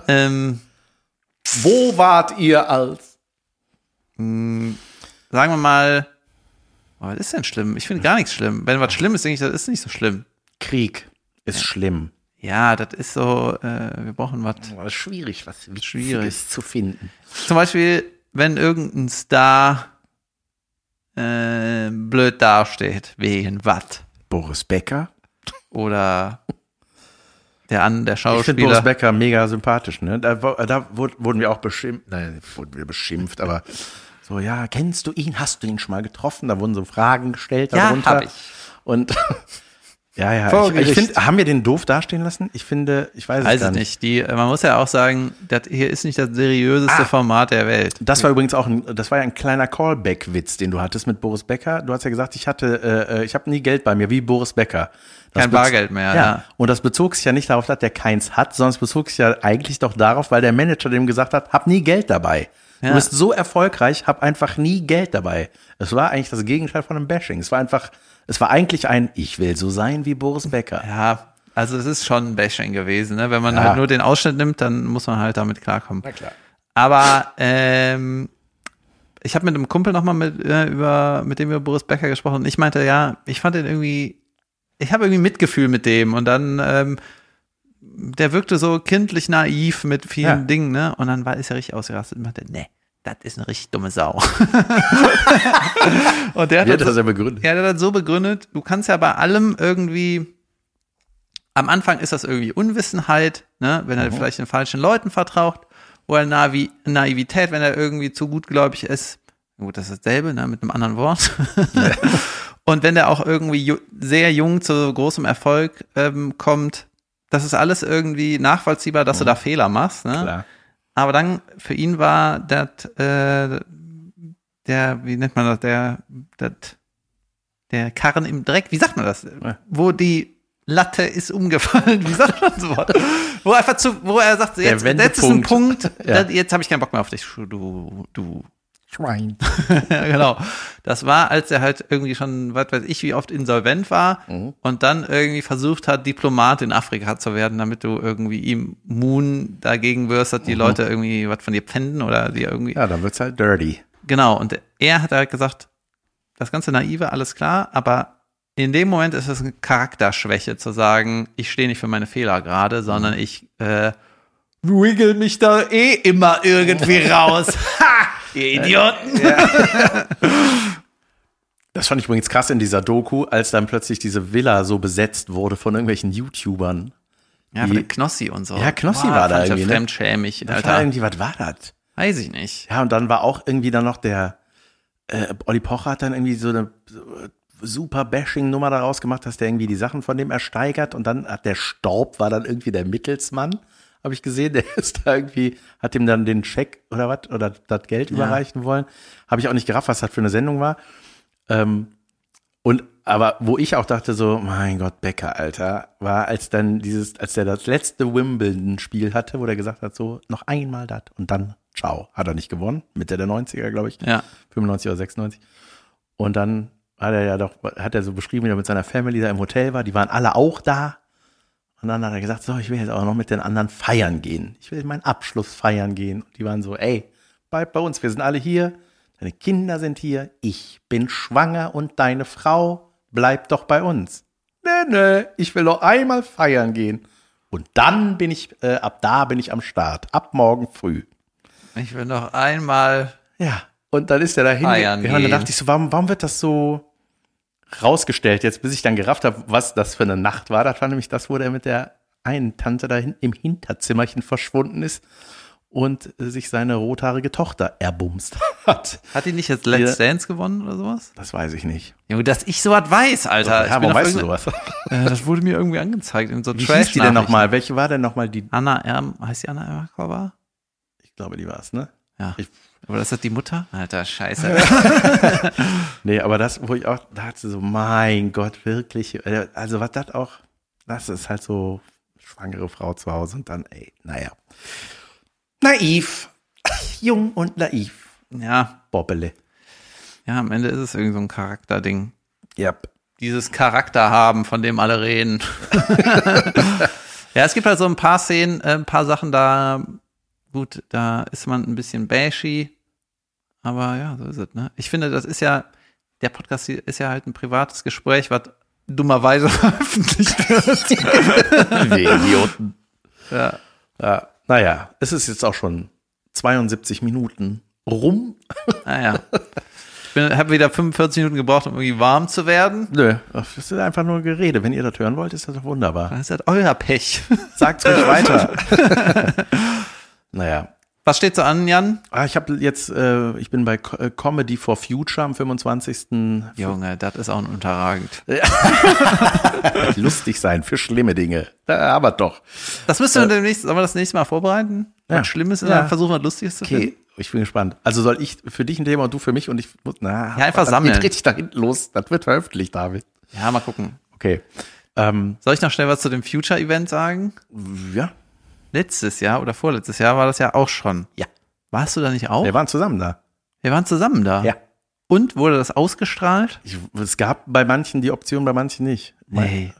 [SPEAKER 2] ähm,
[SPEAKER 3] Wo wart ihr als?
[SPEAKER 2] sagen wir mal, oh, was ist denn schlimm? Ich finde gar nichts schlimm. Wenn was schlimm ist, denke ich, das ist nicht so schlimm.
[SPEAKER 1] Krieg ist schlimm.
[SPEAKER 2] Ja, das ist so, äh, wir brauchen was.
[SPEAKER 1] Aber schwierig, was Witziges
[SPEAKER 2] Schwierig.
[SPEAKER 1] zu finden.
[SPEAKER 2] Zum Beispiel, wenn irgendein Star äh, blöd dasteht, wegen was?
[SPEAKER 1] Boris Becker.
[SPEAKER 2] Oder der an der
[SPEAKER 1] Ich finde Boris
[SPEAKER 2] Schauspieler.
[SPEAKER 1] Becker mega sympathisch, ne? Da, wo- da wurd- wurden wir auch beschimpft. Nein, wurden wir beschimpft, aber so, ja, kennst du ihn? Hast du ihn schon mal getroffen? Da wurden so Fragen gestellt
[SPEAKER 2] Ja,
[SPEAKER 1] darunter.
[SPEAKER 2] hab ich.
[SPEAKER 1] Und [LAUGHS] ja, ja,
[SPEAKER 2] Vor
[SPEAKER 1] ich, also ich
[SPEAKER 2] Gericht.
[SPEAKER 1] finde, haben wir den doof dastehen lassen? Ich finde, ich weiß es
[SPEAKER 2] Weiß
[SPEAKER 1] gar
[SPEAKER 2] ich
[SPEAKER 1] nicht.
[SPEAKER 2] nicht. Die, man muss ja auch sagen, das hier ist nicht das seriöseste
[SPEAKER 1] Ah.
[SPEAKER 2] Format der Welt.
[SPEAKER 1] Das war übrigens auch ein, das war ja ein kleiner Callback-Witz, den du hattest mit Boris Becker. Du hast ja gesagt, ich hatte, äh, äh, ich habe nie Geld bei mir, wie Boris Becker. Das
[SPEAKER 2] Kein
[SPEAKER 1] bez-
[SPEAKER 2] Bargeld
[SPEAKER 1] Ja.
[SPEAKER 2] mehr, ja.
[SPEAKER 1] Und das bezog sich ja nicht darauf, dass der keins hat, sondern es bezog sich ja eigentlich doch darauf, weil der Manager dem gesagt hat, hab nie Geld dabei.
[SPEAKER 2] Ja.
[SPEAKER 1] Du bist so erfolgreich, hab einfach nie Geld dabei. Es war eigentlich das Gegenteil von einem Bashing. Es war einfach, es war eigentlich ein, ich will so sein wie Boris Becker.
[SPEAKER 2] Ja, also es ist schon ein Bashing gewesen. Ne? Wenn man
[SPEAKER 1] Ja.
[SPEAKER 2] halt nur den Ausschnitt nimmt, dann muss man halt damit klarkommen. Na klar. Aber ähm, ich habe mit einem Kumpel nochmal mit, äh, über, mit dem über Boris Becker gesprochen und ich meinte, ja, ich fand den irgendwie, ich habe irgendwie Mitgefühl mit dem und dann, ähm, der wirkte so kindlich naiv mit vielen
[SPEAKER 1] Ja.
[SPEAKER 2] Dingen, ne? Und dann war, ist er richtig ausgerastet und meinte, nee, das ist eine richtig dumme Sau. und der hat
[SPEAKER 1] Wie
[SPEAKER 2] dann
[SPEAKER 1] hat
[SPEAKER 2] so-
[SPEAKER 1] das ja begründet?
[SPEAKER 2] ja, der hat das so begründet, du kannst ja bei allem irgendwie, am Anfang ist das irgendwie Unwissenheit, ne, wenn
[SPEAKER 1] Mhm.
[SPEAKER 2] er vielleicht den falschen Leuten vertraut, oder Navi Naivität, wenn er irgendwie zu gutgläubig ist. Gut, das ist dasselbe, ne, mit einem anderen Wort. [LAUGHS] Und wenn der auch irgendwie ju sehr jung zu großem Erfolg ähm, kommt, das ist alles irgendwie nachvollziehbar, dass du da Fehler machst, ne?
[SPEAKER 1] Mhm. Klar.
[SPEAKER 2] Aber dann, für ihn war das, äh, der, wie nennt man das, der, dat, der Karren im Dreck, wie sagt man das? Wo die Latte ist umgefallen, wie sagt man sowas? wo einfach zu, wo er sagt, jetzt, jetzt ist ein
[SPEAKER 1] Wendepunkt.
[SPEAKER 2] Punkt,
[SPEAKER 1] Ja.
[SPEAKER 2] dat- jetzt habe ich keinen Bock mehr auf dich, du, du.
[SPEAKER 1] Schwein.
[SPEAKER 2] ja, [LAUGHS] genau. Das war, als er halt irgendwie schon, was weiß ich, wie oft insolvent war und dann irgendwie versucht hat, Diplomat in Afrika zu werden, damit du irgendwie immun dagegen wirst, dass die Leute irgendwie was von dir pfänden oder dir irgendwie
[SPEAKER 1] Ja, dann wird's halt dirty.
[SPEAKER 2] Genau, und er hat halt gesagt, das ganze Naive, alles klar, aber in dem Moment ist es eine Charakterschwäche zu sagen, ich stehe nicht für meine Fehler gerade, sondern ich äh, wiggle mich da eh immer irgendwie raus. Ha! Ihr Idioten!
[SPEAKER 1] Das fand ich übrigens krass in dieser Doku, als dann plötzlich diese Villa so besetzt wurde von irgendwelchen YouTubern.
[SPEAKER 2] Ja, von der Knossi und so. Ah,
[SPEAKER 1] Ja, Knossi war da
[SPEAKER 2] fand ich
[SPEAKER 1] irgendwie,
[SPEAKER 2] Ja
[SPEAKER 1] ne?
[SPEAKER 2] fremdschämig,
[SPEAKER 1] Da war
[SPEAKER 2] Alter.
[SPEAKER 1] irgendwie, was war das?
[SPEAKER 2] Weiß ich nicht.
[SPEAKER 1] Ja, und dann war auch irgendwie dann noch der äh, Olli Pocher hat dann irgendwie so eine äh, super Bashing-Nummer daraus gemacht, dass der irgendwie die Sachen von dem ersteigert und dann hat der Staub, war dann irgendwie der Mittelsmann, habe ich gesehen, [LAUGHS] der ist da irgendwie, hat ihm dann den Scheck oder was oder das Geld überreichen wollen. Habe ich auch nicht gerafft, was das für eine Sendung war. Ähm, und aber wo ich auch dachte so, mein Gott, Becker, Alter, war als dann dieses, als der das letzte Wimbledon-Spiel hatte, wo der gesagt hat, so noch einmal das und dann ciao, hat er nicht gewonnen, Mitte der 90er, glaube ich,
[SPEAKER 2] Ja.
[SPEAKER 1] 95 oder 96. Und dann hat er ja doch, hat er so beschrieben, wie er mit seiner Family da im Hotel war, die waren alle auch da. Und dann hat er gesagt, so, ich will jetzt auch noch mit den anderen feiern gehen. Ich will meinen Abschluss feiern gehen. Und die waren so, ey, bleib bei uns, wir sind alle hier. Deine Kinder sind hier. Ich bin schwanger und deine Frau bleibt doch bei uns. Nee, nee, ich will doch einmal feiern gehen. Und dann bin ich, äh, ab da bin ich am Start. Ab morgen früh.
[SPEAKER 2] Ich will noch einmal.
[SPEAKER 1] Ja, und dann ist er dahin.
[SPEAKER 2] Feiern
[SPEAKER 1] ja, und dann
[SPEAKER 2] gehen.
[SPEAKER 1] dachte ich so, warum, warum wird das so rausgestellt jetzt, bis ich dann gerafft habe, was das für eine Nacht war. Das war nämlich das, wo der mit der einen Tante da hin- im Hinterzimmerchen verschwunden ist und äh, sich seine rothaarige Tochter erbumst hat.
[SPEAKER 2] Hat die nicht jetzt Let's
[SPEAKER 1] Ja.
[SPEAKER 2] Dance gewonnen oder sowas?
[SPEAKER 1] Das weiß ich nicht.
[SPEAKER 2] Junge, dass ich sowas weiß,
[SPEAKER 1] ja,
[SPEAKER 2] Alter. ich bin
[SPEAKER 1] warum
[SPEAKER 2] auf
[SPEAKER 1] weißt du
[SPEAKER 2] irgendein-
[SPEAKER 1] sowas?
[SPEAKER 2] Äh, das wurde mir irgendwie angezeigt in so
[SPEAKER 1] Wie
[SPEAKER 2] trash
[SPEAKER 1] hieß die denn nochmal? Welche war denn nochmal die?
[SPEAKER 2] Anna Erm, heißt die Anna Ermakova?
[SPEAKER 1] Ich glaube, die war es, ne?
[SPEAKER 2] Ja.
[SPEAKER 1] Ich-
[SPEAKER 2] Aber das ist die Mutter? Alter, scheiße.
[SPEAKER 1] Nee, aber das, wo ich auch dachte, so, mein Gott, wirklich. äh, Also, was das auch, das ist halt so schwangere Frau zu Hause und dann, ey, naja. Naiv. [LAUGHS] Jung und naiv.
[SPEAKER 2] [LAUGHS] ja.
[SPEAKER 1] Bobbele.
[SPEAKER 2] Ja, am Ende ist es irgendwie so ein Charakterding.
[SPEAKER 1] Ja. [LAUGHS]
[SPEAKER 2] Dieses Charakter haben, von dem alle [LAUGHS] reden. ja, es gibt halt so ein paar Szenen, äh, ein paar Sachen da. Gut, da ist man ein bisschen bashy. Aber ja, so ist es, ne? Ich finde, das ist ja, der Podcast hier ist ja halt ein privates Gespräch, was dummerweise [LAUGHS] veröffentlicht wird. [LAUGHS]
[SPEAKER 1] Wir Idioten.
[SPEAKER 2] ja.
[SPEAKER 1] Ja, naja, es ist jetzt auch schon 72 Minuten rum.
[SPEAKER 2] Naja. Ich habe wieder 45 Minuten gebraucht, um irgendwie warm zu werden.
[SPEAKER 1] Nö, das ist einfach nur Gerede. Wenn ihr das hören wollt, ist das doch wunderbar. [LAUGHS]
[SPEAKER 2] Das ist halt euer Pech.
[SPEAKER 1] Sagt's ruhig weiter. [LAUGHS] naja,
[SPEAKER 2] Was steht so an, Jan?
[SPEAKER 1] Ah, ich habe jetzt, äh, ich bin bei Co äh, Comedy for Future am 25.
[SPEAKER 2] Junge, das ist auch ein Unterragend.
[SPEAKER 1] Lustig sein für schlimme Dinge. Da, aber doch.
[SPEAKER 2] Das müssen wir demnächst, sollen wir das nächste Mal vorbereiten?
[SPEAKER 1] Äh, Ja.
[SPEAKER 2] Was Schlimmes und
[SPEAKER 1] Ja.
[SPEAKER 2] dann versuchen wir was Lustiges zu
[SPEAKER 1] Okay,
[SPEAKER 2] finden.
[SPEAKER 1] Äh, ich bin gespannt. Also soll ich für dich ein Thema und du für mich und ich muss, na.
[SPEAKER 2] Ja, einfach
[SPEAKER 1] das
[SPEAKER 2] sammeln.
[SPEAKER 1] Geht richtig da hinten los. Das wird veröffentlicht, David.
[SPEAKER 2] Ja, mal gucken.
[SPEAKER 1] Okay. Ähm,
[SPEAKER 2] Soll ich noch schnell was zu dem Future-Event sagen?
[SPEAKER 1] ja.
[SPEAKER 2] Letztes Jahr oder vorletztes Jahr war das ja auch schon.
[SPEAKER 1] Ja.
[SPEAKER 2] Warst du da nicht auch?
[SPEAKER 1] Wir waren zusammen da.
[SPEAKER 2] Wir waren zusammen da. Und wurde das ausgestrahlt?
[SPEAKER 1] Ich, es gab bei manchen die Option, bei manchen nicht.
[SPEAKER 2] Nee.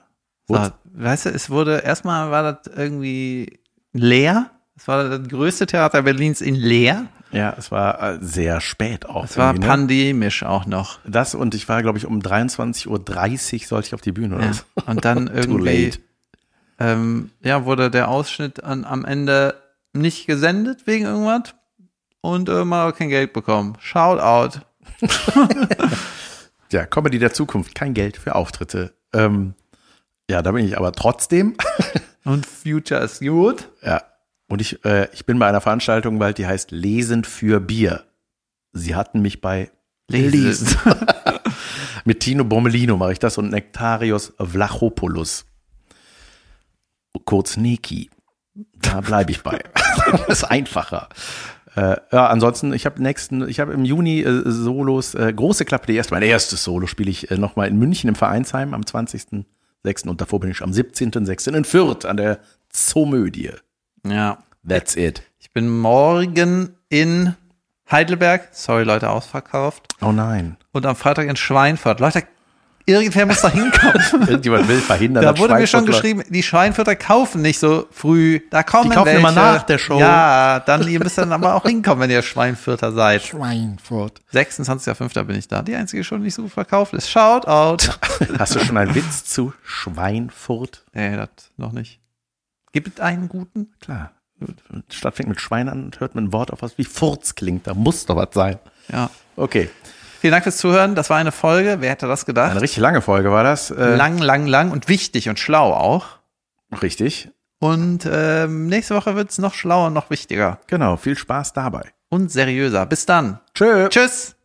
[SPEAKER 2] So,
[SPEAKER 1] Gut.
[SPEAKER 2] weißt du, es wurde, erstmal war das irgendwie leer. Es war das größte Theater Berlins in leer.
[SPEAKER 1] Ja, es war äh, sehr spät auch.
[SPEAKER 2] Es war
[SPEAKER 1] irgendwie, ne?
[SPEAKER 2] pandemisch auch noch.
[SPEAKER 1] Das und ich war, glaube ich, um 23.30 Uhr sollte ich auf die Bühne oder
[SPEAKER 2] Ja.
[SPEAKER 1] so.
[SPEAKER 2] Und [LAUGHS] dann irgendwie
[SPEAKER 1] late.
[SPEAKER 2] ähm, ja, wurde der Ausschnitt an, am Ende nicht gesendet wegen irgendwas und äh, man hat kein Geld bekommen. Shout out.
[SPEAKER 1] Ja, Comedy der Zukunft, kein Geld für Auftritte. Ähm, ja, da bin ich aber trotzdem.
[SPEAKER 2] Und Future ist gut.
[SPEAKER 1] ja. Und ich, äh, ich bin bei einer Veranstaltung bald, die heißt Lesen für Bier. Sie hatten mich bei
[SPEAKER 2] Lesen.
[SPEAKER 1] [LAUGHS] Mit Tino Bommelino mache ich das und Nektarios Vlachopoulos. Kurz Neki. Da bleibe ich bei. [LAUGHS] ist einfacher. Äh, ja, ansonsten, ich habe nächsten, ich habe im Juni äh, Solos, äh, große Klappe, die erste, mein erstes Solo spiele ich äh, nochmal in München im Vereinsheim am 20.06. und davor bin ich am 17.06. in Fürth an der Zoomödie.
[SPEAKER 2] Ja.
[SPEAKER 1] That's it.
[SPEAKER 2] Ich bin morgen in Heidelberg. Sorry, Leute, ausverkauft.
[SPEAKER 1] Oh nein.
[SPEAKER 2] Und am Freitag in Schweinfurt. Leute, irgendwer muss da [LAUGHS] hinkommen.
[SPEAKER 1] Irgendjemand will verhindern.
[SPEAKER 2] Da
[SPEAKER 1] dass
[SPEAKER 2] wurde mir schon
[SPEAKER 1] Schweinfurt-
[SPEAKER 2] geschrieben, die Schweinfurter kaufen nicht so früh. Da kommen
[SPEAKER 1] Die kaufen
[SPEAKER 2] welche.
[SPEAKER 1] immer nach der Show.
[SPEAKER 2] Ja, dann ihr müsst dann aber auch hinkommen, wenn ihr Schweinfurter seid.
[SPEAKER 1] Schweinfurt.
[SPEAKER 2] 26.05. bin ich da. Die einzige Show, die nicht so gut verkauft ist. Shoutout.
[SPEAKER 1] Hast du schon einen Witz zu Schweinfurt?
[SPEAKER 2] Nee, das noch nicht. Gibt es einen guten?
[SPEAKER 1] Klar. Stadt fängt mit Schwein an und hört mit einem Wort auf, was wie Furz klingt. Da muss doch was sein.
[SPEAKER 2] Ja.
[SPEAKER 1] Okay.
[SPEAKER 2] Vielen Dank fürs Zuhören. Das war eine Folge. Wer hätte das gedacht?
[SPEAKER 1] Eine richtig lange Folge war das. Äh,
[SPEAKER 2] Lang, lang, lang und wichtig und schlau auch.
[SPEAKER 1] Richtig.
[SPEAKER 2] Und ähm, nächste Woche wird's noch schlauer und noch wichtiger
[SPEAKER 1] Genau. Viel Spaß dabei.
[SPEAKER 2] und seriöser. Bis dann.
[SPEAKER 1] Tschö.
[SPEAKER 2] Tschüss.